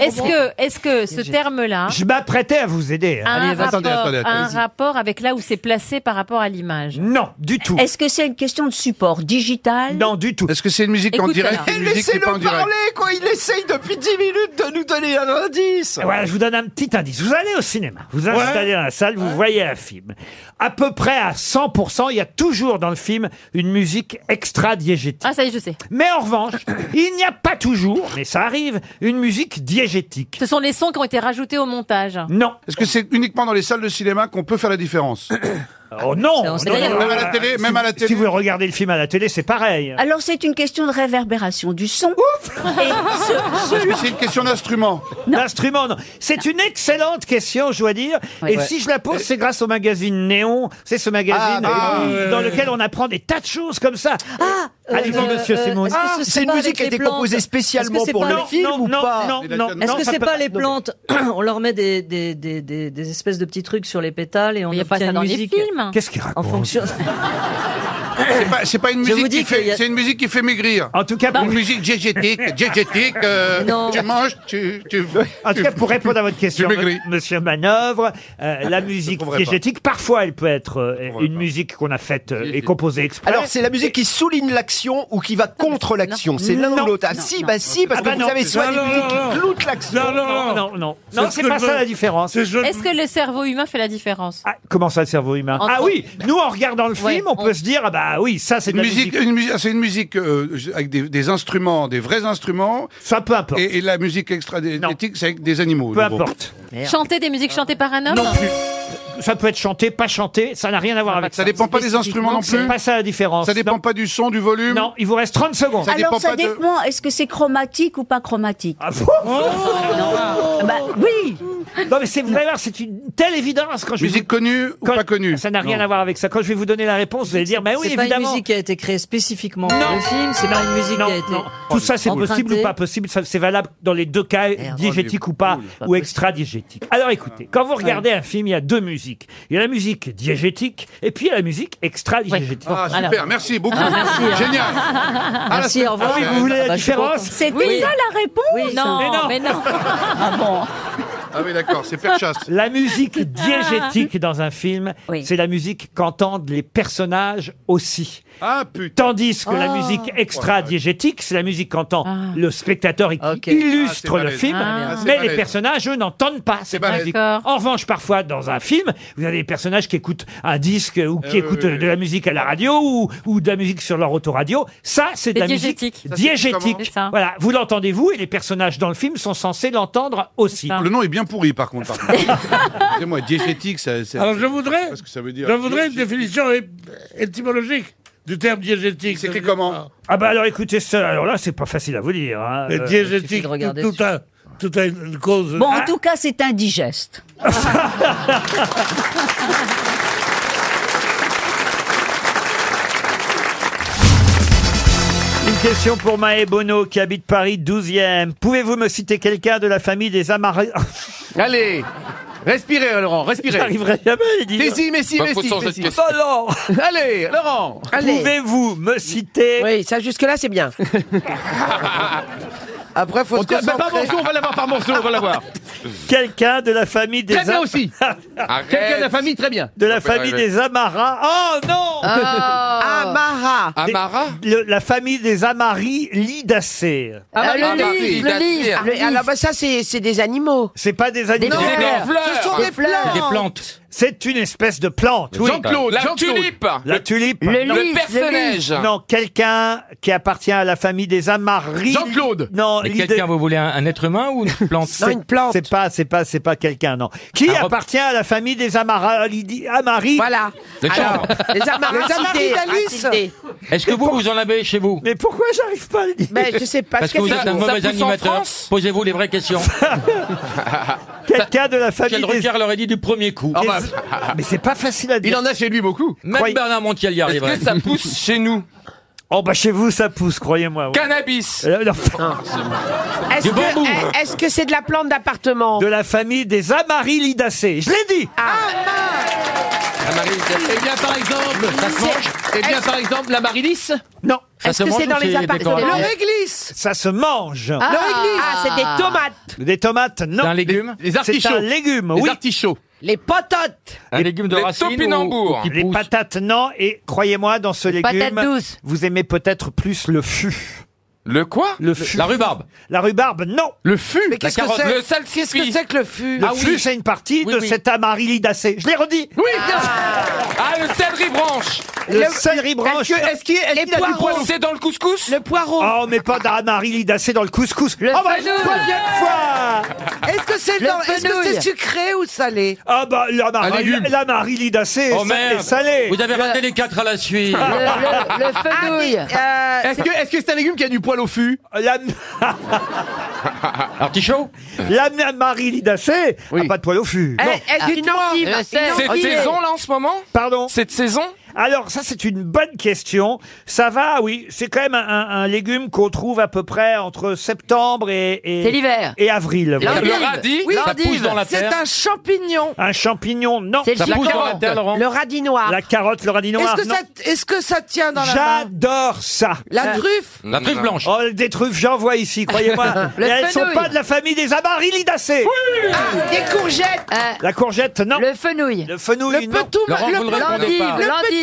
Speaker 27: Est-ce que, est-ce que ce terme-là
Speaker 1: Je m'apprêtais à vous aider.
Speaker 27: a
Speaker 1: hein.
Speaker 27: un, rapport, a un rapport avec là où c'est placé par rapport à l'image
Speaker 1: Non, du tout.
Speaker 19: Est-ce que c'est une question de support digital
Speaker 1: Non, du tout.
Speaker 4: Est-ce que c'est une musique en
Speaker 19: Écoute,
Speaker 4: direct
Speaker 19: alors.
Speaker 4: ou une musique qui n'est pas en direct
Speaker 36: quoi Il essaye depuis 10 minutes de nous donner un indice
Speaker 1: Et Eh Voilà, je vous donne un petit indice. Vous allez au cinéma, vous vous installez dans la salle, vous voyez un film. À peu près à 100%, il y a toujours dans le film une musique extra-diégétique.
Speaker 27: Ah, ça y est, je sais.
Speaker 1: Mais en revanche, il n'y a pas toujours, mais ça arrive, une musique diégétique.
Speaker 27: Ce sont les sons qui ont été rajoutés au montage.
Speaker 1: Non.
Speaker 4: Est-ce que c'est uniquement dans les salles de cinéma qu'on peut faire la différence
Speaker 1: Oh non, non,
Speaker 4: Même
Speaker 1: non,
Speaker 4: à la
Speaker 1: euh,
Speaker 4: télé,
Speaker 1: si-
Speaker 4: même à la
Speaker 1: Si vous regardez le film à la télé, c'est pareil.
Speaker 19: Alors c'est une question de réverbération du son. Et ce-
Speaker 4: Est-ce que c'est une question d'instrument
Speaker 1: L'instrument, non. C'est une excellente question, je dois dire.
Speaker 4: Ouais.
Speaker 1: Et
Speaker 4: Ouais.
Speaker 1: si je la pose, c'est grâce au magazine Néon. C'est ce magazine
Speaker 4: Ah,
Speaker 1: dans-
Speaker 4: oui.
Speaker 1: dans lequel on apprend des tas de choses comme ça. Ah, allez-y,
Speaker 19: euh,
Speaker 1: monsieur
Speaker 19: euh,
Speaker 1: Simon.
Speaker 19: est-ce que ce
Speaker 1: Ah,
Speaker 19: serait pas avec les plantes Est-ce que c'est pas-
Speaker 1: Non, non, Non, non, non.
Speaker 19: Est-ce que
Speaker 1: ça
Speaker 19: c'est
Speaker 1: peut-
Speaker 19: pas les plantes [CLEARS THROAT] On leur met des, des, des, des, des espèces de petits trucs sur les pétales et on
Speaker 27: y a pas
Speaker 19: obtient
Speaker 27: ça dans
Speaker 19: une
Speaker 27: les
Speaker 19: musique.
Speaker 27: films.
Speaker 1: Qu'est-ce qu'il
Speaker 19: En [LAUGHS] fonction.
Speaker 4: C'est pas, c'est pas une
Speaker 19: Je vous
Speaker 4: musique
Speaker 19: dis
Speaker 4: qui fait,
Speaker 19: qu'il y a-
Speaker 4: c'est une musique qui fait maigrir.
Speaker 1: En tout cas,
Speaker 4: une musique diégétique, diégétique. euh, tu manges, tu, tu.
Speaker 1: En tout cas, pour répondre à votre question,
Speaker 4: Tu maigris.
Speaker 1: m- monsieur Manœuvre, euh, la musique
Speaker 4: trouverai pas.
Speaker 1: diégétique, parfois, elle peut être euh, une musique qu'on a faite euh, et composée exprès.
Speaker 36: Alors, c'est la musique qui souligne l'action ou qui va contre l'action. C'est l'un
Speaker 1: Non.
Speaker 36: ou l'autre. Ah,
Speaker 1: Non,
Speaker 36: si,
Speaker 1: non.
Speaker 36: bah si, parce
Speaker 1: Ah bah
Speaker 36: que
Speaker 1: non.
Speaker 36: vous avez soit
Speaker 1: Non,
Speaker 36: des
Speaker 1: non,
Speaker 36: musiques
Speaker 1: non,
Speaker 36: qui
Speaker 1: non.
Speaker 36: cloutent l'action.
Speaker 1: Non, non, non, non. Non, Ah, c'est pas ça la différence.
Speaker 27: Est-ce que le cerveau humain fait la différence
Speaker 19: Ah,
Speaker 1: Comment ça, le cerveau humain
Speaker 27: Entre-
Speaker 1: Ah oui, nous, en regardant le film, on peut se dire, ah bah oui, ça, c'est de
Speaker 4: Une
Speaker 1: la
Speaker 4: musique, une musique, ah, c'est une musique euh, je- avec des, des instruments, des vrais instruments.
Speaker 1: Ça peu importe.
Speaker 4: Et, et la musique extra-diététique, c'est avec des animaux.
Speaker 1: Peu
Speaker 4: le gros.
Speaker 1: importe.
Speaker 27: Chanter des musiques chantées par un homme
Speaker 1: Ça peut être chanté, pas chanté, ça n'a rien à voir avec ça.
Speaker 4: Ça dépend pas des instruments non plus.
Speaker 1: C'est pas ça la différence.
Speaker 4: Ça dépend pas du son, du volume.
Speaker 1: Non, il vous reste 30 secondes.
Speaker 4: Ça dépend
Speaker 19: Alors ça
Speaker 4: pas de-
Speaker 22: Ah,
Speaker 19: dépend. Est-ce que c'est chromatique ou pas chromatique Ah bah oui.
Speaker 1: Non, mais c'est, vous allez voir, c'est une telle évidence quand je. Musique
Speaker 29: connue ou pas connue
Speaker 1: Ça n'a rien à voir avec ça. Quand je vais vous donner la réponse, vous allez dire, mais oui,
Speaker 19: c'est pas une
Speaker 1: évidemment.
Speaker 19: musique qui a été créée spécifiquement pour le film, c'est pas une musique qui a été.
Speaker 1: Tout ça, c'est possible ou
Speaker 19: empruntée. Eh, oh,
Speaker 1: pas possible. ça, C'est valable dans les deux cas, diégétique ou pas, ou extra-diégétique. Alors écoutez, quand vous regardez un film, il y a deux musiques. Il y a la musique diégétique et puis il y a la musique extra-diégétique.
Speaker 29: Ah, super, merci beaucoup.
Speaker 1: hein.
Speaker 19: [LAUGHS]
Speaker 29: Génial.
Speaker 19: Merci, au revoir.
Speaker 1: Ah oui, vous voulez
Speaker 19: Ah bah,
Speaker 1: la
Speaker 19: je suis
Speaker 1: différence
Speaker 19: contente. C'était Oui. ça la réponse Oui, ça- Mais non. [LAUGHS]
Speaker 10: [LAUGHS]
Speaker 1: Ah bon
Speaker 29: Ah oui, d'accord, c'est perchasse.
Speaker 1: La musique diégétique dans un film, c'est la musique qu'entendent les personnages aussi.
Speaker 29: Ah,
Speaker 1: Tandis que la
Speaker 29: Ah.
Speaker 1: musique extra-diégétique, c'est la musique qu'entend le spectateur et qui illustre
Speaker 29: Ah, c'est
Speaker 1: le
Speaker 29: balèze.
Speaker 1: film,
Speaker 29: Ah, c'est
Speaker 1: mais les
Speaker 29: balèze.
Speaker 1: personnages, eux, n'entendent pas cette
Speaker 29: balèze.
Speaker 1: musique. En revanche, parfois, dans un film, vous avez des personnages qui écoutent un disque ou qui
Speaker 29: Euh,
Speaker 1: écoutent
Speaker 29: oui, oui,
Speaker 1: de la musique à la radio ou, ou de la musique sur leur autoradio. Ça, c'est de
Speaker 29: C'est
Speaker 1: la musique
Speaker 29: diégétique. Ça, c'est comment
Speaker 1: diégétique.
Speaker 29: C'est ça.
Speaker 1: Voilà, vous l'entendez, vous, et les personnages dans le film sont censés l'entendre aussi.
Speaker 29: Le nom est bien pourri, par contre.
Speaker 1: [LAUGHS]
Speaker 29: par contre. Excusez-moi, diégétique, ça. ça-
Speaker 6: Alors je voudrais,
Speaker 29: Qu'est-ce que ça veut dire
Speaker 6: je voudrais une définition é- étymologique du terme diégétique. C'est écrit
Speaker 29: comment
Speaker 1: Ah bah alors écoutez ça, alors là c'est pas facile à vous dire. hein. Euh,
Speaker 6: Diégétique, tout, tout a, tout a une, une cause.
Speaker 3: Bon,
Speaker 1: Hein
Speaker 3: en tout cas, c'est indigeste.
Speaker 25: hein.
Speaker 1: Ah, Une question pour Maë Bono qui habite Paris 12e. Pouvez-vous me citer quelqu'un de la famille des [LAUGHS] Amarés
Speaker 13: Allez Respirez, Laurent, respirez.
Speaker 1: J'arriverai jamais, il dit.
Speaker 13: Mais si, mais si,
Speaker 1: Bah,
Speaker 13: mais
Speaker 1: faut
Speaker 13: si.
Speaker 1: changer
Speaker 13: mais
Speaker 1: de
Speaker 13: si.
Speaker 1: question. Oh, [LAUGHS] Laurent
Speaker 13: Allez, Laurent
Speaker 1: Allez. Pouvez-vous me citer
Speaker 13: Oui, ça, jusque-là,
Speaker 1: [LAUGHS]
Speaker 13: c'est bien.
Speaker 1: Après,
Speaker 13: on tient- mais par morceau, on va l'avoir par morceau, on va l'avoir.
Speaker 1: [LAUGHS] Quelqu'un de la famille des
Speaker 13: Très bien
Speaker 1: Am- [LAUGHS]
Speaker 13: aussi. Quelqu'un de la famille, très bien.
Speaker 1: De la famille des Amaras. Oh non
Speaker 10: Ah.
Speaker 13: Amara. [LAUGHS] Amara
Speaker 1: Des- le- La famille des Amaris Lidacées.
Speaker 10: bah,
Speaker 7: Ah, le Amara lys, le lys.
Speaker 10: Ah,
Speaker 7: Lidacées. Le- alors, bah,
Speaker 1: ça, c'est des animaux. C'est pas des animaux.
Speaker 7: Des fleurs. Ce sont des Des fleurs. Des
Speaker 1: plantes. C'est une espèce de plante. oui.
Speaker 7: Jean-Claude, La Jean-Claude. tulipe.
Speaker 1: La tulipe.
Speaker 7: Le
Speaker 1: Non.
Speaker 7: lys, Le personnage. le lys.
Speaker 1: Non, quelqu'un qui appartient à la famille des Amaris. Jean-Claude. Non,
Speaker 7: Mais
Speaker 1: Lida-
Speaker 7: quelqu'un, vous voulez un, un être humain ou une plante
Speaker 1: [LAUGHS] C'est- C'est pas, c'est pas, c'est pas quelqu'un, non. Qui appartient à la famille des Amara, Lidi- Amari Voilà.
Speaker 7: D'accord.
Speaker 1: [LAUGHS] les
Speaker 7: Amaras
Speaker 1: Amaris
Speaker 7: cités,
Speaker 1: d'Alice.
Speaker 7: Est-ce que vous, vous en avez chez vous
Speaker 1: Mais pourquoi j'arrive pas à le dire
Speaker 7: Mais
Speaker 1: je sais pas,
Speaker 7: Parce
Speaker 1: ce
Speaker 7: que vous
Speaker 1: qu'elle
Speaker 7: êtes
Speaker 1: dit.
Speaker 7: un
Speaker 1: Ça
Speaker 7: mauvais
Speaker 1: pousse en
Speaker 7: animateur.
Speaker 1: France
Speaker 7: Posez-vous les vraies questions.
Speaker 1: [LAUGHS] Quelqu'un de la famille
Speaker 7: Quel
Speaker 1: des-
Speaker 7: regard l'aurait dit du premier coup
Speaker 1: Ah bah. Mais c'est pas facile à dire.
Speaker 7: Il en a chez lui beaucoup. Même
Speaker 1: Croyez-
Speaker 7: Bernard Montiel y arriverait.
Speaker 1: pousse chez nous Oh bah chez vous ça pousse, croyez-moi. ouais.
Speaker 7: Cannabis.
Speaker 1: Euh, non.
Speaker 7: Du
Speaker 1: Du
Speaker 7: que-
Speaker 1: bambou.
Speaker 7: bambou.
Speaker 1: Est-ce que c'est de la plante d'appartement De la famille des Amaryllidacées. Je l'ai dit
Speaker 7: Ah.
Speaker 13: Eh bien, par exemple, ça se mange. Eh bien, par exemple, la Marilis
Speaker 1: Non.
Speaker 13: Ça Est-ce se que mange c'est ou dans les c'est appartements décoratif Le réglisse.
Speaker 1: Ça se mange.
Speaker 13: Ah. Le réglisse. Ah, c'est des
Speaker 1: tomates. Des tomates, non.
Speaker 7: un légume
Speaker 1: Des- des C'est un légume, oui.
Speaker 13: artichauts.
Speaker 1: Les patates.
Speaker 7: Un Les- légume de les racine ou- topinambours. ou qui
Speaker 1: les
Speaker 7: pousse.
Speaker 1: patates, non. Et croyez-moi, dans ce légume,
Speaker 7: patates douces.
Speaker 1: vous aimez peut-être plus le fût.
Speaker 13: Le quoi
Speaker 1: Le fût.
Speaker 7: La rhubarbe.
Speaker 1: La rhubarbe, non.
Speaker 13: Le fût.
Speaker 1: Mais
Speaker 7: qu'est-ce que c'est Le salsifis. Qu'est-ce que c'est que le fût
Speaker 1: Le
Speaker 7: Ah oui.
Speaker 1: fût, c'est une partie
Speaker 7: Oui,
Speaker 1: de
Speaker 7: oui.
Speaker 1: cet amaryllidacée. Je l'ai redit.
Speaker 13: Oui. Ah, le céleri branche.
Speaker 1: Le céleri branche.
Speaker 13: Est-ce qu'il est
Speaker 1: Les poireaux.
Speaker 13: C'est dans le couscous Le
Speaker 1: poireau. Oh, mais pas d'amaryllidacée dans le couscous. oh, bah,
Speaker 7: fenouil.
Speaker 1: troisième fois
Speaker 7: Est-ce que c'est dans- est-ce que c'est
Speaker 1: sucré ou salé Ah bah l'amari- l'amaryllidacée
Speaker 7: Oh
Speaker 1: est sa- est
Speaker 7: merde
Speaker 1: salée.
Speaker 7: Vous avez raté les quatre à la
Speaker 1: [LAUGHS]
Speaker 7: suite.
Speaker 13: Ah, Est-ce que est-ce que c'est un légume qui a du poil au fût
Speaker 7: [LAUGHS] Artichaut
Speaker 1: L'amaryllidacée n'a pas de poil au fût.
Speaker 7: Eh,
Speaker 1: Non. euh,
Speaker 7: est-ce qu'une Ah, endive je sais. Une
Speaker 13: Cette
Speaker 7: endive
Speaker 13: saison là en ce moment
Speaker 1: Pardon
Speaker 13: Cette saison
Speaker 1: Alors ça c'est une bonne question. Ça va, oui. C'est quand même un, un- un légume qu'on trouve à peu près entre septembre et... et-
Speaker 7: C'est l'hiver.
Speaker 1: Et avril. voilà.
Speaker 7: L'endive. Le radis, ça
Speaker 1: l'endive.
Speaker 7: pousse dans la terre.
Speaker 1: un champignon. Un champignon, Ah, non.
Speaker 7: C'est le Ça pousse dans la carotte. terre, Laurent. Le
Speaker 1: radis noir. La carotte, le radis noir.
Speaker 7: Est-ce que
Speaker 1: non.
Speaker 7: ça-
Speaker 1: est-ce que ça tient
Speaker 7: dans la main
Speaker 1: J'adore ça.
Speaker 7: La truffe La truffe blanche.
Speaker 1: Oh, des truffes, j'en vois
Speaker 7: [LAUGHS]
Speaker 1: ici, croyez-moi.
Speaker 7: Le
Speaker 1: Mais elles sont
Speaker 7: fenouil.
Speaker 1: pas de la famille des Ah, amaryllidacées. Oui
Speaker 7: Des courgettes
Speaker 1: La courgette, non. Le fenouil. Le fenouil, non.
Speaker 7: Laurent, vous le répondez pas.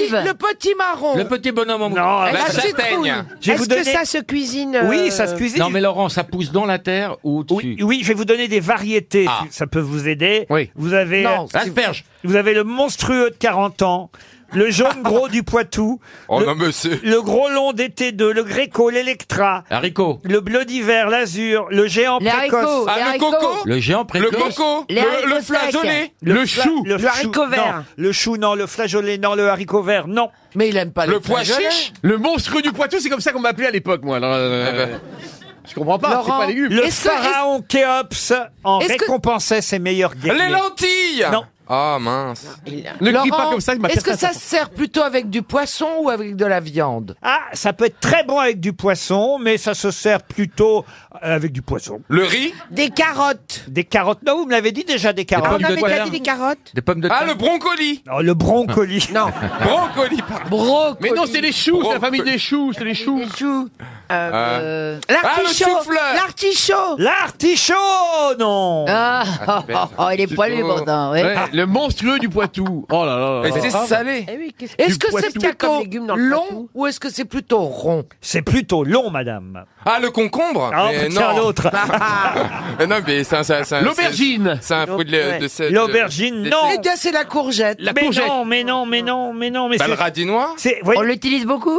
Speaker 1: petit marron.
Speaker 7: Le petit bonhomme en
Speaker 1: Non,
Speaker 7: moutarde.
Speaker 1: la La châtaigne.
Speaker 7: châtaigne.
Speaker 1: Je vais Est-ce vous que donner- ça se
Speaker 7: cuisine
Speaker 1: Oui,
Speaker 10: euh,
Speaker 1: ça se cuisine.
Speaker 7: Non, mais Laurent, ça pousse dans la terre ou au-dessus
Speaker 1: Oui, je vais vous donner des variétés. Ça peut vous aider. Vous avez
Speaker 7: Ah.
Speaker 1: euh,
Speaker 7: Non, c'est- Asperge.
Speaker 1: Vous avez le monstrueux de 40 ans.
Speaker 7: [LAUGHS]
Speaker 1: Le jaune gros du Poitou.
Speaker 23: Oh
Speaker 1: le,
Speaker 23: non, mais c'est-
Speaker 1: le gros long d'été 2, le gréco, l'électra.
Speaker 7: Haricot.
Speaker 1: Le bleu d'hiver, l'azur, le géant
Speaker 7: Les
Speaker 1: précoce.
Speaker 7: haricots, Ah, les le haricots. coco. Le géant précoce. Le coco. Les Le- haricots le flageolet. secs. Le
Speaker 1: fla-
Speaker 7: chou.
Speaker 1: Le,
Speaker 7: Le
Speaker 1: chou,
Speaker 7: haricot
Speaker 1: non.
Speaker 7: vert.
Speaker 1: Le chou, non. Le flageolet, non. Le haricot vert, non. Mais il aime pas
Speaker 13: Le pois chiche Le monstre du Poitou, c'est comme ça qu'on m'appelait à l'époque, moi. Alors, euh,
Speaker 1: Je comprends
Speaker 13: pas, c'est Laurent, pas légumes.
Speaker 1: Le
Speaker 13: est-ce que-
Speaker 1: pharaon Khéops en
Speaker 13: est-ce que-
Speaker 1: récompensait ses meilleurs guerriers.
Speaker 13: Les lentilles
Speaker 1: Non.
Speaker 5: Ah mince.
Speaker 1: Ne crie pas comme ça, il m'a
Speaker 5: Est-ce
Speaker 1: fait
Speaker 5: que
Speaker 1: ça
Speaker 5: ça se sert plutôt avec du poisson ou avec de la viande
Speaker 1: Ah, ça peut être très bon avec du poisson, mais ça se sert plutôt euh, avec du poisson.
Speaker 5: Le riz
Speaker 1: Des carottes. Des carottes. Non, vous me l'avez dit Ah, déjà, des carottes.
Speaker 5: pommes de terre.
Speaker 1: carottes.
Speaker 5: Des pommes de Ah, terre. le
Speaker 1: broncoli. le broncoli. Non.
Speaker 5: Brocoli, pardon.
Speaker 13: Mais non, c'est les choux, c'est la famille des choux, c'est les choux. Les
Speaker 5: choux.
Speaker 4: Ah.
Speaker 5: Ah.
Speaker 13: Euh,
Speaker 5: l'artichaut, Ah, le souffleur.
Speaker 1: L'artichaut. L'artichaut, Ah, non.
Speaker 2: Ah,
Speaker 13: Ah, c'est bête, ça.
Speaker 2: oh, il est poilu pourtant, ouais.
Speaker 13: Le monstrueux du Poitou. Oh là là. là
Speaker 5: Mais c'est
Speaker 13: là.
Speaker 5: salé.
Speaker 10: Ah
Speaker 5: Est-ce Eh que c'est plutôt long ou est-ce que c'est plutôt rond
Speaker 1: C'est plutôt long, madame.
Speaker 5: Ah, le concombre
Speaker 1: Ah,
Speaker 5: Mais
Speaker 1: tiens,
Speaker 5: non.
Speaker 15: [LAUGHS]
Speaker 1: l'autre.
Speaker 5: Mais non, mais c'est un- c'est un- c'est un-
Speaker 1: L'aubergine.
Speaker 5: C'est un fruit de, la- de cette-
Speaker 1: L'aubergine,
Speaker 5: de-
Speaker 1: non.
Speaker 5: des-
Speaker 1: bien, c'est la courgette.
Speaker 5: La
Speaker 1: mais
Speaker 5: courgette.
Speaker 1: non, mais non, mais non, mais non, mais
Speaker 5: Bah,
Speaker 1: c'est-
Speaker 5: le radis noir
Speaker 1: c'est- voyez-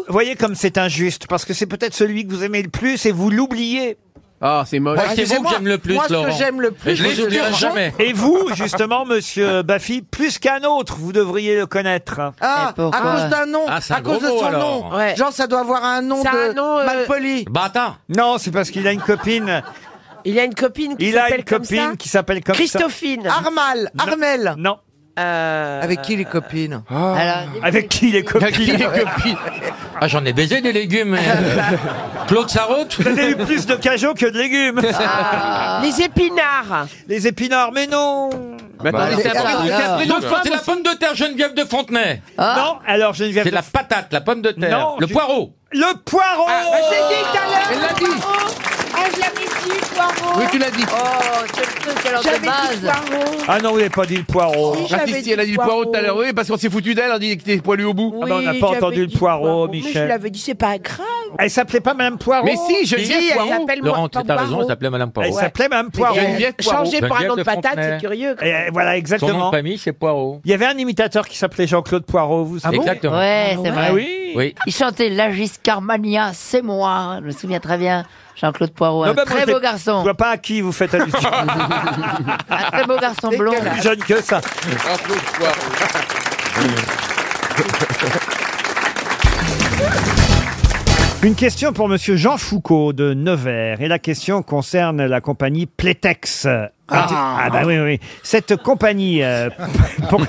Speaker 1: Voyez comme c'est injuste, parce que c'est peut-être celui que vous aimez le plus et vous l'oubliez.
Speaker 13: Ah, c'est moche.
Speaker 1: Moi, c'est vous que j'aime le plus, Laurent. Et je les oublierai jamais. Et vous, justement, monsieur Baffy, plus qu'un autre, vous devriez le connaître.
Speaker 16: Ah, à cause d'un nom,
Speaker 13: Ah,
Speaker 1: Ah,
Speaker 16: à cause de son nom. Genre, ça doit avoir un nom
Speaker 1: Ça a
Speaker 16: de
Speaker 1: un nom, euh,
Speaker 16: malpoli.
Speaker 1: Bata. Non, c'est parce qu'il a une copine.
Speaker 16: Il a une copine qui
Speaker 1: Il a
Speaker 16: s'appelle
Speaker 1: une
Speaker 16: comme
Speaker 1: copine
Speaker 16: ça.
Speaker 1: qui s'appelle comme
Speaker 16: Christophine. Armal, Armel.
Speaker 1: Non.
Speaker 13: Euh,
Speaker 1: Ah.
Speaker 5: Avec qui les copines
Speaker 1: Avec qui les copines
Speaker 7: Avec qui les copines
Speaker 1: [LAUGHS]
Speaker 7: Ah, j'en ai baisé des légumes. euh, Claude Sarraute
Speaker 1: ça. Vous avez eu plus de cajots que de légumes.
Speaker 16: Les épinards.
Speaker 1: Ah. Les épinards, mais non.
Speaker 7: Bah,
Speaker 1: alors,
Speaker 7: c'est
Speaker 1: c'est
Speaker 7: après-
Speaker 1: alors,
Speaker 7: c'est après-
Speaker 1: alors.
Speaker 7: c'est la pomme de terre Geneviève de Fontenay.
Speaker 1: Ah. Non, alors Geneviève.
Speaker 7: C'est la patate, la pomme de terre.
Speaker 1: Non,
Speaker 7: le
Speaker 1: je-
Speaker 7: poireau.
Speaker 1: Le poireau
Speaker 13: Ah, bah, Elle l'a dit.
Speaker 5: Oh,
Speaker 10: Ah, je l'avais dit, poireau
Speaker 13: Oui, tu l'as dit.
Speaker 10: Oh,
Speaker 2: alors de
Speaker 10: J'avais dit
Speaker 2: base.
Speaker 10: poireau
Speaker 1: Ah non, vous n'avez pas dit le poireau.
Speaker 10: Si,
Speaker 13: Ah, si, si, elle a dit le poireau tout à l'heure, oui, parce qu'on s'est foutu d'elle, elle a dit que t'es poilu au bout.
Speaker 1: Ah bah, on n'a pas entendu le poireau,
Speaker 16: Mais je
Speaker 1: Michel.
Speaker 16: l'avais dit, c'est pas grave.
Speaker 1: Elle s'appelait pas Madame Poireau.
Speaker 16: Mais si, Geneviève Si, elle Poireau. s'appelle moi-
Speaker 7: Laurent,
Speaker 16: Pomme
Speaker 7: t'as raison,
Speaker 16: Poireau.
Speaker 7: elle s'appelait Madame Poireau.
Speaker 1: Elle s'appelait Madame Poireau.
Speaker 16: Geneviève Poireau. Changer pour un nom de
Speaker 7: Geneviève
Speaker 16: patate,
Speaker 7: Fontenay.
Speaker 16: c'est curieux, quand
Speaker 1: Et,
Speaker 16: même.
Speaker 1: euh, voilà, exactement.
Speaker 7: Son nom de famille, c'est Poireau.
Speaker 1: Il y avait un imitateur qui s'appelait Jean-Claude Poireau, vous savez
Speaker 7: Exactement.
Speaker 2: Ouais, c'est vrai.
Speaker 1: Ah oui.
Speaker 2: Il chantait La Giscardmania, c'est moi. Je me souviens très bien. Jean-Claude Poirot,
Speaker 1: Non,
Speaker 2: un
Speaker 1: bah, moi,
Speaker 2: très
Speaker 1: je-
Speaker 2: beau garçon.
Speaker 1: Je vois pas à qui vous
Speaker 2: [LAUGHS]
Speaker 1: faites allusion.
Speaker 2: Un très beau garçon blond.
Speaker 1: Plus jeune que ça.
Speaker 5: hein.
Speaker 1: Une question pour Monsieur Jean Foucault de Nevers. Et la question concerne la compagnie Plétex.
Speaker 6: Ah.
Speaker 1: bah oui, oui. Cette compagnie... euh, [LAUGHS] pour-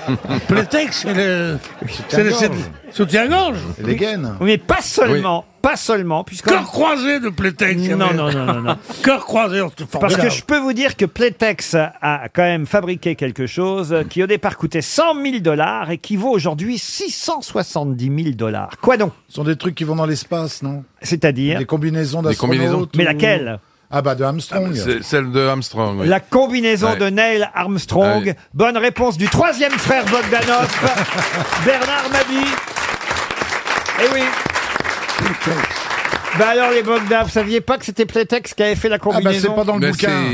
Speaker 6: Plétex, c'est le. C'est le
Speaker 1: soutien-gorge.
Speaker 6: c'est- soutien-gorge.
Speaker 1: Les gaines. Oui, mais pas seulement. Pas seulement, puisque...
Speaker 6: Cœur croisé de Plétex. il y
Speaker 1: Non,
Speaker 6: avait.
Speaker 1: non, non, non, non.
Speaker 6: [LAUGHS] Cœur croisé, on se
Speaker 1: Parce
Speaker 6: formidable.
Speaker 1: que je peux vous dire que Playtex a quand même fabriqué quelque chose qui au départ coûtait 100 000 dollars et qui vaut aujourd'hui 670 000 dollars. Quoi donc
Speaker 23: Ce sont des trucs qui vont dans l'espace, non
Speaker 1: C'est-à-dire
Speaker 23: Des
Speaker 1: [LAUGHS]
Speaker 23: combinaisons
Speaker 5: Des
Speaker 23: d'astronautes.
Speaker 5: combinaisons.
Speaker 23: ou-
Speaker 1: Mais laquelle
Speaker 23: Ah bah de Armstrong.
Speaker 5: C'est celle de Armstrong. oui.
Speaker 1: La combinaison
Speaker 5: Ouais.
Speaker 1: de Neil Armstrong.
Speaker 5: Ouais.
Speaker 1: Bonne réponse du troisième frère Bogdanov, Bernard Mabi. Eh oui. Bah alors les Bogdanov, vous saviez pas que c'était Playtex qui avait fait la
Speaker 23: Ah bah
Speaker 1: combinaison
Speaker 23: c'est pas dans le
Speaker 5: Mais
Speaker 23: bouquin.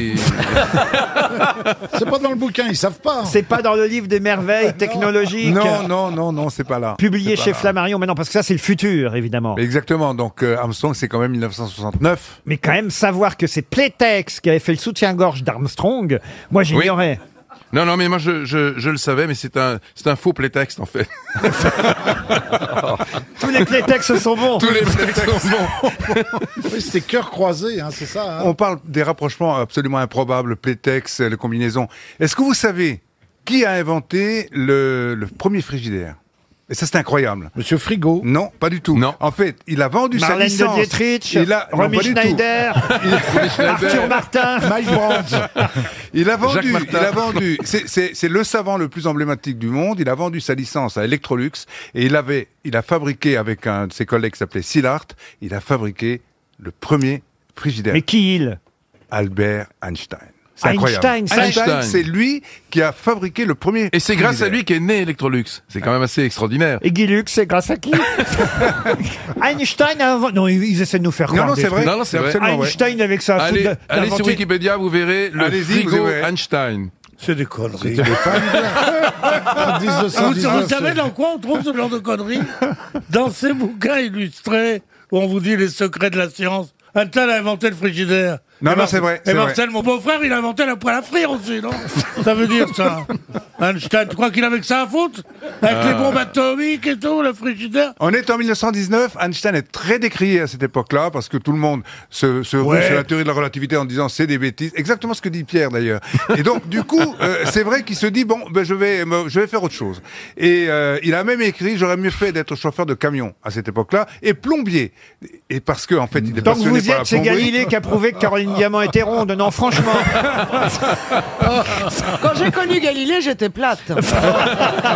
Speaker 6: [LAUGHS]
Speaker 23: C'est pas dans le bouquin, ils savent pas.
Speaker 1: C'est pas dans le livre des
Speaker 23: [LAUGHS]
Speaker 1: merveilles technologiques.
Speaker 23: Non, non, non, non, c'est pas là.
Speaker 1: Publié
Speaker 23: C'est pas
Speaker 1: chez
Speaker 23: là.
Speaker 1: Flammarion. Mais non, parce que ça, c'est le futur, évidemment.
Speaker 23: Exactement, donc euh, Armstrong c'est quand même 1969.
Speaker 1: Mais quand même, savoir que c'est Playtex qui avait fait le soutien-gorge d'Armstrong, moi, j'ignorais.
Speaker 5: Non, non, mais moi je, je, je le savais, mais c'est un, c'est un faux prétexte
Speaker 23: [LAUGHS]
Speaker 5: en fait.
Speaker 1: Tous les Playtex sont bons.
Speaker 5: Tous les prétextes sont bons.
Speaker 23: [LAUGHS] Oui, c'est cœur croisé, hein, c'est ça. hein. On parle des rapprochements absolument improbables, Playtex, euh, les combinaisons. Est-ce que vous savez qui a inventé le, le premier frigidaire et ça, c'est incroyable. Monsieur Frigo Non, pas du tout. Non. En fait, il a vendu sa
Speaker 1: Marlène
Speaker 23: licence.
Speaker 1: de Dietrich,
Speaker 23: il a... non,
Speaker 1: Romy
Speaker 23: pas du tout.
Speaker 1: Schneider,
Speaker 23: [LAUGHS]
Speaker 1: Arthur Martin.
Speaker 23: Mike Brandt. [LAUGHS] Il a vendu,
Speaker 5: Jacques Martin.
Speaker 23: il a vendu. C'est- C'est c'est le savant le plus emblématique du monde. Il a vendu sa licence à Electrolux et il avait, il a fabriqué avec un de ses collègues qui s'appelait Szilard, il a fabriqué le premier frigidaire.
Speaker 1: Mais qui il
Speaker 23: Albert Einstein. C'est
Speaker 1: Einstein,
Speaker 23: incroyable.
Speaker 1: ça-
Speaker 23: Einstein, c'est lui qui a fabriqué le premier.
Speaker 5: Et c'est grâce à lui qu'est né Electrolux. C'est quand même assez extraordinaire.
Speaker 1: Et Guy Lux, c'est grâce à qui [LAUGHS] Einstein a inventé... Non, ils essaient de nous faire
Speaker 23: Non,
Speaker 1: croire
Speaker 23: non,
Speaker 1: des
Speaker 23: c'est vrai.
Speaker 1: trucs.
Speaker 5: Non, non, c'est vrai.
Speaker 23: absolument vrai.
Speaker 1: Einstein avec sa foule
Speaker 5: Allez,
Speaker 1: d'a-
Speaker 5: allez sur
Speaker 1: d'inventer-
Speaker 5: Wikipédia, vous verrez le
Speaker 23: Allez-y, vous
Speaker 5: frigo
Speaker 23: verrez.
Speaker 5: Einstein.
Speaker 6: C'est des conneries. Vous, vous
Speaker 23: 1919,
Speaker 6: savez dans quoi on trouve ce genre de conneries Dans ces bouquins illustrés où on vous dit les secrets de la science. Einstein a inventé le frigidaire.
Speaker 23: Non,
Speaker 6: Et
Speaker 23: non,
Speaker 6: Mar-
Speaker 23: c'est vrai,
Speaker 6: Et
Speaker 23: c'est
Speaker 6: Marcel, mon beau-frère, il a inventé la poêle à frire aussi, non Ça veut dire ça.
Speaker 23: [LAUGHS]
Speaker 6: Einstein, tu crois qu'il avait que ça à foutre Avec
Speaker 23: Ah.
Speaker 6: les bombes atomiques et tout, le frigidaire
Speaker 23: On est en 1919, Einstein est très décrié à cette époque-là parce que tout le monde se, se roule
Speaker 6: Ouais.
Speaker 23: sur la théorie de la relativité en disant c'est des bêtises. Exactement ce que dit Pierre d'ailleurs. Et donc du coup, euh, c'est vrai qu'il se dit bon, ben, je vais me- je vais faire autre chose. Et euh, il a même écrit j'aurais mieux fait d'être chauffeur de camion à cette époque-là et plombier. Et parce que en fait, il est
Speaker 1: Tant que
Speaker 23: passionné
Speaker 1: vous y
Speaker 23: par la
Speaker 1: êtes, c'est
Speaker 23: plomberie.
Speaker 1: Galilée qui
Speaker 23: [LAUGHS]
Speaker 1: a prouvé que Caroline Diamant était ronde. Non, franchement.
Speaker 5: [LAUGHS] Quand j'ai connu Galilée, j'étais plate.
Speaker 1: [LAUGHS]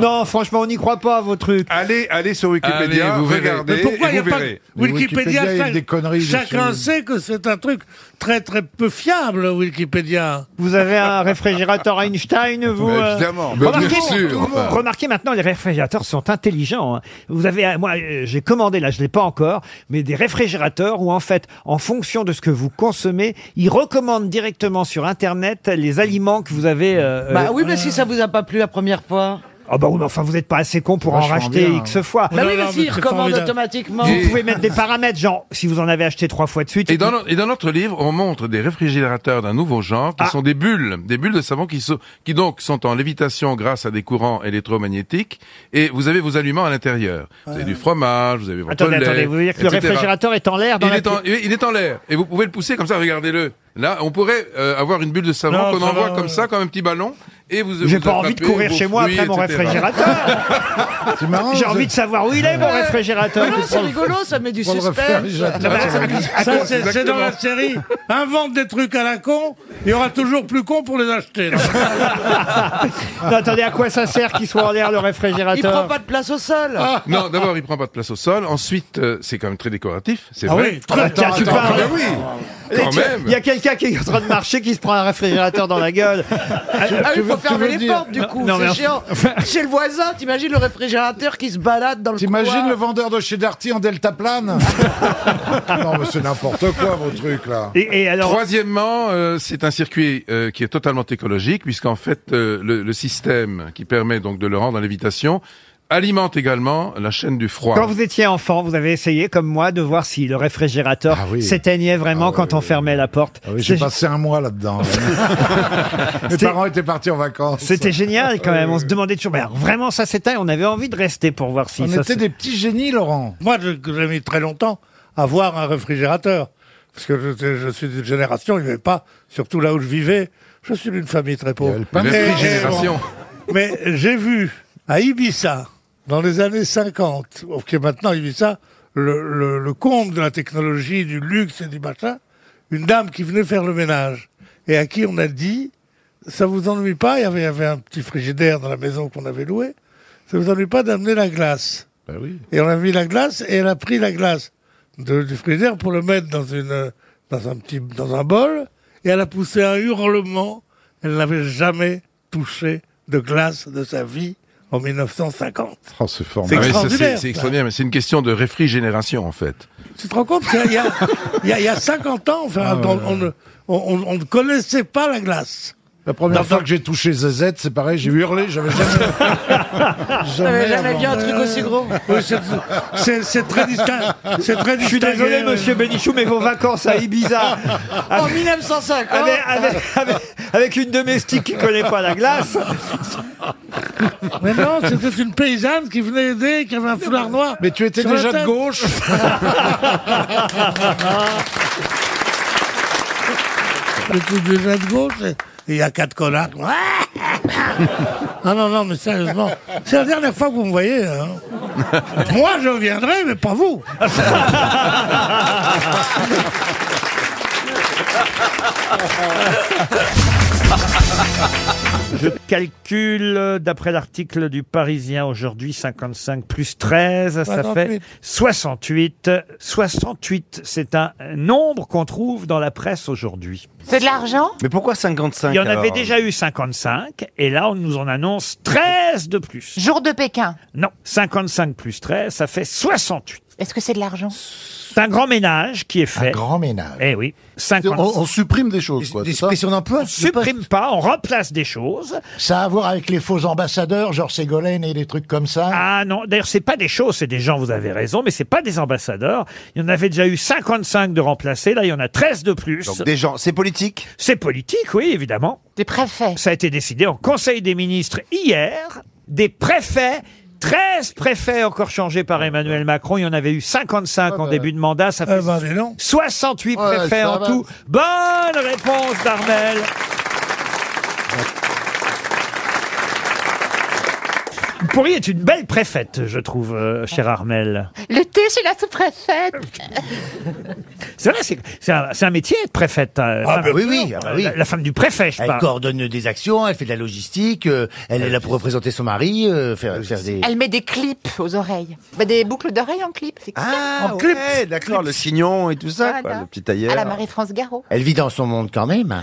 Speaker 1: non, franchement, on n'y croit pas, vos trucs.
Speaker 23: Allez, allez sur Wikipédia,
Speaker 6: Allez, vous verrez.
Speaker 23: regardez
Speaker 6: Mais pourquoi
Speaker 23: et
Speaker 6: il n'y a
Speaker 23: vous
Speaker 6: pas
Speaker 23: verrez.
Speaker 6: de- Wikipédia,
Speaker 23: Wikipédia, il y a
Speaker 6: chaque-
Speaker 23: des conneries
Speaker 6: Chacun
Speaker 23: dessus.
Speaker 6: sait que c'est un truc très très peu fiable, Wikipédia.
Speaker 1: Vous avez un réfrigérateur Einstein, vous
Speaker 6: Mais
Speaker 1: euh,
Speaker 6: évidemment, mais
Speaker 1: remarquez,
Speaker 6: bien sûr,
Speaker 1: tout le monde-
Speaker 6: enfin.
Speaker 1: remarquez maintenant, les réfrigérateurs sont intelligents. hein. Vous avez, euh, moi, euh, j'ai commandé, là, je l'ai pas encore, mais des réfrigérateurs où en fait, en fonction de ce que vous consommez, ils recommandent directement sur Internet les aliments que vous avez. euh,
Speaker 5: Bah
Speaker 1: euh,
Speaker 5: oui, mais si ça vous a pas plu la première fois.
Speaker 1: Ah bah oui, mais enfin, vous n'êtes pas assez con pour en
Speaker 5: Vachement
Speaker 1: racheter
Speaker 5: bien.
Speaker 1: X fois.
Speaker 5: Bah oui, mais si, il recommande automatiquement.
Speaker 1: Vous pouvez mettre des paramètres, genre, si vous en avez acheté trois fois de suite.
Speaker 12: Et dans, no- et dans notre livre, on montre des réfrigérateurs d'un nouveau genre
Speaker 1: Ah.
Speaker 12: qui sont des bulles, des bulles de savon qui, so- qui donc sont en lévitation grâce à des courants électromagnétiques. Et vous avez vos aliments à l'intérieur. Vous avez du fromage, vous avez votre
Speaker 1: Attendez,
Speaker 12: lait,
Speaker 1: attendez, vous voulez dire que le
Speaker 12: etc..
Speaker 1: réfrigérateur est en l'air dans
Speaker 12: il,
Speaker 1: la
Speaker 12: est en, il est en l'air et vous pouvez le pousser comme ça. Regardez-le. Là, on pourrait euh, avoir une bulle de savon
Speaker 1: Non,
Speaker 12: qu'on
Speaker 1: ça
Speaker 12: envoie
Speaker 1: va,
Speaker 12: comme ça, comme un petit ballon. Et vous.
Speaker 1: J'ai
Speaker 12: vous
Speaker 1: pas envie de
Speaker 12: attrapez
Speaker 1: courir
Speaker 12: vos
Speaker 1: chez moi
Speaker 12: fruits,
Speaker 1: après mon
Speaker 12: etc..
Speaker 1: réfrigérateur.
Speaker 23: euh,
Speaker 1: J'ai envie de savoir où il est, mon
Speaker 5: Ouais.
Speaker 1: réfrigérateur.
Speaker 5: Mais non, c'est rigolo, ça met du
Speaker 1: Pour le
Speaker 5: suspense.
Speaker 1: réfrigérateur.
Speaker 5: Ah bah,
Speaker 6: Ça, c'est- c'est dans la série. Invente des trucs à la con, il y aura toujours plus con pour les
Speaker 23: [LAUGHS]
Speaker 6: acheter.
Speaker 1: Non, attendez, à quoi ça sert qu'il soit en l'air le
Speaker 5: [LAUGHS] Il prend
Speaker 1: réfrigérateur
Speaker 5: pas de place au sol.
Speaker 16: Ah,
Speaker 12: Non, d'abord, il prend pas de place au sol. Ensuite, euh, c'est quand même très décoratif. C'est
Speaker 1: Ah
Speaker 12: vrai.
Speaker 1: oui, Attends, attends, tu parles.
Speaker 12: Ah oui.
Speaker 1: Et
Speaker 12: Quand
Speaker 1: tu-
Speaker 12: même.
Speaker 1: Il y a quelqu'un qui est en train de marcher qui se prend un réfrigérateur dans la gueule.
Speaker 5: Ah, il faut fermer les portes du coup, c'est géant. Chez le voisin, t'imagines le réfrigérateur qui se balade dans le
Speaker 16: T'imagines
Speaker 5: couloir.
Speaker 16: le vendeur de chez Darty en deltaplane
Speaker 4: Ah,
Speaker 16: Non, mais c'est n'importe quoi, vos trucs, là.
Speaker 1: Et,
Speaker 12: Troisièmement, euh, c'est un circuit euh, qui est totalement écologique, puisqu'en fait, euh, le, le système qui permet donc de le rendre en lévitation alimente également la chaîne du froid.
Speaker 1: Quand vous étiez enfant, vous avez essayé, comme moi, de voir si le réfrigérateur
Speaker 16: Ah
Speaker 1: s'éteignait vraiment quand on fermait la porte.
Speaker 16: Oui, J'ai
Speaker 1: C'est-
Speaker 16: passé un
Speaker 1: [LAUGHS]
Speaker 16: mois là-dedans. Mes parents étaient partis en vacances.
Speaker 1: C'était génial quand même. On se demandait toujours, mais alors, vraiment ça s'éteint. On avait envie de rester pour voir si
Speaker 6: On
Speaker 1: ça.
Speaker 6: était
Speaker 1: s'é-
Speaker 6: des petits génies, Laurent. Moi, je- j'ai mis très longtemps à voir un réfrigérateur. Parce que je, je suis d'une génération, il n'y avait pas, surtout là où je vivais, je suis d'une famille très pauvre.
Speaker 12: pain de
Speaker 6: Et-
Speaker 12: frites.
Speaker 6: et
Speaker 12: Génération.
Speaker 6: bon. Mais j'ai vu à Ibiza, dans les années 50, qui est maintenant Ibiza, le, le, le comble de la technologie, du luxe et du machin, une dame qui venait faire le ménage et à qui on a dit Ça vous ennuie pas Il y avait, il y avait un petit frigidaire dans la maison qu'on avait loué. Ça vous ennuie pas d'amener la glace Et on a mis la glace et elle a pris la glace de- du frigidaire pour le mettre dans, une, dans, un petit, dans un bol et elle a poussé un hurlement. Elle n'avait jamais touché de glace de sa vie en 1950.
Speaker 16: Oh, c'est
Speaker 12: Ah
Speaker 16: formidable.
Speaker 12: oui, ça,
Speaker 6: extraordinaire,
Speaker 12: c'est
Speaker 6: ça.
Speaker 12: extraordinaire, mais c'est une question de réfrigération en fait.
Speaker 6: Tu te rends compte qu'il y a, il y a- il y a 50 ans, enfin, on, on ne- on- on- on ne connaissait pas la glace.
Speaker 16: La première fois que j'ai touché ZZ, c'est pareil, j'ai hurlé,
Speaker 4: [LAUGHS]
Speaker 16: j'avais jamais.
Speaker 5: J'avais jamais vu un truc aussi gros.
Speaker 6: Oui, c'est- c'est- C'est très distinct. C'est très
Speaker 1: Je suis
Speaker 6: distingué,
Speaker 1: [LAUGHS] désolé,
Speaker 6: euh,
Speaker 1: monsieur Bénichou, mais vos vacances à
Speaker 16: [LAUGHS]
Speaker 9: [LAUGHS]
Speaker 1: Ibiza.
Speaker 5: En
Speaker 1: avec-
Speaker 5: 1950.
Speaker 4: Eh,
Speaker 1: Avec,
Speaker 37: Eh,
Speaker 1: avec- avec- avec une domestique qui connaît pas la glace.
Speaker 6: Mais non, c'était une paysanne qui venait aider, qui avait un foulard noir.
Speaker 16: Mais tu étais
Speaker 6: sur la
Speaker 16: déjà de
Speaker 6: tête.
Speaker 16: gauche.
Speaker 6: [LAUGHS] J'étais déjà de gauche. et- et Il y a quatre connards. [LAUGHS] Ah non, non, mais sérieusement, c'est la dernière fois que vous me voyez.
Speaker 16: [LAUGHS]
Speaker 6: hein. Moi, je viendrai, mais pas vous.
Speaker 1: Je calcule, euh, d'après l'article du Parisien aujourd'hui, 55 plus 13, ça
Speaker 6: 68.
Speaker 1: fait 68. 68, c'est un nombre qu'on trouve dans la presse aujourd'hui.
Speaker 15: C'est de l'argent
Speaker 1: Mais pourquoi 55 Il y en avait
Speaker 15: alors
Speaker 1: déjà eu 55, et là, on nous en annonce 13 de plus.
Speaker 15: Jour de Pékin.
Speaker 1: Non, 55 plus 13, ça fait 68. Est-ce que c'est de l'argent C'est un grand ménage qui est fait. Un grand ménage. Eh oui. 50...
Speaker 5: On, on supprime des choses, quoi.
Speaker 1: Des
Speaker 5: c'est ça
Speaker 1: suppressions d'emplois On supprime pas, on remplace des choses.
Speaker 5: Ça a à voir avec les faux ambassadeurs, genre Ségolène et des trucs comme ça.
Speaker 1: Ah non, d'ailleurs, c'est pas des choses, c'est des gens, vous avez raison, mais c'est pas des ambassadeurs. Il y en avait déjà eu 55 de remplacés, là, il y en a 13 de plus.
Speaker 5: Donc, des gens,
Speaker 1: c'est politique C'est politique, oui, évidemment. Des préfets Ça a été décidé en Conseil des ministres hier. Des préfets 13 préfets encore changés par Emmanuel Macron. Il y en avait eu 55 en début de mandat. Ça fait 68
Speaker 6: Ouais,
Speaker 1: préfets
Speaker 6: ça
Speaker 1: en
Speaker 6: va.
Speaker 1: tout. Bonne réponse d'Armel. Vous pourriez être une belle préfète, je trouve, euh, chère Armel.
Speaker 38: Le thé chez la sous-préfète.
Speaker 1: C'est vrai, c'est c'est un, c'est un métier, être préfète. hein.
Speaker 5: Ah,
Speaker 1: Femme-
Speaker 5: bah oui, oui, ah bah oui.
Speaker 1: La, la femme du préfet, je
Speaker 5: Elle
Speaker 1: parle.
Speaker 5: coordonne des actions, elle fait de la logistique, euh, elle est là pour représenter son mari, euh, faire, faire des...
Speaker 17: [LAUGHS] Elle met des clips aux oreilles. Bah, des boucles d'oreilles en clip. c'est
Speaker 1: Ah,
Speaker 17: clair.
Speaker 5: ouais, d'accord, le signon et tout ça,
Speaker 17: Voilà. quoi, le
Speaker 5: petit
Speaker 17: À la
Speaker 1: [LAUGHS]
Speaker 17: Marie-France Garot.
Speaker 5: Elle vit dans son monde quand même.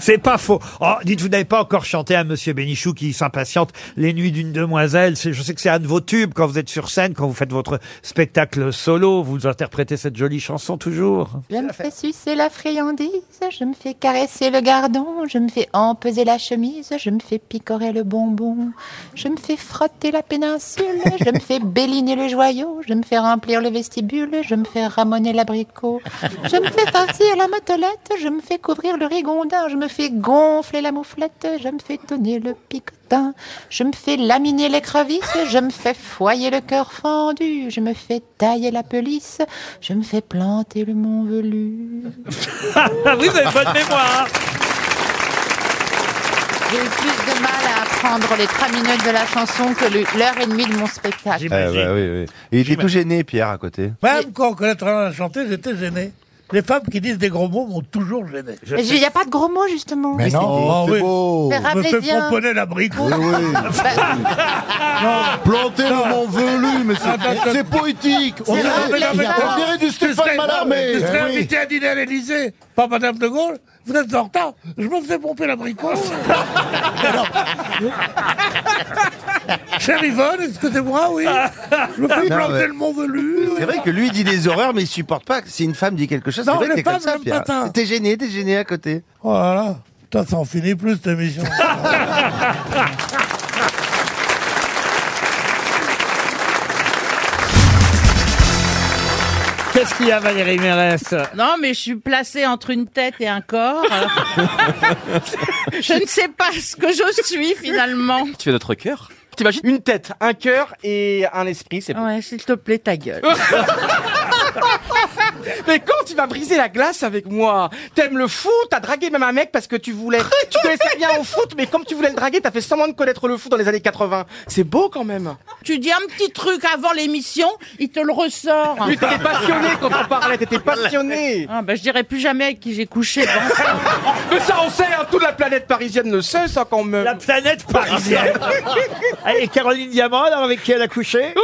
Speaker 1: C'est pas faux. Oh, dites, vous n'avez pas encore chanté à Monsieur Bénichou qui s'impatiente les nuits d'une demoiselle. C'est- Je sais que c'est un de vos tubes quand vous êtes sur scène, quand vous faites votre spectacle solo. Vous interprétez cette jolie chanson toujours. [LAUGHS]
Speaker 17: Je me fais sucer la friandise, je me fais caresser le gardon, je me fais empeser la chemise, je me fais picorer le bonbon, je me fais frotter la péninsule, je me fais béliner le joyau, je me fais remplir le vestibule, je me fais ramonner l'abricot, je me fais farcir la motolette, je me fais couvrir le rigondin, je me fais gonfler la mouflette, je me fais donner le picotin, je me fais laminer l'écrevisse, je me fais foyer le cœur fendu, je me fais tailler la pelisse, je me fais planter le mont velu.
Speaker 1: Ah oui, vous avez bonne mémoire. hein.
Speaker 17: J'ai eu plus de mal à apprendre les trois minutes de la chanson que le- l'heure et demie de mon spectacle.
Speaker 23: Ah,
Speaker 6: Eh Il était tout gêné, Pierre, à côté. Même quand on connaît la chanter, j'étais gêné. Les femmes qui disent des gros mots m'ont toujours gêné.
Speaker 17: Mais il n'y a pas de gros mots, justement.
Speaker 6: Mais non, c'est beau.
Speaker 17: Mais
Speaker 6: Je me fais
Speaker 17: rappelez bien. Bah,
Speaker 6: pomponner
Speaker 39: [LAUGHS]
Speaker 6: l'abricot. [LAUGHS]
Speaker 39: Planter le mont velu, mais
Speaker 6: Attends, attends.
Speaker 39: c'est- c'est poétique. On
Speaker 6: Mais
Speaker 39: dirait,
Speaker 6: non, mais non, mais
Speaker 39: on
Speaker 6: non.
Speaker 39: dirait du
Speaker 6: Tu
Speaker 39: Stéphane
Speaker 6: serais-
Speaker 39: Mallarmé.
Speaker 6: Tu serais
Speaker 39: Eh oui.
Speaker 6: invité à dîner à l'Élysée par Madame de Gaulle. Vous êtes en retard. Je me fais pomper
Speaker 39: Oh.
Speaker 6: [LAUGHS] l'abricot. Chère
Speaker 4: ah,
Speaker 6: Yvonne, est-ce que c'est moi Oui. Je me fais
Speaker 37: Ah. Non,
Speaker 6: planter
Speaker 37: mais-
Speaker 6: le mont velu.
Speaker 37: C'est vrai que lui dit des horreurs, mais il supporte pas. que Si une femme dit quelque chose, c'est
Speaker 6: Non,
Speaker 37: vrai que t'es
Speaker 6: les
Speaker 37: comme
Speaker 6: femmes
Speaker 37: ça,
Speaker 6: n'aiment
Speaker 37: Pierre.
Speaker 6: pas ça.
Speaker 37: T'es gêné, t'es gêné à côté.
Speaker 6: Voilà. Oh Toi, ça en finit plus, cette
Speaker 39: [LAUGHS]
Speaker 6: émission.
Speaker 1: Qu'est-ce qu'il y a, Valérie Mérès [LAUGHS]
Speaker 11: Non, mais je suis placée entre une tête et un corps. Euh,
Speaker 9: [LAUGHS]
Speaker 11: je ne sais pas ce que je suis finalement.
Speaker 9: Tu fais notre cœur T'imagines une tête, un cœur et un esprit, c'est
Speaker 11: Ouais, s'il te plaît, ta gueule.
Speaker 9: [LAUGHS] Mais quand tu vas briser la glace avec moi T'aimes le foot, t'as dragué même un mec parce que tu
Speaker 11: [LAUGHS]
Speaker 9: voulais... Tu connaissais rien au foot, mais comme tu voulais le draguer, t'as fait semblant de connaître le foot dans les années 80. C'est beau quand même
Speaker 11: Tu dis un petit truc avant l'émission, il te le ressort.
Speaker 9: Oui, t'étais passionné quand on parlait, t'étais passionné.
Speaker 11: [LAUGHS] Ah, bah, je dirais plus jamais avec qui j'ai couché. bon.
Speaker 9: [LAUGHS] Mais ça, on sait, hein, toute la planète parisienne le sait, ça quand même La
Speaker 1: planète
Speaker 9: [LAUGHS]
Speaker 1: parisienne. Et Caroline Diamant, alors, avec qui elle a couché
Speaker 9: Oh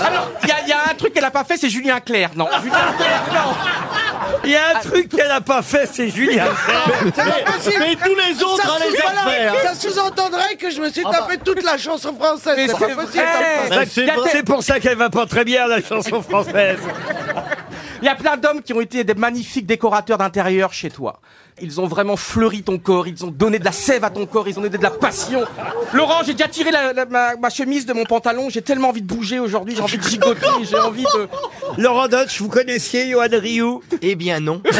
Speaker 9: Alors, il y, a- il y a un truc qu'elle a pas fait, c'est Julien Clerc.
Speaker 1: [LAUGHS]
Speaker 9: Non, Julien Clerc, non
Speaker 1: Il y a un truc qu'elle n'a pas fait, c'est Julien.
Speaker 4: Mais tous les autres
Speaker 1: allaient le faire,
Speaker 4: Ça
Speaker 1: hein.
Speaker 4: sous-entendrait que je me
Speaker 37: Ah
Speaker 4: suis tapé
Speaker 37: bah.
Speaker 4: toute la chanson française.
Speaker 1: Mais
Speaker 4: C'est pas
Speaker 1: c'est
Speaker 4: possible. Eh,
Speaker 1: vrai.
Speaker 9: Ben, c'est
Speaker 1: C'est
Speaker 9: vrai.
Speaker 1: c'est pour ça qu'elle va pas très bien, la chanson française.
Speaker 9: Il y a plein d'hommes qui ont été des magnifiques décorateurs d'intérieur chez toi. Ils ont vraiment fleuri ton corps, ils ont donné de la sève à ton corps, ils ont donné de la passion. Laurent, j'ai déjà tiré la- la- ma, ma chemise de mon pantalon, j'ai tellement envie de bouger aujourd'hui, j'ai envie de gigoter, j'ai envie de...
Speaker 1: [LAUGHS] Laurent Dodge, vous connaissiez Johan Rioux
Speaker 9: Eh bien non. [LAUGHS]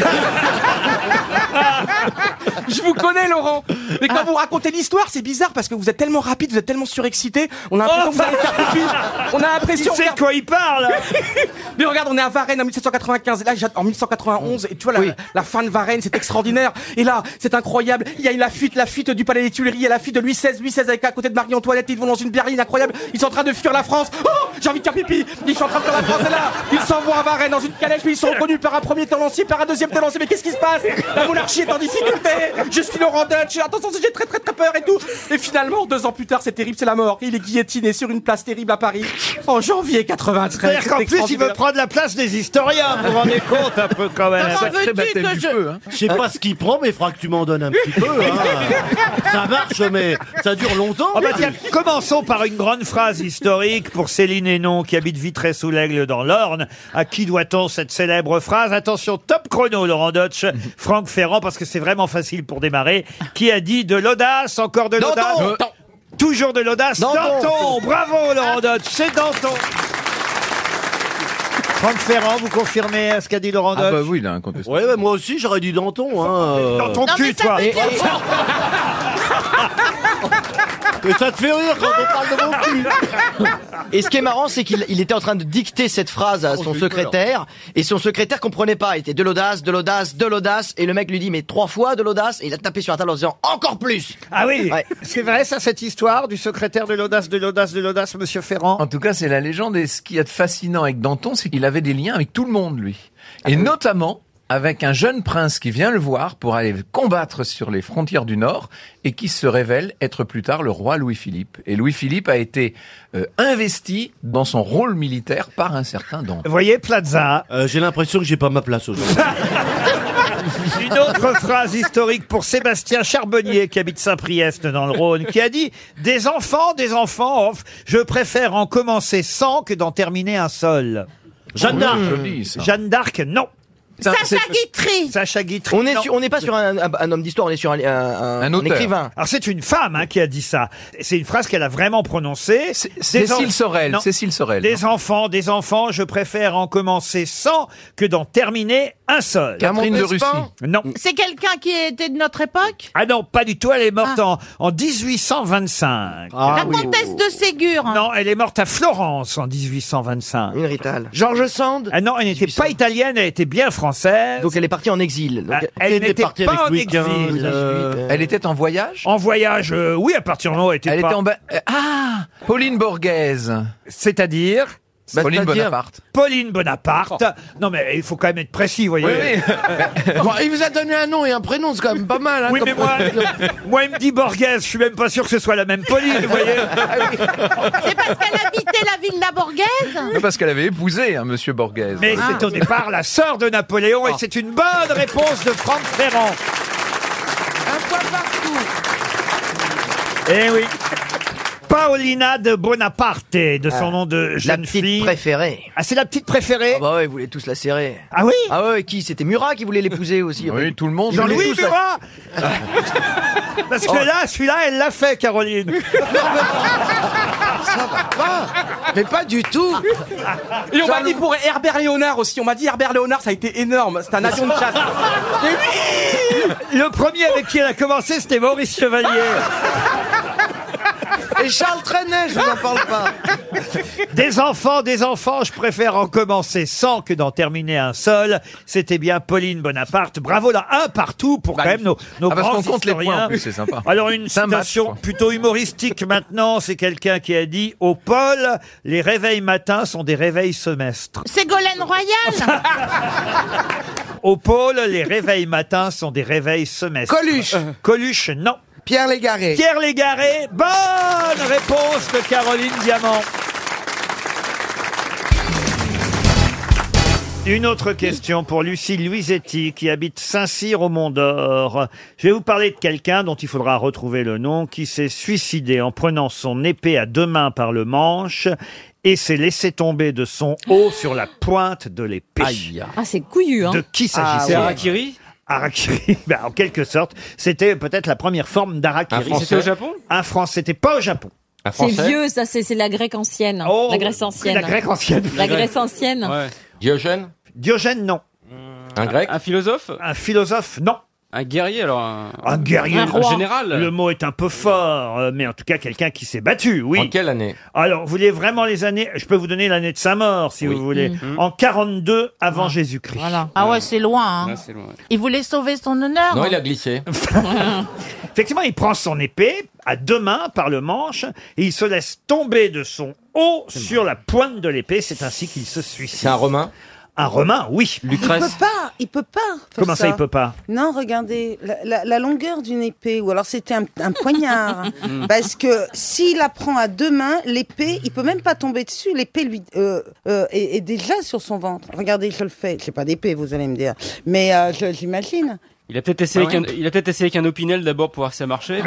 Speaker 9: Je vous connais Laurent, mais quand vous racontez l'histoire, c'est bizarre parce que vous êtes tellement rapide, vous êtes tellement surexcité, on a l'impression que vous allez faire pipi. [LAUGHS] On a l'impression.
Speaker 1: Il sait de
Speaker 9: quoi il parle. hein. [LAUGHS] mais regarde, on est à Varennes en 1795 et là j'ad- en 1791 et tu vois la, la fin de Varennes, c'est extraordinaire. Et là, c'est incroyable. Il y a eu la fuite, la fuite du palais des Tuileries, il y a la fuite de Louis XVI, Louis XVI avec à côté de Marie-Antoinette, ils vont dans une berline incroyable. Ils sont en train de fuir la France. Oh, j'ai envie de faire pipi. Ils sont en train de faire la France et là, ils s'en vont à Varennes dans une calèche, puis ils sont reconnus par un premier tenancier, par un deuxième tenancier. Mais qu'est-ce qui se passe La monarchie est en difficulté. Je suis Laurent Dutch, attention, j'ai très très très peur et tout. Et finalement, deux ans plus tard, c'est terrible, c'est la mort. Il est guillotiné sur une place terrible à Paris en janvier 93.
Speaker 1: C'est-à-dire qu'en plus, il veut prendre la place des historiens, vous vous [LAUGHS] rendez compte un peu quand même.
Speaker 9: Comment Sacré veux-tu baptême que du je- feu, hein.
Speaker 4: Je sais pas ce qu'il prend, mais il faudra que tu m'en donnes un petit peu.
Speaker 1: [LAUGHS]
Speaker 4: hein. Ça marche, mais ça dure longtemps.
Speaker 1: Oh bah tiens, commençons par une grande phrase historique pour Céline Hénon, qui habite Vitré-sous-l'Aigle dans l'Orne. À qui doit-on cette célèbre phrase Attention, top chrono, Laurent Dutch, Franck Ferrand, parce que c'est vraiment facile pour démarrer. Qui a dit de l'audace, encore de
Speaker 9: Danton.
Speaker 1: l'audace Toujours de l'audace,
Speaker 9: Danton.
Speaker 1: Danton Bravo, Laurent Dutch, c'est Danton Franck Ferrand, vous confirmez euh, ce qu'a dit Laurent Dutch
Speaker 12: Ah bah oui, il a un contestant.
Speaker 4: Ouais, ouais, moi aussi, j'aurais dit Danton. Hein, euh.
Speaker 1: Dans ton Non, mais cul, ça toi. veut
Speaker 4: Et-
Speaker 1: dire-
Speaker 4: [LAUGHS] Mais ça te fait rire quand on parle de mon
Speaker 1: [LAUGHS]
Speaker 4: cul.
Speaker 26: Et ce qui est marrant, c'est qu'il il était en train de dicter cette phrase
Speaker 4: Oh,
Speaker 26: à
Speaker 4: hein.
Speaker 26: son secrétaire, et son secrétaire comprenait pas. Il était de l'audace, de l'audace, de l'audace, et le mec lui dit mais trois fois de l'audace, et il a tapé sur la table en disant encore plus.
Speaker 1: Ah oui, c'est vrai ça cette histoire du secrétaire de l'audace, de l'audace, de l'audace, Monsieur Ferrand.
Speaker 13: En tout cas, c'est la légende. Et ce qu'il y a de fascinant avec Danton, c'est qu'il avait des liens avec tout le monde, lui. Et notamment avec un jeune prince qui vient le voir pour aller combattre sur les frontières du Nord et qui se révèle être plus tard le roi Louis-Philippe. Et Louis-Philippe a été euh, investi dans son rôle militaire par un certain Danton.
Speaker 1: Vous voyez, Plaza.
Speaker 4: Euh, j'ai l'impression que j'ai pas ma place aujourd'hui.
Speaker 1: Une autre phrase historique pour Sébastien Charbonnier qui habite Saint-Priest dans le Rhône qui a dit des enfants, des enfants, oh, je préfère en commencer 100 que d'en terminer un seul.
Speaker 4: Jeanne d'Arc.
Speaker 12: Joli, ça.
Speaker 1: Jeanne d'Arc, non.
Speaker 9: Sacha
Speaker 1: Guitry. Sacha Guitry.
Speaker 9: On est
Speaker 1: non.
Speaker 9: sur- on n'est pas sur
Speaker 26: Un, un- un homme d'histoire, on est sur un, un- un- un
Speaker 12: auteur.
Speaker 26: écrivain.
Speaker 1: Alors c'est une femme hein, qui a dit ça. C'est une phrase qu'elle a vraiment prononcée. Des
Speaker 13: Cécile
Speaker 1: en-
Speaker 13: Sorel,
Speaker 1: Non.
Speaker 13: Cécile Sorel.
Speaker 1: Des enfants, des enfants, je préfère en commencer 100 que d'en terminer un seul.
Speaker 13: Catherine de Russie.
Speaker 1: Non.
Speaker 9: C'est quelqu'un qui était de notre époque
Speaker 1: Ah non, pas du tout, elle est morte en, en 1825.
Speaker 13: Ah
Speaker 9: Ah. La comtesse de Ségur. hein.
Speaker 1: Non, elle est morte à Florence en 1825. Une ritale. Georges Sand Ah non, elle n'était pas italienne, elle était bien française. Donc
Speaker 9: elle est partie en exil.
Speaker 1: elle n'était pas en exil.
Speaker 13: euh, Elle était en voyage
Speaker 1: En voyage, euh, oui, à partir du moment où elle était
Speaker 13: Elle
Speaker 1: pas...
Speaker 13: était en... ba- euh, Ah Pauline Borghese. Bah,
Speaker 1: C'est-à-dire
Speaker 13: Pauline Bonaparte.
Speaker 1: Pauline Bonaparte. Non mais il faut quand même être précis, vous voyez.
Speaker 13: Oui,
Speaker 1: [LAUGHS]
Speaker 5: Bon, il vous a donné un nom et un prénom, c'est quand même pas mal. hein,
Speaker 1: Oui,
Speaker 5: comme-
Speaker 1: mais moi,
Speaker 5: [LAUGHS]
Speaker 1: moi, il me dit Borghese, je suis même pas sûr que ce soit la même Pauline, vous
Speaker 9: [LAUGHS]
Speaker 1: voyez.
Speaker 9: C'est parce qu'elle habitait la ville
Speaker 13: Mais
Speaker 9: d'Aborguaise
Speaker 13: Parce qu'elle avait épousé
Speaker 9: hein,
Speaker 13: un monsieur Borghese.
Speaker 1: Mais
Speaker 5: Ah.
Speaker 1: c'est au départ la sœur de Napoléon
Speaker 9: Ah.
Speaker 1: et c'est une bonne réponse de Franck Ferrand.
Speaker 9: Un point partout.
Speaker 1: Eh oui. Paolina de Bonaparte, de son nom de
Speaker 9: Ah. la
Speaker 1: jeune
Speaker 9: petite
Speaker 1: fille.
Speaker 9: préférée.
Speaker 1: Ah, c'est la petite préférée
Speaker 9: Ah bah ouais, ils voulaient tous la serrer.
Speaker 1: Ah oui
Speaker 9: Ah ouais, qui C'était Murat qui voulait l'épouser
Speaker 5: Ah
Speaker 9: aussi.
Speaker 13: Oui, tout le monde.
Speaker 9: Ils voulaient
Speaker 1: Jean-Louis
Speaker 9: tous la- [LAUGHS]
Speaker 1: Murat Parce
Speaker 9: Oh.
Speaker 1: que là, celui-là, elle l'a fait, Caroline.
Speaker 5: Mais pas du tout.
Speaker 9: Et on m'a dit pour Herbert Léonard aussi. On m'a dit Herbert Léonard, ça a été énorme. C'est un avion de chasse. Mais oui
Speaker 1: Le premier avec qui elle a commencé, c'était Maurice Chevalier.
Speaker 5: Et Charles Trenet, je vous en parle pas.
Speaker 1: Des enfants, des enfants, je préfère en commencer 100 que d'en terminer un seul. C'était bien Pauline Bonaparte. Bravo là, un partout pour quand même nos, nos
Speaker 13: Ah, parce
Speaker 1: grands
Speaker 13: qu'on compte les points, en
Speaker 1: historiens.
Speaker 13: plus, c'est sympa.
Speaker 1: Alors une
Speaker 13: C'est un match,
Speaker 1: citation
Speaker 13: quoi.
Speaker 1: plutôt humoristique maintenant, c'est quelqu'un qui a dit « Au pôle, les réveils matins sont des réveils semestres.
Speaker 11: Ségolène Royal
Speaker 1: Au pôle, les réveils matins sont des réveils semestres. »
Speaker 5: Coluche.
Speaker 1: Coluche, non.
Speaker 5: Pierre Légaré.
Speaker 1: Pierre Légaré, bonne réponse de Caroline Diamant. Une autre question pour Lucie Luisetti qui habite Saint-Cyr au Mont d'Or. Je vais vous parler de quelqu'un dont il faudra retrouver le nom qui s'est suicidé en prenant son épée à deux mains par le manche et s'est laissé tomber de son haut sur la pointe de l'épée.
Speaker 27: Ah, c'est couillu, hein.
Speaker 1: De
Speaker 9: Ah,
Speaker 1: qui
Speaker 19: Ah,
Speaker 1: Ah, s'agit-il Harakiri, [LAUGHS] ben, en quelque sorte, c'était peut-être la première forme d'harakiri.
Speaker 13: Français C'était au
Speaker 1: Japon Un Français, c'était pas au Japon.
Speaker 13: Un
Speaker 27: C'est vieux, ça, c'est c'est la grecque ancienne.
Speaker 1: Oh,
Speaker 27: la Grèce ancienne.
Speaker 1: la Grèce ancienne.
Speaker 27: La Grèce ancienne.
Speaker 13: Diogène
Speaker 1: Diogène, non.
Speaker 13: Un grec
Speaker 9: Un philosophe
Speaker 1: Un philosophe, non.
Speaker 9: Un guerrier alors un...
Speaker 1: Un guerrier.
Speaker 9: Un roi. Un général.
Speaker 1: Le mot est un peu fort, euh, mais en tout cas, quelqu'un qui s'est battu, oui.
Speaker 13: En quelle année
Speaker 1: Alors, vous voulez vraiment les années Je peux vous donner l'année de sa mort, si vous voulez.
Speaker 9: Mhm.
Speaker 1: En 42 avant Jésus-Christ.
Speaker 11: Ah ouais, c'est loin. hein. Il voulait sauver son honneur.
Speaker 13: a glissé.
Speaker 1: [LAUGHS] Effectivement, il prend son épée à deux mains par le manche et il se laisse tomber de son haut sur la pointe de l'épée. C'est ainsi qu'il se suicide.
Speaker 13: Romain
Speaker 1: Un Romain, oui.
Speaker 10: Il peut pas, il peut pas. faire
Speaker 1: Comment ça, il peut pas
Speaker 10: Non, regardez la, la- la longueur d'une épée, ou alors c'était un,
Speaker 1: [LAUGHS]
Speaker 10: un poignard,
Speaker 1: Mm.
Speaker 10: parce que s'il la prend à deux mains, l'épée, il peut même pas tomber dessus. L'épée lui euh, euh, est, est déjà sur son ventre. Regardez, je le fais. J'ai pas d'épée, vous allez me dire, mais euh, je- j'imagine.
Speaker 4: Il a peut-être
Speaker 7: Bah
Speaker 4: essayé,
Speaker 10: Ah ouais
Speaker 4: qu'un- il a peut-être essayé qu'un opinel d'abord pour voir si
Speaker 7: [LAUGHS]
Speaker 4: ça marchait.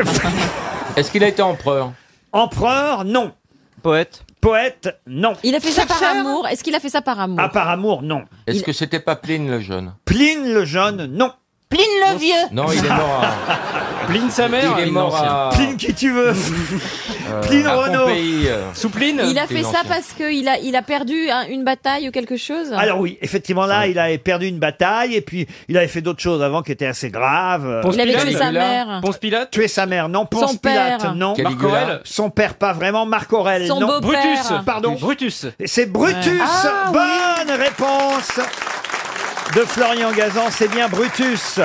Speaker 1: Est-ce qu'il a été empereur Empereur, non. Poète Poète, non.
Speaker 27: Il a fait ça par amour. Est-ce qu'il a fait ça par amour
Speaker 1: Ah, par amour, non.
Speaker 7: [LAUGHS] Est-ce que c'était pas Pline le jeune
Speaker 1: Pline le jeune, non.
Speaker 10: Pline le vieux
Speaker 7: Non, il est
Speaker 1: [LAUGHS]
Speaker 7: mort à...
Speaker 4: Pline sa
Speaker 7: mère Il est
Speaker 4: il est
Speaker 7: mort
Speaker 4: ancien.
Speaker 7: à...
Speaker 1: Pline qui tu veux
Speaker 7: euh,
Speaker 1: Pline
Speaker 7: à
Speaker 1: Renaud.
Speaker 7: Pompéi, euh.
Speaker 1: Soupline
Speaker 27: Il a fait ça parce qu'il a, il a perdu hein, une bataille ou quelque chose
Speaker 1: Alors oui, effectivement là, il avait perdu une bataille et puis il avait fait d'autres choses avant qui étaient assez graves.
Speaker 4: [LAUGHS] Ponce Il avait Pilate, tué sa Caligula. mère.
Speaker 1: Ponce Pilate Tuer sa mère, non. Ponce
Speaker 4: Son
Speaker 1: Pilate,
Speaker 4: père.
Speaker 1: non.
Speaker 4: Caligula. Marc Aurèle
Speaker 1: Son père, pas vraiment. Marc Aurèle,
Speaker 4: Son
Speaker 1: non.
Speaker 4: beau-père. Brutus.
Speaker 1: pardon.
Speaker 4: Brutus.
Speaker 1: C'est Brutus.
Speaker 4: Ouais. Ah,
Speaker 1: Bonne réponse de Florian Gazan. C'est bien Brutus.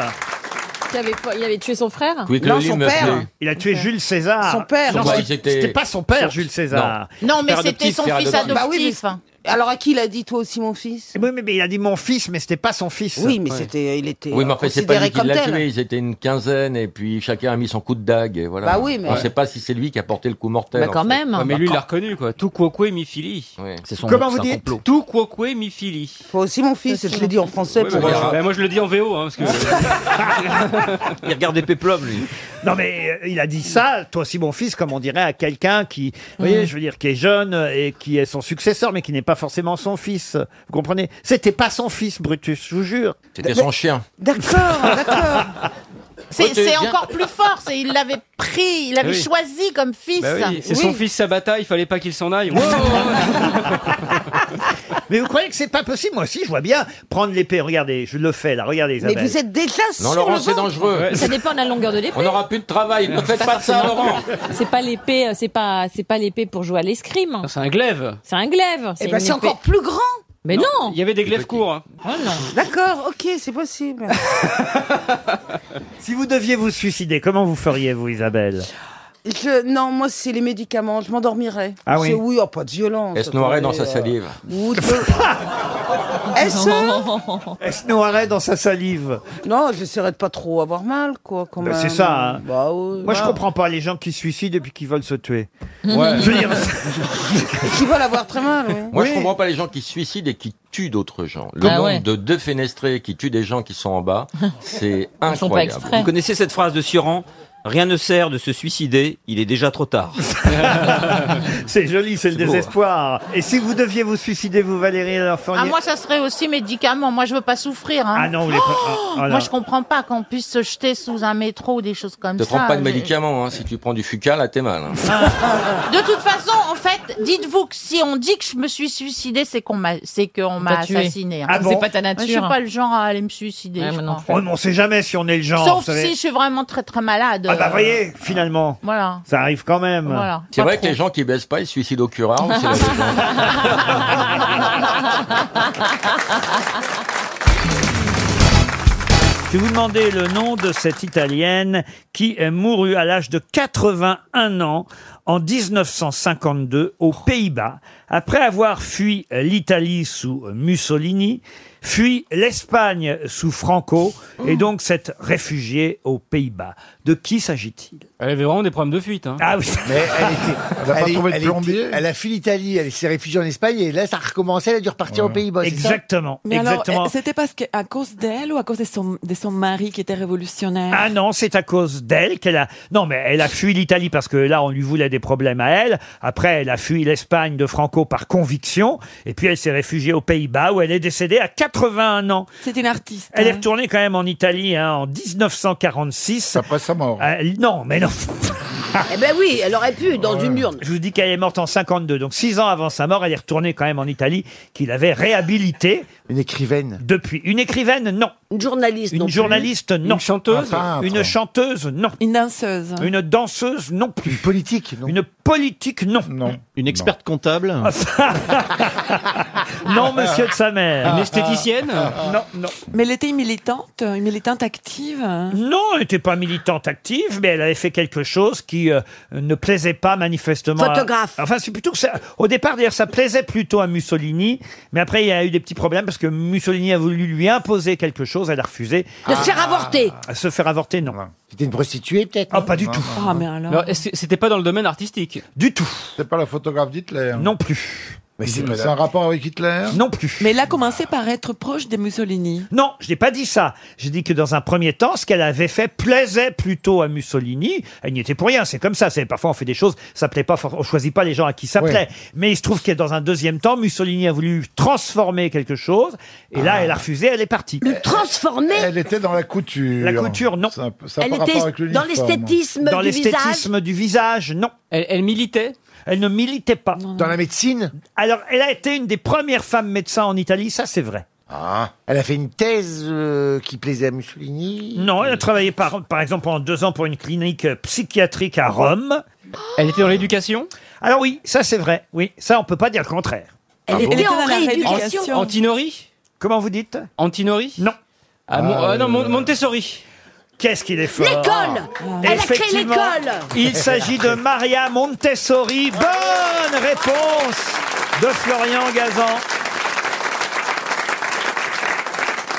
Speaker 27: Il avait, il avait tué son frère
Speaker 1: Oui, que Non, le son lit me père. plaît. Il a tué Jules César.
Speaker 27: Son père.
Speaker 1: Non,
Speaker 27: Son
Speaker 1: c'était-
Speaker 27: père, c'était-
Speaker 1: c'était pas son père, Jules César. Bah
Speaker 10: Non, mais
Speaker 1: Père
Speaker 10: c'était
Speaker 1: adoptif,
Speaker 10: son
Speaker 1: père
Speaker 10: fils
Speaker 1: adoptif.
Speaker 10: adoptif. Alors à qui il a dit toi aussi mon fils
Speaker 1: Oui, mais il a dit mon fils, mais c'était pas son fils.
Speaker 10: Oui, mais
Speaker 7: Ouais.
Speaker 10: c'était, euh, il était
Speaker 7: Oui, mais en fait, c'est pas lui
Speaker 10: considéré
Speaker 7: qui
Speaker 10: comme
Speaker 7: l'a
Speaker 10: tel.
Speaker 7: tué. Ils étaient une quinzaine et puis chacun a mis son coup de dague. Et voilà.
Speaker 10: Bah oui, mais-
Speaker 7: On ne sait pas si c'est lui qui a porté le coup mortel.
Speaker 4: Bah quand
Speaker 7: en fait.
Speaker 4: même. Ouais, mais lui, il l'a
Speaker 7: reconnu, quoi. Tout quoque mi fili. C'est son
Speaker 4: Comment
Speaker 7: c'est
Speaker 4: vous
Speaker 7: un
Speaker 4: dites
Speaker 7: complot.
Speaker 4: Tout quoque mi fili.
Speaker 10: Toi aussi mon fils, je l'ai dit en français.
Speaker 4: Ouais,
Speaker 10: pour-
Speaker 4: bah, bah, moi, je le dis en VO, hein, parce que. [LAUGHS] il regarde des péplums, lui.
Speaker 1: Non mais euh, il a dit ça, toi aussi mon fils, comme on dirait à quelqu'un qui, vous voyez, je veux dire, qui est jeune et qui est son successeur, mais qui n'est pas forcément son fils. Vous comprenez C'était pas son fils, Brutus, je vous jure.
Speaker 7: C'était son chien.
Speaker 10: D'accord, d'accord.
Speaker 4: [LAUGHS]
Speaker 7: Ouais,
Speaker 11: C'est
Speaker 7: tu
Speaker 11: c'est
Speaker 7: viens-
Speaker 11: encore plus fort, c'est il l'avait pris, il l'avait
Speaker 4: Oui.
Speaker 11: choisi comme fils.
Speaker 4: Bah oui, c'est son fils Sabata, il fallait pas qu'il s'en aille. Wow.
Speaker 1: [LAUGHS] Mais vous croyez que c'est pas possible Moi aussi, je vois bien prendre l'épée. Regardez, je le fais là. Regardez, Isabelle.
Speaker 10: vous êtes déjà
Speaker 7: Non, Laurent, c'est dangereux.
Speaker 27: Ça dépend de la longueur de l'épée.
Speaker 7: On n'aura plus de travail. Ne faites pas de ça, Laurent.
Speaker 27: C'est pas l'épée, euh, c'est pas, c'est pas l'épée pour jouer à l'escrime.
Speaker 7: Ah,
Speaker 4: C'est un glaive.
Speaker 27: C'est un glaive.
Speaker 10: Eh
Speaker 27: une
Speaker 10: ben c'est
Speaker 27: épée.
Speaker 10: encore plus grand.
Speaker 27: Mais non.
Speaker 4: Il y avait des glaives courts. hein.
Speaker 10: D'accord, ok, c'est possible.
Speaker 1: [LAUGHS] Si vous deviez vous suicider, comment vous feriez-vous, Isabelle
Speaker 10: Je- non, moi c'est les médicaments, je m'endormirais.
Speaker 1: Ah oui
Speaker 10: C'est- Oui, oh, pas de violence.
Speaker 7: Elle se noierait dans sa
Speaker 10: attendez, euh,
Speaker 7: salive.
Speaker 10: ou de- Est-ce
Speaker 1: Elle se noierait dans sa salive.
Speaker 10: Non, j'essaierai de pas trop avoir mal, quoi, quand
Speaker 1: Ben,
Speaker 10: même.
Speaker 1: C'est ça. hein.
Speaker 10: Bah oui.
Speaker 1: Moi, je
Speaker 10: bah.
Speaker 1: comprends pas les gens qui se suicident et puis qui veulent se tuer.
Speaker 7: Ouais.
Speaker 1: Je
Speaker 4: [LAUGHS]
Speaker 1: veux dire,
Speaker 10: Qui veulent avoir très mal, oui.
Speaker 7: Moi,
Speaker 10: Oui.
Speaker 7: je comprends pas les gens qui se suicident et qui tuent d'autres gens. Le
Speaker 4: Ah
Speaker 7: nombre
Speaker 4: ouais.
Speaker 7: de deux fenestrés qui tuent des gens qui sont en
Speaker 4: [LAUGHS]
Speaker 7: bas, c'est
Speaker 4: Ils sont pas
Speaker 7: incroyable.
Speaker 4: exprès. Vous
Speaker 7: connaissez cette phrase de Suran Rien ne sert de se suicider, il est déjà trop tard.
Speaker 1: c'est joli, c'est le
Speaker 7: beau.
Speaker 1: désespoir. Et si vous deviez vous suicider, vous, Valérie, alors
Speaker 11: Ah,
Speaker 1: feriez-
Speaker 11: moi, ça serait aussi médicament. Moi, je veux pas souffrir. hein.
Speaker 1: Ah non, vous voulez pas- ah,
Speaker 4: Oh
Speaker 1: ah,
Speaker 11: moi,
Speaker 7: là.
Speaker 11: je comprends pas qu'on puisse se jeter sous un métro ou des choses comme
Speaker 7: Ne
Speaker 11: ça.
Speaker 4: euh,
Speaker 7: prends pas de
Speaker 11: J'ai-
Speaker 7: médicaments, hein. si tu prends du fucal, là t'es mal. hein.
Speaker 4: Ah,
Speaker 11: De toute façon, en fait, dites-vous que si on dit que je me suis suicidée, c'est qu'on m'a, c'est qu'on m'a
Speaker 1: t'a tué.
Speaker 11: assassiné. hein.
Speaker 1: Ah bon C'est pas ta
Speaker 11: Moi, Je suis
Speaker 1: nature.
Speaker 11: pas le genre à aller me suicider. je crois.
Speaker 1: Oh, mais on sait jamais si on est le genre. vous
Speaker 11: Sauf
Speaker 1: savez.
Speaker 11: si je suis vraiment très très malade.
Speaker 1: Ah bah
Speaker 11: euh,
Speaker 1: voyez, finalement.
Speaker 11: Voilà.
Speaker 1: Ça arrive quand même.
Speaker 11: Voilà.
Speaker 7: C'est vrai que les gens qui baissent pas, ils se suicident au
Speaker 1: Ah
Speaker 7: curare.
Speaker 9: [LAUGHS]
Speaker 4: [LAUGHS]
Speaker 7: c'est la légende.
Speaker 1: Je vais vous demander le nom de cette Italienne qui est mourue à l'âge de 81 ans en 1952 aux Pays-Bas, après avoir fui l'Italie sous Mussolini, fui l'Espagne sous Franco,
Speaker 5: Oh.
Speaker 1: et donc cette réfugiée aux Pays-Bas. De qui s'agit-il
Speaker 4: Elle avait vraiment des problèmes de fuite. Hein.
Speaker 1: Ah oui.
Speaker 5: Mais elle, était- elle est- elle était-
Speaker 1: plombier.
Speaker 5: elle a fui l'Italie, elle s'est réfugiée en Espagne et là ça a recommencé, elle a dû repartir
Speaker 13: Ouais.
Speaker 5: au Pays-Bas. c'est ça
Speaker 1: Exactement,
Speaker 13: Mais alors,
Speaker 1: exactement.
Speaker 13: euh, c'était parce qu'à cause d'elle ou à cause de son, de son mari qui était révolutionnaire
Speaker 1: Ah non, c'est à cause d'elle qu'elle a. Non, mais elle a fui l'Italie parce que là, on lui voulait des problèmes à elle. Après, elle a fui l'Espagne de Franco par conviction. Et puis, elle s'est réfugiée aux Pays-Bas où elle est décédée à 81 ans.
Speaker 13: C'est une artiste.
Speaker 1: Elle est
Speaker 40: hein.
Speaker 1: retournée quand même en Italie hein, en 1946. Après sa mort. Euh, non, mais non.
Speaker 40: [LAUGHS] Eh ben oui, elle aurait pu, dans une urne.
Speaker 1: Je vous dis qu'elle est morte en 52, donc six ans avant sa mort, elle est retournée quand même en Italie, qu'il avait réhabilitée.
Speaker 5: Une écrivaine.
Speaker 1: Depuis. Une écrivaine, non.
Speaker 40: Une journaliste,
Speaker 1: Une
Speaker 40: non plus.
Speaker 1: journaliste, non.
Speaker 40: Une chanteuse Un peintre.
Speaker 1: Une chanteuse, non.
Speaker 13: Une danseuse.
Speaker 1: Une danseuse, non plus. Une politique, non. Une politique, non. Non.
Speaker 41: Une experte
Speaker 1: [LAUGHS]
Speaker 41: comptable
Speaker 1: Non, monsieur de sa mère.
Speaker 41: Une esthéticienne
Speaker 1: Non, non. Mm-hmm.
Speaker 13: Mais elle était une militante, une militante active. hein.
Speaker 1: Non, elle n'était pas militante active, mais elle avait fait quelque chose qui qui euh, ne plaisait pas manifestement. à-
Speaker 2: Photographe.
Speaker 1: Enfin, c'est plutôt que ça. Au départ, d'ailleurs, ça plaisait plutôt à Mussolini, mais après, il y a eu des petits problèmes parce que Mussolini a voulu lui imposer quelque chose, elle a refusé.
Speaker 2: De se faire avorter.
Speaker 1: À se faire avorter, non. Ah. C'était une prostituée, peut-être Ah, pas du tout.
Speaker 28: Ah, mais alors.
Speaker 1: Non, est-ce que-
Speaker 24: C'était pas dans le domaine artistique.
Speaker 1: Du tout.
Speaker 16: C'est pas la photographe d'Hitler.
Speaker 1: Non plus.
Speaker 16: Mais
Speaker 1: c'est
Speaker 16: c'est
Speaker 1: pas
Speaker 16: un rapport avec Hitler
Speaker 1: Non plus.
Speaker 28: Mais elle a commencé par être proche de Mussolini.
Speaker 1: Non, je n'ai pas dit ça. J'ai dit que dans un premier temps, ce qu'elle avait fait plaisait plutôt à Mussolini. Elle n'y était pour rien, c'est comme ça. C'est Parfois, on fait des choses, ça plaît pas, for- on choisit pas les gens à qui ça
Speaker 3: Ouais.
Speaker 1: plaît. Mais il se trouve que dans un deuxième temps, Mussolini a voulu transformer quelque chose, et là, elle a refusé, elle est partie. Le
Speaker 2: transformer
Speaker 1: Elle était dans la couture. La couture, non.
Speaker 2: ça a Elle pas était rapport avec dans l'uniforme. l'esthétisme
Speaker 1: Dans
Speaker 2: du visage
Speaker 1: l'esthétisme du visage, non. Elle, militait Elle ne militait pas. Dans la médecine Alors, elle a été une des premières femmes médecins en Italie, ça c'est vrai. Ah.
Speaker 14: Elle a fait une thèse euh, qui plaisait à Mussolini.
Speaker 1: Non, elle a travaillé par, par exemple pendant deux ans pour une clinique euh, psychiatrique à Rome. Elle était dans l'éducation Alors oui, ça c'est vrai. Oui, ça on peut pas dire le contraire.
Speaker 2: Elle Ah était bon en Elle était dans la rééducation. rééducation.
Speaker 1: Antinori Comment vous dites Antinori Non.
Speaker 24: Ah, Mon- ah, non, Mon-
Speaker 1: Montessori. Qu'est-ce qu'il est fort
Speaker 2: L'école Elle a créé
Speaker 1: Effectivement,
Speaker 2: l'école
Speaker 1: Il s'agit de Maria Montessori. Bonne réponse de Florian Gazan.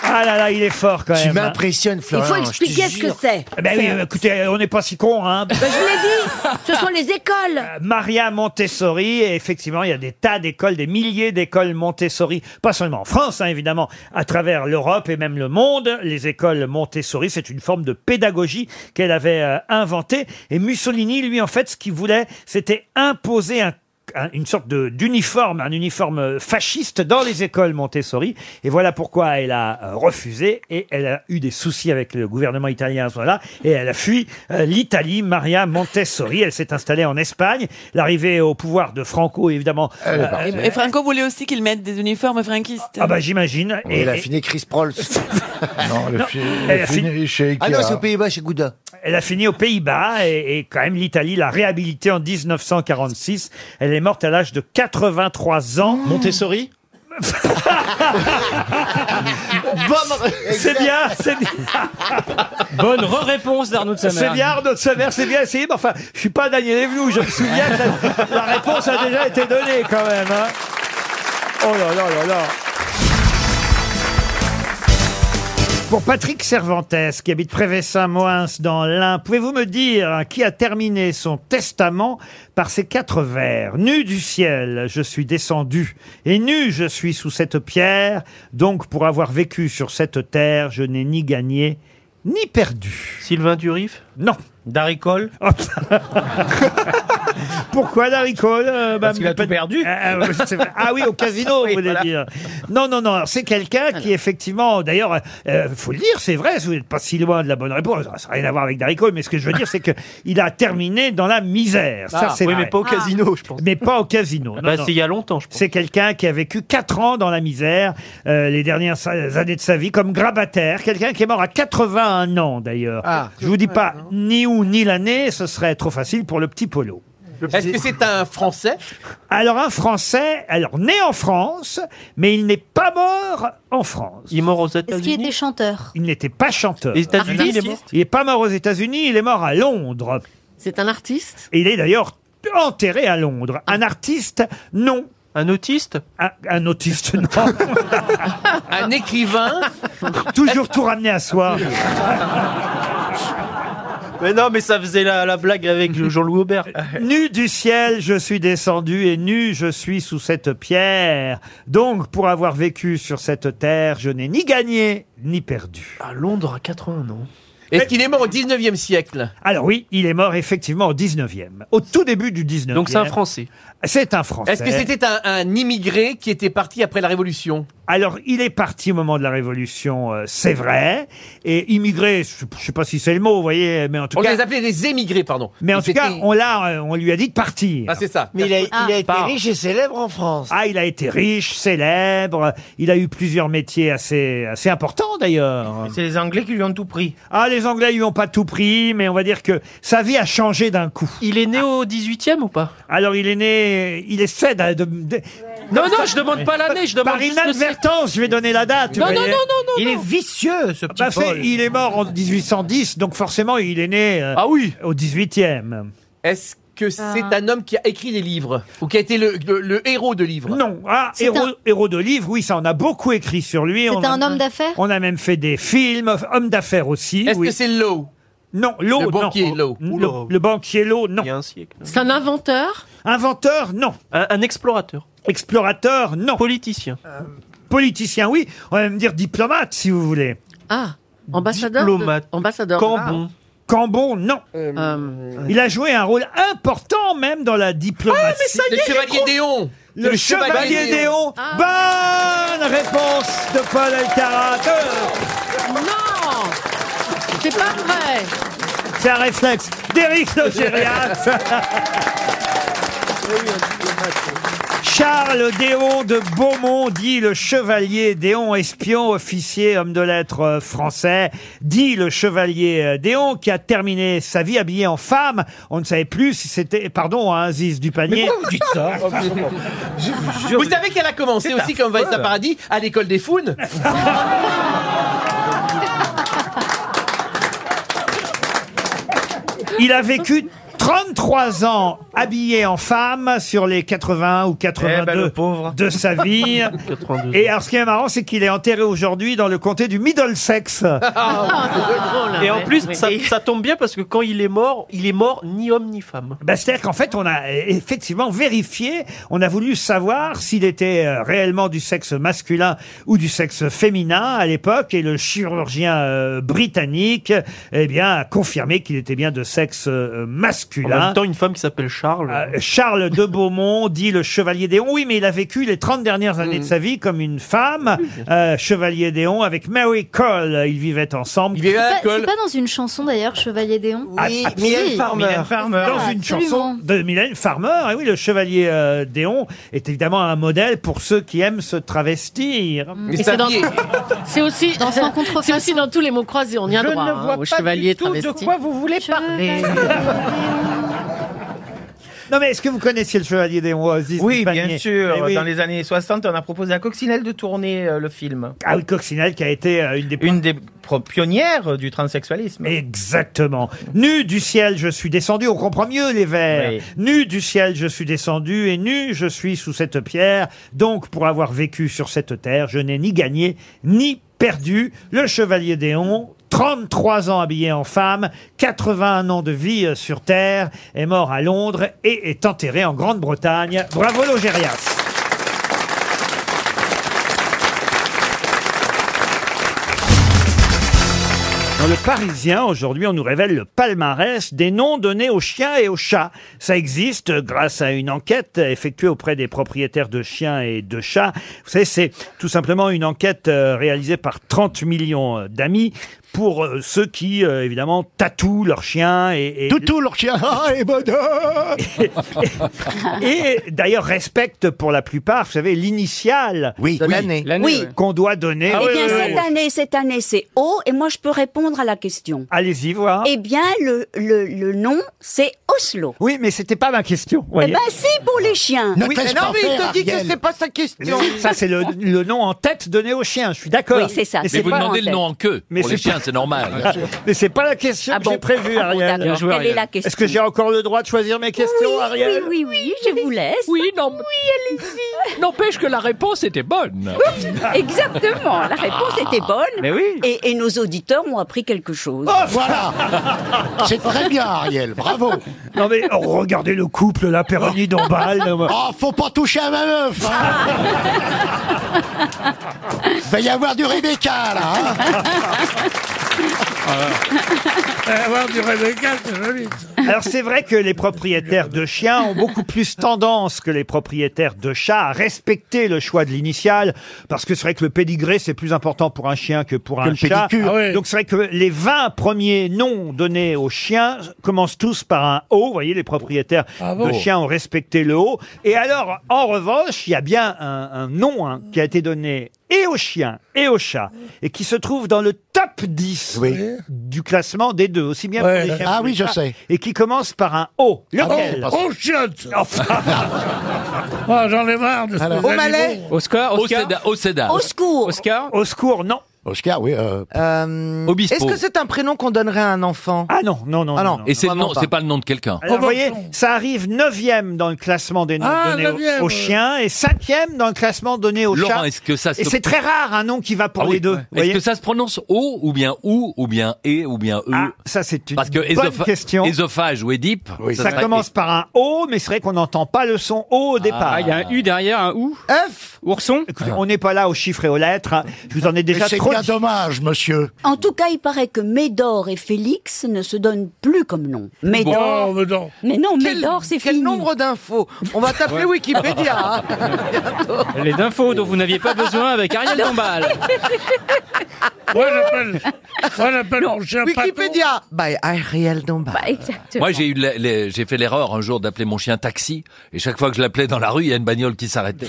Speaker 1: Ah là là, il est fort quand
Speaker 14: Tu
Speaker 1: même. hein.
Speaker 14: m'impressionnes, Florian, Il faut je te expliquer ce que jure. c'est.
Speaker 1: Ben oui,
Speaker 14: C'est-
Speaker 1: écoutez, on n'est pas si con.
Speaker 14: [LAUGHS]
Speaker 1: Hein.
Speaker 2: Ben, je vous l'ai dit, ce sont
Speaker 1: [LAUGHS]
Speaker 2: les écoles.
Speaker 1: Maria Montessori, et effectivement, il y a des tas d'écoles, des milliers d'écoles Montessori, pas seulement en France, hein, évidemment, à travers l'Europe et même le monde. Les écoles Montessori, c'est une forme de pédagogie qu'elle avait euh, inventée. Et Mussolini, lui, en fait, ce qu'il voulait, c'était imposer un un- une sorte de- d'uniforme, un uniforme euh, fasciste dans les écoles Montessori. Et voilà pourquoi elle a euh, refusé et elle a eu des soucis avec le gouvernement italien à ce moment-là. Et elle a fui euh, l'Italie, Maria Montessori. Elle s'est installée en Espagne. L'arrivée au pouvoir de Franco, évidemment.
Speaker 28: Et,
Speaker 1: euh,
Speaker 28: et Franco voulait aussi qu'ils mettent des uniformes franquistes.
Speaker 1: ah bah j'imagine.
Speaker 28: Et elle a
Speaker 1: fini Chris [LAUGHS] Prols.
Speaker 14: Non, elle a fini- elle a fini chez Ikea. Ah non, c'est aux
Speaker 1: Pays-Bas, chez Gouda. Elle a fini aux Pays-Bas et, et quand même l'Italie l'a réhabilitée en 1946. Elle est morte à l'âge de 83 ans. [LAUGHS] Montessori C'est bien, c'est bien.
Speaker 24: Bonne réponse d'Arnaud de Samer.
Speaker 1: C'est bien, Arnaud de Samer, c'est bien essayé, mais enfin, je suis pas Daniel Evenou, je me souviens que la, la réponse a déjà été donnée quand même. hein. Oh là là là là. Pour Patrick Cervantes, qui habite Prévessin-Moins dans l'Ain, pouvez-vous me dire hein, qui a terminé son testament par ces quatre vers Nu du ciel, je suis descendu, et nu je suis sous cette pierre, donc pour avoir vécu sur cette terre, je n'ai ni gagné, ni perdu. Sylvain Durif Non. Darry Cole [LAUGHS] Pourquoi Darry Cole euh, bah,
Speaker 3: Parce qu'il a tout perdu.
Speaker 1: Ah, euh, c'est vrai. Ah oui,
Speaker 3: [LAUGHS]
Speaker 1: au casino, vous voulez dire. Non, non, non. alors C'est quelqu'un qui, effectivement, d'ailleurs, euh, faut le dire, c'est vrai, vous n'êtes pas si loin de la bonne réponse. Ça n'a rien à voir avec Daricole, mais ce que je veux dire, c'est qu'il a terminé dans la misère.
Speaker 3: Ah,
Speaker 1: ça, c'est
Speaker 3: oui,
Speaker 1: vrai.
Speaker 3: mais pas au casino, je pense.
Speaker 1: Mais pas au casino.
Speaker 3: Ah bah, c'est il y a longtemps,
Speaker 1: je pense. C'est quelqu'un qui a vécu 4 ans dans la misère, euh, les dernières sa- années de sa vie, comme grabataire. Quelqu'un qui est mort à 81 ans, d'ailleurs.
Speaker 3: Ah.
Speaker 1: je vous dis pas ni où ni l'année, ce serait trop facile pour le petit polo.
Speaker 3: Est-ce que c'est un Français
Speaker 1: Alors un Français, alors né en France, mais il n'est pas mort en France. Il est mort aux États-Unis.
Speaker 29: Qui était chanteur
Speaker 1: Il n'était pas chanteur.
Speaker 29: Les États-Unis, il est mort
Speaker 1: Il n'est pas mort aux États-Unis, il est mort à Londres.
Speaker 29: C'est un artiste Ah.
Speaker 1: Et il est d'ailleurs enterré à Londres. Un artiste, non. Un autiste un, un autiste, non. [LAUGHS]
Speaker 3: Un écrivain
Speaker 1: Toujours tout ramené à soi.
Speaker 3: Mais non, mais ça faisait la, la blague avec Jean-Louis Aubert.
Speaker 1: [LAUGHS] Nu du ciel, je suis descendu et nu, je suis sous cette pierre. Donc, pour avoir vécu sur cette terre, je n'ai ni gagné, ni perdu.
Speaker 3: À Londres, à 80 ans. Est-ce qu'il est mort au 19e siècle
Speaker 1: Alors oui, il est mort effectivement au 19e, au tout début du 19e.
Speaker 3: Donc c'est un Français.
Speaker 1: C'est un Français.
Speaker 3: Est-ce que c'était un, un immigré qui était parti après la Révolution
Speaker 1: Alors, il est parti au moment de la Révolution, euh, c'est vrai. Et immigré, je ne sais pas si c'est le mot, vous voyez, mais en tout
Speaker 3: On
Speaker 1: cas...
Speaker 3: les appelait des émigrés, pardon.
Speaker 1: Mais en
Speaker 3: Ils
Speaker 1: tout cas,
Speaker 3: étaient-
Speaker 1: on, l'a, euh, on lui a dit de partir.
Speaker 3: Ah, c'est ça.
Speaker 1: célèbre en France. Ah, il a été riche, célèbre. Il a eu plusieurs métiers assez, assez importants d'ailleurs. C'est les Anglais qui lui ont tout pris. Ah, les Anglais lui ont pas tout pris, mais on va dire que sa vie a changé d'un coup. Il est né au 18e ou pas Alors, il est né. Il essaie de. de- de-
Speaker 3: Non, non, je demande pas l'année, je demande
Speaker 1: Par
Speaker 3: juste le siècle.
Speaker 1: [LAUGHS] inadvertance, je vais donner la date.
Speaker 3: Non, non, non, non,
Speaker 1: il est vicieux, ce
Speaker 3: petit Paul.
Speaker 1: euh, Il est mort en 1810, donc forcément, il est né. ah oui Au 18e.
Speaker 3: Ah Est-ce que c'est un homme qui a écrit des livres Ou qui a été le, le- le héros de livres
Speaker 1: Non. Ah,
Speaker 3: C'est
Speaker 1: héros,
Speaker 3: un-
Speaker 1: héros de livre, oui, ça, on a beaucoup écrit sur lui.
Speaker 29: C'est
Speaker 1: On a-
Speaker 29: un homme d'affaires
Speaker 1: On a même fait des films, homme d'affaires aussi. Est-ce que c'est
Speaker 3: Lowe
Speaker 1: Non, Lowe,
Speaker 29: Le
Speaker 1: non.
Speaker 29: banquier
Speaker 1: Lowe. Le, le banquier Lowe, non. Il y a un siècle.
Speaker 29: C'est un inventeur
Speaker 1: Inventeur, non. Un, explorateur. Explorateur, non. Euh, Politicien. Politicien, oui. On va même dire diplomate, si vous voulez.
Speaker 29: Ah, ambassadeur de-
Speaker 1: Diplomate.
Speaker 29: Ambassadeur
Speaker 3: Ah.
Speaker 1: Cambon. Cambon, non. Il a joué un rôle important même dans la diplomatie.
Speaker 3: Euh, Ah, mais ça y est, Le j'ai chevalier compris. Déon.
Speaker 1: Le,
Speaker 3: Le
Speaker 1: chevalier,
Speaker 3: chevalier
Speaker 1: Déon.
Speaker 3: Déon. Ah.
Speaker 1: Bonne réponse de Paul Alcarat.
Speaker 29: Non C'est pas vrai
Speaker 1: C'est un réflexe d'Éric Logérias. Charles Déon de Beaumont, dit le chevalier Déon, espion, officier, homme de lettres euh, français, dit le chevalier euh, Déon, qui a terminé sa vie habillé en femme. On ne savait plus si c'était, pardon, hein, Ziz du panier. [LAUGHS]
Speaker 3: Vous savez qu'elle a commencé aussi comme Vanessa Paradis à l'école des founes
Speaker 1: [LAUGHS] Il a vécu 33 ans habillé en femme sur les 80 ou 82
Speaker 15: Eh ben, le pauvre.
Speaker 1: de sa
Speaker 15: [LAUGHS]
Speaker 1: vie.
Speaker 15: 82.
Speaker 1: Et alors, ce qui est marrant, c'est qu'il est enterré aujourd'hui dans le comté du Middlesex.
Speaker 15: Ah, hein. Et en plus, ça, ça tombe bien parce que quand il est mort, il est mort ni homme ni femme.
Speaker 1: Bah, C'est-à-dire qu'en fait, on a eh, effectivement vérifié, on a voulu savoir s'il était euh, réellement du sexe masculin ou du sexe féminin à l'époque, et le chirurgien euh, britannique eh bien, a confirmé qu'il était bien de sexe euh,
Speaker 15: En
Speaker 1: masculin. Euh,
Speaker 15: même temps, une femme qui s'appelle Charles.
Speaker 1: Charles de Beaumont, [LAUGHS] dit le chevalier Déon. Oui, mais il a vécu les 30 dernières années de
Speaker 15: Mm.
Speaker 1: sa vie comme une femme, euh, chevalier Déon, avec Mary Cole. Ils vivaient ensemble.
Speaker 29: C'est pas- C'est pas dans une chanson d'ailleurs, Chevalier Déon
Speaker 1: Ah, ah, si. Dans
Speaker 29: Ah,
Speaker 1: une
Speaker 29: absolument.
Speaker 1: chanson de Mylène Farmer. Et oui, le chevalier euh, Déon est évidemment un modèle pour ceux qui aiment se travestir.
Speaker 29: Et c'est dans-
Speaker 11: [LAUGHS]
Speaker 29: C'est aussi, c'est aussi dans tous les mots croisés, on y a
Speaker 23: Je
Speaker 29: droit.
Speaker 23: ne
Speaker 29: hein,
Speaker 23: vois
Speaker 29: au
Speaker 23: pas
Speaker 29: chevalier
Speaker 23: du tout de
Speaker 29: travesti.
Speaker 23: quoi vous voulez parler.
Speaker 1: [LAUGHS] Non, mais est-ce que vous connaissiez le chevalier Déon Oasis
Speaker 15: Oui,
Speaker 1: du Panier
Speaker 15: bien sûr.
Speaker 1: Eh oui.
Speaker 15: Dans les années 60, on a proposé à Coccinelle de tourner euh, le film.
Speaker 1: Ah oui, Coccinelle qui a été euh, une des,
Speaker 15: pro- pionnières euh, du transsexualisme.
Speaker 1: Exactement. Nu du ciel, je suis descendu. On comprend mieux les vers. Nu du ciel, je suis descendu et nu, je suis sous cette pierre. Donc, pour avoir vécu sur cette terre, je n'ai ni gagné ni perdu. Le chevalier Déon. 33 ans habillé en femme, 81 ans de vie euh, sur Terre, est mort à Londres et est enterré en Grande-Bretagne. Bravo Logérias Dans le Parisien, aujourd'hui, on nous révèle le palmarès des noms donnés aux chiens et aux chats. Ça existe grâce à une enquête effectuée auprès des propriétaires de chiens et de chats. Vous savez, c'est tout simplement une enquête euh, réalisée par 30 millions euh, d'amis pour euh, ceux qui, euh, évidemment, tatouent leurs chiens et... et... [LAUGHS]
Speaker 16: Toutou, leur chien, et bonheur
Speaker 1: Et d'ailleurs respectent pour la plupart, vous savez, l'initiale de l'année Ah
Speaker 22: Oui.
Speaker 1: qu'on doit donner.
Speaker 22: eh bien, cette année, cette année, c'est O, et moi, je peux répondre à la question.
Speaker 1: Allez-y voir.
Speaker 22: Eh bien, le, le, le nom, c'est Oslo.
Speaker 1: Oui, mais c'était pas ma question.
Speaker 22: Eh
Speaker 1: voyez.
Speaker 22: ben, si, pour les chiens.
Speaker 1: Notre Oui, mais non, mais il te dit que
Speaker 22: Ariel.
Speaker 1: c'est pas
Speaker 22: sa question.
Speaker 1: Ça, c'est le, le nom en tête donné au chien, je suis d'accord.
Speaker 22: Oui, c'est ça,
Speaker 1: Mais
Speaker 22: c'est
Speaker 1: c'est
Speaker 22: vous
Speaker 1: pas-
Speaker 22: demandez le nom
Speaker 1: en queue. Mais
Speaker 22: Pour les
Speaker 1: c'est pas- Ah,
Speaker 22: chiens, c'est normal. Bien sûr.
Speaker 1: Mais c'est pas la question que j'ai prévue,
Speaker 22: Ah bon,
Speaker 1: Ariel.
Speaker 22: d'accord. Bien joué, Quelle Ariel. est la question
Speaker 1: Est-ce que j'ai encore le droit de choisir mes questions,
Speaker 22: oui,
Speaker 1: Ariel
Speaker 22: oui, oui, oui, je vous laisse. Oui, non. Oui, allez-y.
Speaker 7: N'empêche que la réponse était
Speaker 19: [LAUGHS]
Speaker 7: bonne. Ah.
Speaker 22: Exactement, la réponse était bonne.
Speaker 7: Mais oui.
Speaker 22: Et, et nos auditeurs ont appris quelque chose.
Speaker 19: [LAUGHS]
Speaker 16: voilà C'est très bien, Ariel, bravo
Speaker 1: [LAUGHS] Non mais oh, regardez le couple, la péronie d'Ombal.
Speaker 16: [LAUGHS] Oh, faut pas toucher à ma meuf
Speaker 1: [LAUGHS]
Speaker 16: hein. Va y avoir du Rebecca, là hein.
Speaker 1: Ah.
Speaker 6: avoir du Rebecca, c'est joli. ça.
Speaker 1: Alors c'est vrai que les propriétaires de chiens ont beaucoup plus tendance que les propriétaires de chats à respecter le choix de l'initiale, parce que c'est vrai que le pédigré c'est plus important pour un chien que pour un
Speaker 6: le
Speaker 1: chat.
Speaker 6: pédicure. Ah ouais.
Speaker 1: Donc c'est vrai que les 20 premiers noms donnés aux chiens commencent tous par un O. Vous voyez, les propriétaires
Speaker 6: Ah bon
Speaker 1: de chiens ont respecté le O. Et alors, en revanche, il y a bien un, un nom hein, qui a été donné et aux chiens et aux chats, et qui se trouve dans le top 10 du classement des deux, aussi bien
Speaker 16: Ouais.
Speaker 1: pour les chiens
Speaker 16: Ah
Speaker 1: que pour les
Speaker 16: oui, je
Speaker 1: chats,
Speaker 16: sais.
Speaker 1: Et qui commence par un O.
Speaker 39: Ah,
Speaker 1: Lequel
Speaker 6: Oh, oh, chiotte Oh, j'en ai marre de
Speaker 1: [LAUGHS]
Speaker 6: ce
Speaker 1: Ah, Alors. Au Malais
Speaker 7: Oscar, Oscar. Au Séda- au Sédar.
Speaker 22: Au secours
Speaker 7: Oscar
Speaker 1: Au secours, non.
Speaker 4: Oscar, oui. euh,
Speaker 42: Obispo.
Speaker 3: Est-ce que c'est un prénom qu'on donnerait à un enfant
Speaker 1: Ah non, non, non.
Speaker 3: Ah non.
Speaker 1: non,
Speaker 16: Et c'est le
Speaker 3: Vraiment
Speaker 16: nom-
Speaker 3: pas.
Speaker 16: c'est pas le nom de quelqu'un.
Speaker 1: Alors, vous voyez, ça arrive 9e dans le classement des noms
Speaker 16: Oh, Ah,
Speaker 1: donnés
Speaker 16: neuvième,
Speaker 1: aux, aux
Speaker 16: ouais.
Speaker 1: chiens et 5e dans le classement donné aux
Speaker 16: Laurent,
Speaker 1: chats.
Speaker 16: est-ce que ça se-
Speaker 1: Et c'est très rare un nom qui va pour
Speaker 16: Ah
Speaker 1: les
Speaker 16: oui,
Speaker 1: deux.
Speaker 16: ouais.
Speaker 1: vous
Speaker 16: Est-ce
Speaker 1: voyez.
Speaker 16: que ça se prononce O ou bien ou ou bien et ou bien e
Speaker 1: Ah, Ça c'est une
Speaker 16: Parce que
Speaker 1: bonne
Speaker 16: ésopha-
Speaker 1: question.
Speaker 16: Ésophage ou édipe.
Speaker 1: ça commence par un O, mais c'est vrai qu'on n'entend pas le son O au départ.
Speaker 16: Ah, il y a un U
Speaker 1: derrière, un OU F Ourson Écoutez, on n'est pas là aux chiffres et aux lettres. hein. Je vous en ai déjà
Speaker 4: c'est
Speaker 1: trop
Speaker 4: bien
Speaker 1: dit.
Speaker 4: dommage, monsieur.
Speaker 19: En tout cas, il paraît que Médor et Félix ne se donnent plus comme nom. Médor. Mais non, Médor, c'est
Speaker 3: Oh, Quel nombre d'infos On va taper
Speaker 9: Ouais.
Speaker 3: Wikipédia. hein.
Speaker 9: Les infos dont vous n'aviez pas besoin avec Ariel Dombal.
Speaker 3: [LAUGHS]
Speaker 6: Moi, j'appelle, moi, j'appelle mon chien
Speaker 3: Wikipédia by Ariel Dombal.
Speaker 4: Bah,
Speaker 16: Moi, j'ai eu la- les- j'ai fait l'erreur un jour d'appeler mon chien taxi, et chaque fois que je l'appelais dans la rue, il y a une bagnole qui
Speaker 19: [LAUGHS]
Speaker 16: s'arrêtait.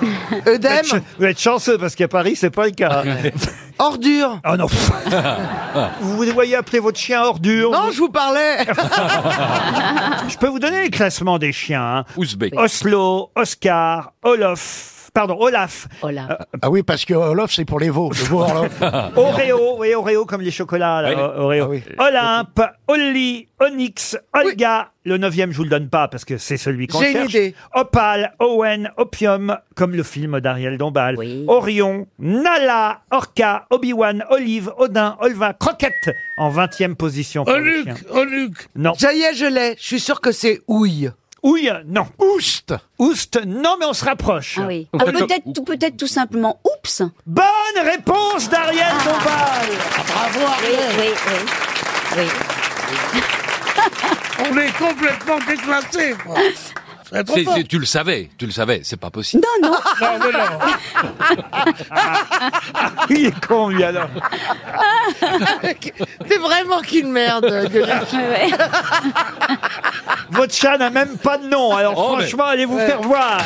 Speaker 1: Vous êtes ch- Vous êtes chanceux parce qu'à Paris, c'est pas le cas.
Speaker 16: [LAUGHS]
Speaker 3: Ordure.
Speaker 1: Oh non. [LAUGHS] vous vous voyez appeler votre chien ordure
Speaker 3: Non, je vous parlais.
Speaker 1: Je peux vous donner les classements des chiens. hein.
Speaker 16: Ouzbek.
Speaker 1: Oslo, Oscar, Olof. Pardon, Olaf. Euh,
Speaker 4: Ah oui, parce que Olof, c'est pour les veaux. Le veau Orlof.
Speaker 1: [LAUGHS]
Speaker 4: Ah
Speaker 1: Oreo, vous voyez Oreo comme les chocolats, là, O- Oreo. Olympe, Oli, Onyx, Olga. Le neuvième, je vous le donne pas parce que c'est celui qu'on
Speaker 3: J'ai une
Speaker 1: cherche.
Speaker 3: idée.
Speaker 1: Opal, Owen, Opium, comme le film d'Ariel Dombal. Orion, Nala, Orca, Obi-Wan, Olive, Odin, Olva, Croquette en 20e position. pour les chiens.
Speaker 3: Oluc.
Speaker 1: Non.
Speaker 3: Jaillet, je l'ai. Je suis sûr que c'est Ouille.
Speaker 1: Ouille, non. Oust. Oust, non, mais on se rapproche.
Speaker 19: Ah oui. Ah, peut-être tout, peut tout simplement oups. Ah.
Speaker 1: Bonne réponse d'Ariel Dombal.
Speaker 19: bravo Ariel. Oui, oui, oui.
Speaker 6: On est complètement déclassé.
Speaker 19: [LAUGHS]
Speaker 6: quoi. C'est trop
Speaker 16: C'est-
Speaker 6: fort.
Speaker 16: c'est- tu le savais, tu le savais, c'est pas
Speaker 19: oui.
Speaker 16: possible. [LAUGHS]
Speaker 19: Non, non.
Speaker 6: Non, mais non.
Speaker 1: Il est con, lui, alors.
Speaker 22: [LAUGHS]
Speaker 3: T'es vraiment qu'une merde, Gueuluc.
Speaker 1: Votre chat n'a même pas de nom, alors
Speaker 16: Oh, mais-
Speaker 1: franchement, allez vous faire voir.